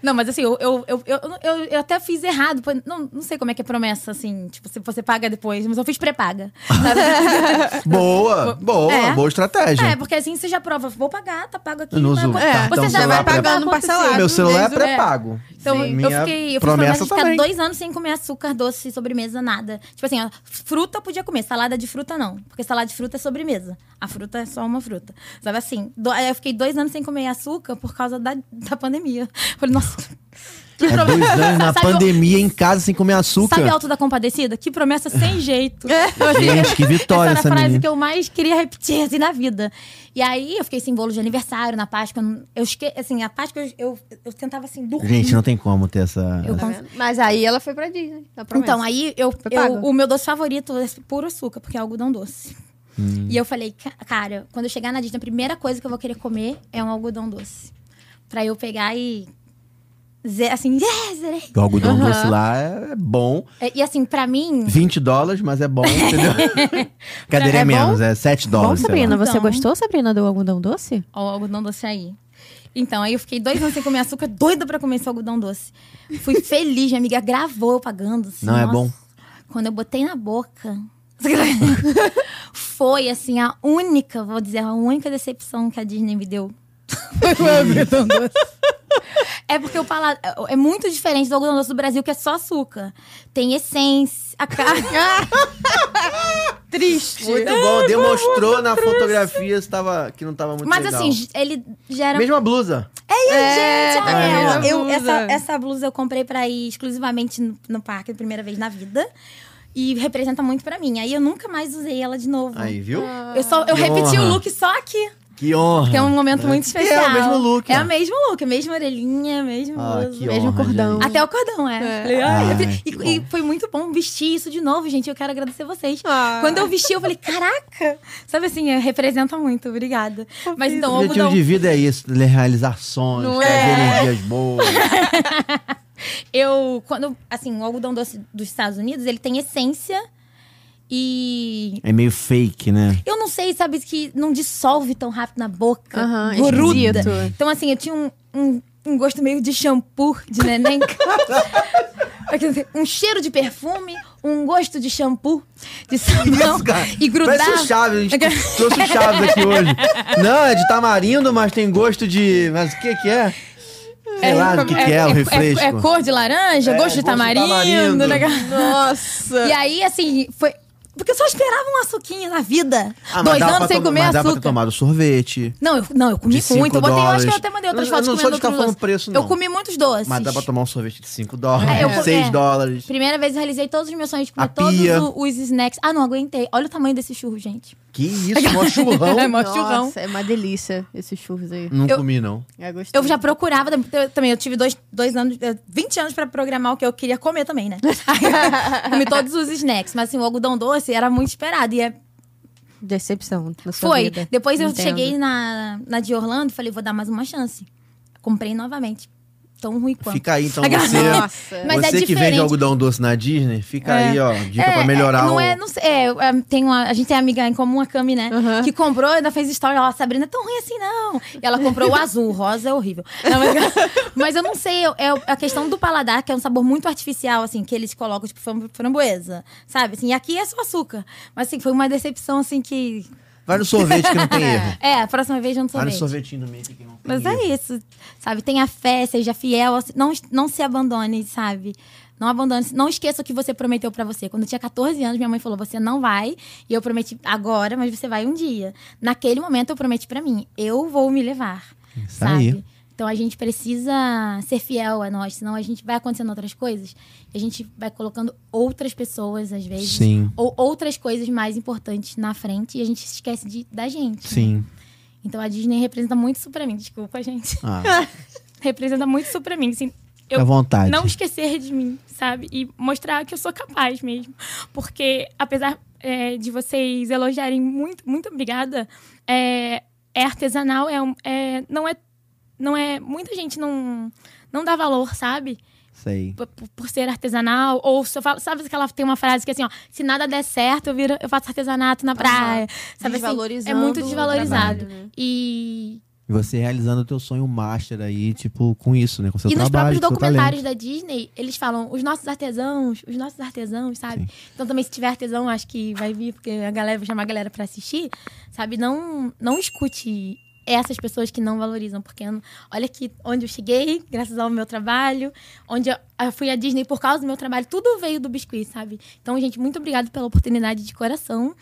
[SPEAKER 3] não, mas assim, eu, eu, eu, eu, eu- eu até fiz errado. pô, Não, não sei como é que é promessa, assim. Tipo, se você paga depois. Mas eu fiz pré-paga.
[SPEAKER 2] Ah, Boa, boa,
[SPEAKER 3] É.
[SPEAKER 2] boa estratégia.
[SPEAKER 3] É, porque assim você já prova. Vou pagar, tá pago aqui.
[SPEAKER 2] Eu não
[SPEAKER 3] vai
[SPEAKER 2] uso
[SPEAKER 3] acon-
[SPEAKER 2] cartão,
[SPEAKER 3] você já
[SPEAKER 2] celular
[SPEAKER 3] vai
[SPEAKER 2] pré-
[SPEAKER 3] pagando parcelado.
[SPEAKER 2] Meu celular é
[SPEAKER 1] desde o-
[SPEAKER 2] pré-pago.
[SPEAKER 3] Então,
[SPEAKER 2] Sim.
[SPEAKER 3] eu
[SPEAKER 2] Minha
[SPEAKER 3] fiquei. Eu fiz promessa
[SPEAKER 2] promessa
[SPEAKER 3] de ficar
[SPEAKER 2] também.
[SPEAKER 3] dois anos sem comer açúcar, doce, sobremesa, nada. Tipo assim, ó, fruta eu podia comer, salada de fruta não. Porque salada de fruta é sobremesa. A fruta é só uma fruta. Sabe assim? do- aí eu fiquei dois anos sem comer açúcar por causa da, da pandemia. Eu Falei, nossa. Que
[SPEAKER 2] Há É dois anos na
[SPEAKER 3] Sabe o-
[SPEAKER 2] pandemia, em casa, sem comer açúcar.
[SPEAKER 3] Sabe Alto da Compadecida? Que promessa sem jeito. Eu, assim,
[SPEAKER 2] Gente, que É, vitória
[SPEAKER 3] essa
[SPEAKER 2] essa
[SPEAKER 3] era a frase
[SPEAKER 2] menina.
[SPEAKER 3] que eu mais queria repetir assim, na vida. E aí eu fiquei sem bolo de aniversário, na Páscoa. eu não- Eu esque... Assim, a Páscoa eu, eu, eu tentava assim, dormir.
[SPEAKER 2] Gente, não tem como ter essa.
[SPEAKER 3] Eu
[SPEAKER 2] essa-
[SPEAKER 3] cons-
[SPEAKER 1] Tá Mas aí ela foi pra Disney. na promessa.
[SPEAKER 3] Então, aí eu,
[SPEAKER 1] Foi
[SPEAKER 3] eu-
[SPEAKER 1] pago.
[SPEAKER 3] o meu doce favorito é puro açúcar, porque é algodão doce. E eu falei, "Ca- cara, quando eu chegar na Disney, a primeira coisa que eu vou querer comer é um algodão doce. Pra eu pegar e. ze- Assim, yeah, zerei.
[SPEAKER 2] O algodão doce lá é bom.
[SPEAKER 3] É, E assim, pra mim.
[SPEAKER 2] 20 dólares, mas é bom, entendeu? Cadeira é,
[SPEAKER 1] É bom?
[SPEAKER 2] menos, é 7
[SPEAKER 1] Bom,
[SPEAKER 2] dólares. sei lá.
[SPEAKER 1] Sabrina, você
[SPEAKER 3] Então.
[SPEAKER 1] gostou, Sabrina, do algodão doce?
[SPEAKER 3] Ó, o algodão doce aí. Então, aí eu fiquei dois anos sem comer açúcar, doida pra comer esse algodão doce. Fui feliz, minha amiga gravou eu pagando. assim,
[SPEAKER 2] Não é
[SPEAKER 3] nossa.
[SPEAKER 2] bom?
[SPEAKER 3] Quando eu botei na boca. foi, assim, a única, vou dizer, a única decepção que a Disney me deu. Foi o algodão doce. É porque o paladar. É muito diferente do algodão doce do Brasil, que é só açúcar. Tem essência, a carne.
[SPEAKER 1] Triste.
[SPEAKER 2] Muito bom, demonstrou na fotografia se tava- que não tava muito
[SPEAKER 3] Mas
[SPEAKER 2] legal.
[SPEAKER 3] assim, ele gera.
[SPEAKER 2] Mesma blusa.
[SPEAKER 3] É, gente,
[SPEAKER 1] tá
[SPEAKER 3] Ariel,
[SPEAKER 1] vendo?
[SPEAKER 3] eu-
[SPEAKER 1] Blusa.
[SPEAKER 3] essa, essa blusa eu comprei pra ir exclusivamente no, no parque, primeira vez na vida. E representa muito pra mim. Aí eu nunca mais usei ela de novo.
[SPEAKER 2] Aí, viu?
[SPEAKER 3] Eu, só, eu
[SPEAKER 2] Que
[SPEAKER 3] repeti
[SPEAKER 2] honra.
[SPEAKER 3] o look só aqui,
[SPEAKER 2] Que honra.
[SPEAKER 3] Ah. que é um momento muito
[SPEAKER 2] É, é o
[SPEAKER 3] especial.
[SPEAKER 2] mesmo look,
[SPEAKER 3] É
[SPEAKER 2] ó.
[SPEAKER 3] o mesmo look, a mesma orelhinha, a mesma
[SPEAKER 2] Ah,
[SPEAKER 3] blusa.
[SPEAKER 2] que
[SPEAKER 1] Mesmo
[SPEAKER 2] honra,
[SPEAKER 1] cordão.
[SPEAKER 2] gente.
[SPEAKER 3] Até o cordão, é. Falei, ai,
[SPEAKER 2] Ai,
[SPEAKER 3] eu fiz-
[SPEAKER 2] que
[SPEAKER 3] e- e,
[SPEAKER 2] bom.
[SPEAKER 3] foi muito bom vestir isso de novo, gente. Eu quero agradecer vocês.
[SPEAKER 1] Ah.
[SPEAKER 3] Quando eu vesti, eu falei, caraca! Sabe assim, é, representa muito, obrigada. Mas então,
[SPEAKER 2] O
[SPEAKER 3] o
[SPEAKER 2] objetivo
[SPEAKER 3] algodão-
[SPEAKER 2] de vida é isso, realizar sonhos,
[SPEAKER 1] Não
[SPEAKER 2] trazer
[SPEAKER 1] é?
[SPEAKER 2] energias boas.
[SPEAKER 3] Eu, quando, assim, o algodão doce dos Estados Unidos, ele tem essência e
[SPEAKER 2] É meio fake, né?
[SPEAKER 3] eu não sei, sabe, que não dissolve tão rápido na boca.
[SPEAKER 1] Aham, é
[SPEAKER 3] gruda.
[SPEAKER 1] esquisito.
[SPEAKER 3] Então, assim, eu tinha um, um, um gosto meio de shampoo de neném. Aquele- um cheiro de perfume, um gosto de shampoo, de sabão e grudar.
[SPEAKER 2] Parece o Chaves, a gente trouxe o Chaves aqui hoje. Não, é de tamarindo, mas tem gosto de... Mas o que que é? Sei lá o que que é, o refresco.
[SPEAKER 3] é cor de laranja,
[SPEAKER 2] É,
[SPEAKER 3] gosto de tamarindo, né,
[SPEAKER 2] tamarindo.
[SPEAKER 3] negócio.
[SPEAKER 1] Nossa. é
[SPEAKER 3] E aí, assim, foi. Porque eu só esperava um açuquinho na vida.
[SPEAKER 2] Ah, mas
[SPEAKER 3] Dois
[SPEAKER 2] dava
[SPEAKER 3] anos
[SPEAKER 2] pra
[SPEAKER 3] sem
[SPEAKER 2] to-
[SPEAKER 3] comer
[SPEAKER 2] mas dava
[SPEAKER 3] açúcar.
[SPEAKER 2] pra ter tomado sorvete.
[SPEAKER 3] Não, eu, não, eu
[SPEAKER 2] De
[SPEAKER 3] comi
[SPEAKER 2] cinco
[SPEAKER 3] muito. Eu botei, eu acho que eu
[SPEAKER 2] dólares.
[SPEAKER 3] até mandei outras
[SPEAKER 2] Eu não-
[SPEAKER 3] fotos
[SPEAKER 2] eu não sou
[SPEAKER 3] comendo
[SPEAKER 2] de ficar
[SPEAKER 3] outros
[SPEAKER 2] falando
[SPEAKER 3] doces.
[SPEAKER 2] preço,
[SPEAKER 3] Eu
[SPEAKER 2] não.
[SPEAKER 3] comi muitos doces.
[SPEAKER 2] Mas dá pra tomar um sorvete de 5 dólares,
[SPEAKER 3] É, eu-
[SPEAKER 2] 6
[SPEAKER 3] é.
[SPEAKER 2] dólares.
[SPEAKER 3] Primeira vez eu realizei todos os meus sonhos de
[SPEAKER 2] A
[SPEAKER 3] comer todos
[SPEAKER 2] pia.
[SPEAKER 3] o- os snacks. Ah, não, aguentei. Olha o tamanho desse churro, gente.
[SPEAKER 2] Que isso, mó churrão.
[SPEAKER 3] É, mó churrão.
[SPEAKER 1] Nossa, é uma delícia esses churros aí.
[SPEAKER 2] Não
[SPEAKER 3] Eu-
[SPEAKER 2] comi, não.
[SPEAKER 1] É gostoso.
[SPEAKER 3] Eu já procurava eu- também. Eu tive dois, dois anos, eh, 20 anos pra programar o que eu queria comer também, né? Aí eu comi todos os snacks. Mas assim, o algodão doce era muito esperado. E é
[SPEAKER 1] Decepção na sua
[SPEAKER 3] Foi.
[SPEAKER 1] vida.
[SPEAKER 3] Depois eu
[SPEAKER 1] Entendo.
[SPEAKER 3] cheguei na, na de Orlando e falei, vou dar mais uma chance. Comprei novamente. Tão ruim quanto.
[SPEAKER 2] Fica aí, então,
[SPEAKER 3] Aquela-
[SPEAKER 2] você...
[SPEAKER 1] Nossa.
[SPEAKER 3] Mas
[SPEAKER 2] você
[SPEAKER 3] é
[SPEAKER 2] que vende
[SPEAKER 3] diferente.
[SPEAKER 2] algodão doce na Disney, fica aí, ó, dica pra melhorar
[SPEAKER 3] não
[SPEAKER 2] o...
[SPEAKER 3] é, não sei, é, é, tem uma, a gente tem amiga em comum, a Cami, né? Que comprou, ainda fez história, ó, Sabrina, é tão ruim assim, não. E ela comprou o azul, o rosa é horrível. Não, mas, mas eu não sei, eu- é a questão do paladar, que é um sabor muito artificial, assim, que eles colocam, tipo, fram- framboesa, sabe? Assim, e aqui é só açúcar. Mas, assim, foi uma decepção, assim, que...
[SPEAKER 2] Vai no sorvete que não tem erro.
[SPEAKER 3] É, a próxima vez eu não
[SPEAKER 2] Vai no
[SPEAKER 3] sorvete.
[SPEAKER 2] sorvetinho do meio que não tem
[SPEAKER 3] Mas
[SPEAKER 2] erro.
[SPEAKER 3] é isso, sabe? Tenha fé, seja fiel, assim, não, não se abandone, sabe? Não abandone, não esqueça o que você prometeu pra você. Quando eu tinha 14 anos, minha mãe falou: "Você não vai", e eu prometi agora, mas você vai um dia. Naquele momento eu prometi pra mim: "Eu vou me levar".
[SPEAKER 2] Isso
[SPEAKER 3] sabe?
[SPEAKER 2] Tá aí.
[SPEAKER 3] Então a gente precisa ser fiel a nós, senão a gente vai acontecendo outras coisas, e a gente vai colocando outras pessoas às vezes
[SPEAKER 2] Sim.
[SPEAKER 3] ou outras coisas mais importantes na frente e a gente se esquece de, da gente.
[SPEAKER 2] Sim.
[SPEAKER 3] Então a Disney representa muito isso pra mim, desculpa, gente
[SPEAKER 2] Ah,
[SPEAKER 4] Representa muito isso pra mim, assim.
[SPEAKER 2] fica à vontade.
[SPEAKER 4] Não esquecer de mim, sabe? E mostrar que eu sou capaz mesmo. Porque, apesar é, de vocês elogiarem muito, muito obrigada, é, é artesanal, é, um- é- não é. Não é. Muita gente não, não dá valor, sabe?
[SPEAKER 2] Sei.
[SPEAKER 4] Por, por- por ser artesanal. Ou só fala, sabe que ela tem uma frase que é assim, ó, se nada der certo, eu, viro, eu faço artesanato na praia. sabe assim? É
[SPEAKER 1] Desvalorizando
[SPEAKER 4] muito
[SPEAKER 1] o
[SPEAKER 4] desvalorizado.
[SPEAKER 1] trabalho, né?
[SPEAKER 4] E
[SPEAKER 2] E você realizando o teu sonho master aí, tipo, com isso, né? Com seu
[SPEAKER 4] e nos
[SPEAKER 2] trabalho,
[SPEAKER 4] próprios
[SPEAKER 2] com seu
[SPEAKER 4] documentários
[SPEAKER 2] talento.
[SPEAKER 4] da Disney, eles falam os nossos artesãos, os nossos artesãos, sabe? Então também se tiver artesão, acho que vai vir, porque a galera vai chamar a galera pra assistir, sabe? Não, não escute essas pessoas que não valorizam, porque eu não- olha aqui onde eu cheguei, graças ao meu trabalho, onde eu, eu fui à Disney por causa do meu trabalho, tudo veio do biscuit, sabe? Então, gente, muito obrigado pela oportunidade de coração.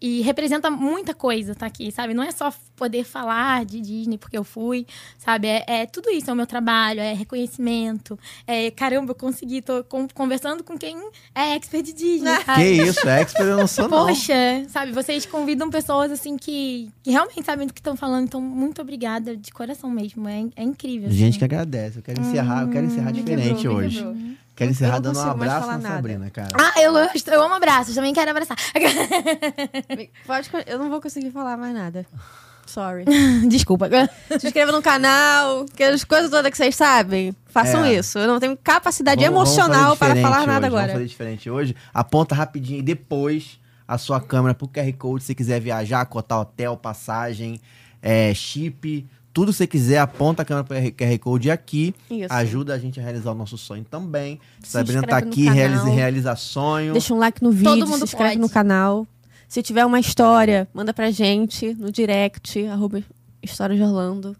[SPEAKER 3] E representa muita coisa tá aqui, sabe? Não é só poder falar de Disney porque eu fui, sabe? É, é tudo isso, é o meu trabalho, é reconhecimento, é caramba, eu consegui, tô con- conversando com quem é expert de Disney, sabe?
[SPEAKER 2] Que isso, é expert eu não sou não.
[SPEAKER 3] Poxa, sabe, vocês convidam pessoas assim que, que realmente sabem do que estão falando, então muito obrigada, de coração mesmo. É, é incrível. assim.
[SPEAKER 2] Gente que agradece. Eu quero encerrar, eu quero encerrar diferente
[SPEAKER 1] quebrou, Hum, me
[SPEAKER 2] hoje.
[SPEAKER 1] quebrou.
[SPEAKER 2] Quero encerrar
[SPEAKER 1] não
[SPEAKER 2] dando um
[SPEAKER 1] consigo mais
[SPEAKER 2] abraço
[SPEAKER 1] falar
[SPEAKER 2] na
[SPEAKER 1] nada.
[SPEAKER 2] Sabrina, cara.
[SPEAKER 3] Ah, eu, eu, eu amo abraços, também quero abraçar.
[SPEAKER 1] Pode co- eu não vou conseguir falar mais nada. Sorry.
[SPEAKER 3] Desculpa.
[SPEAKER 1] Se inscreva no canal, que as coisas todas que vocês sabem, façam
[SPEAKER 2] É.
[SPEAKER 1] isso. Eu não tenho capacidade
[SPEAKER 2] Vamos- vamos
[SPEAKER 1] tá emocional
[SPEAKER 2] fazer
[SPEAKER 1] para
[SPEAKER 2] diferente
[SPEAKER 1] falar nada
[SPEAKER 2] hoje, Vamos
[SPEAKER 1] agora.
[SPEAKER 2] fazer diferente hoje. Aponta rapidinho e depois a sua câmera pro QR Code se quiser viajar, cotar hotel, passagem, é, chip, tudo que você quiser, aponta a câmera pro QR Code aqui.
[SPEAKER 1] Isso.
[SPEAKER 2] Ajuda a gente a realizar o nosso sonho também.
[SPEAKER 1] Se
[SPEAKER 2] Sabrina tá
[SPEAKER 1] inscreve no
[SPEAKER 2] aqui,
[SPEAKER 1] canal.
[SPEAKER 2] realiza, realiza sonho.
[SPEAKER 1] Deixa um like no vídeo,
[SPEAKER 3] mundo
[SPEAKER 1] se inscreve
[SPEAKER 3] pode.
[SPEAKER 1] no canal. Se tiver uma história, manda pra gente no direct, arroba História de Orlando.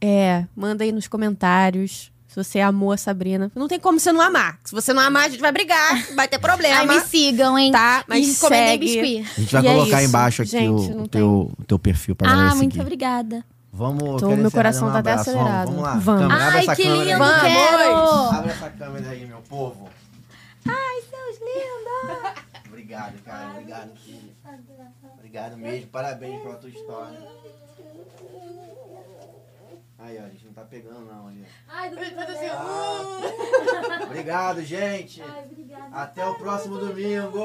[SPEAKER 1] É, manda aí nos comentários se você amou a Sabrina. Não tem como você não amar. Se você não amar, a gente vai brigar, vai ter
[SPEAKER 3] Ai,
[SPEAKER 1] problema.
[SPEAKER 3] me sigam, hein?
[SPEAKER 1] Tá, mas
[SPEAKER 3] e comendo
[SPEAKER 1] segue.
[SPEAKER 3] biscuit.
[SPEAKER 2] A gente vai
[SPEAKER 1] E é
[SPEAKER 2] colocar
[SPEAKER 1] isso.
[SPEAKER 2] embaixo aqui
[SPEAKER 1] Gente,
[SPEAKER 2] o,
[SPEAKER 1] não
[SPEAKER 2] o teu, o teu perfil pra galera
[SPEAKER 3] Ah,
[SPEAKER 2] seguir.
[SPEAKER 3] muito obrigada.
[SPEAKER 2] Vamos,
[SPEAKER 1] Tô-
[SPEAKER 2] quero
[SPEAKER 1] meu
[SPEAKER 2] encerrar
[SPEAKER 1] coração
[SPEAKER 2] dando um
[SPEAKER 1] tá até
[SPEAKER 2] abraço. Vamos-
[SPEAKER 1] acelerado.
[SPEAKER 2] Vamos, lá.
[SPEAKER 1] Vamos.
[SPEAKER 2] Câmera, abre
[SPEAKER 3] Ai,
[SPEAKER 2] essa
[SPEAKER 3] que
[SPEAKER 2] câmera
[SPEAKER 3] lindo,
[SPEAKER 2] aí.
[SPEAKER 3] quero!
[SPEAKER 2] Abre essa câmera aí, meu povo. Ai, seus lindos! Obrigado, cara. Obrigado, filho. Obrigado mesmo. Parabéns pela tua história. Aí, ó, a gente não tá pegando não Ah, ali. Ai, Obrigado, gente. Até o próximo domingo.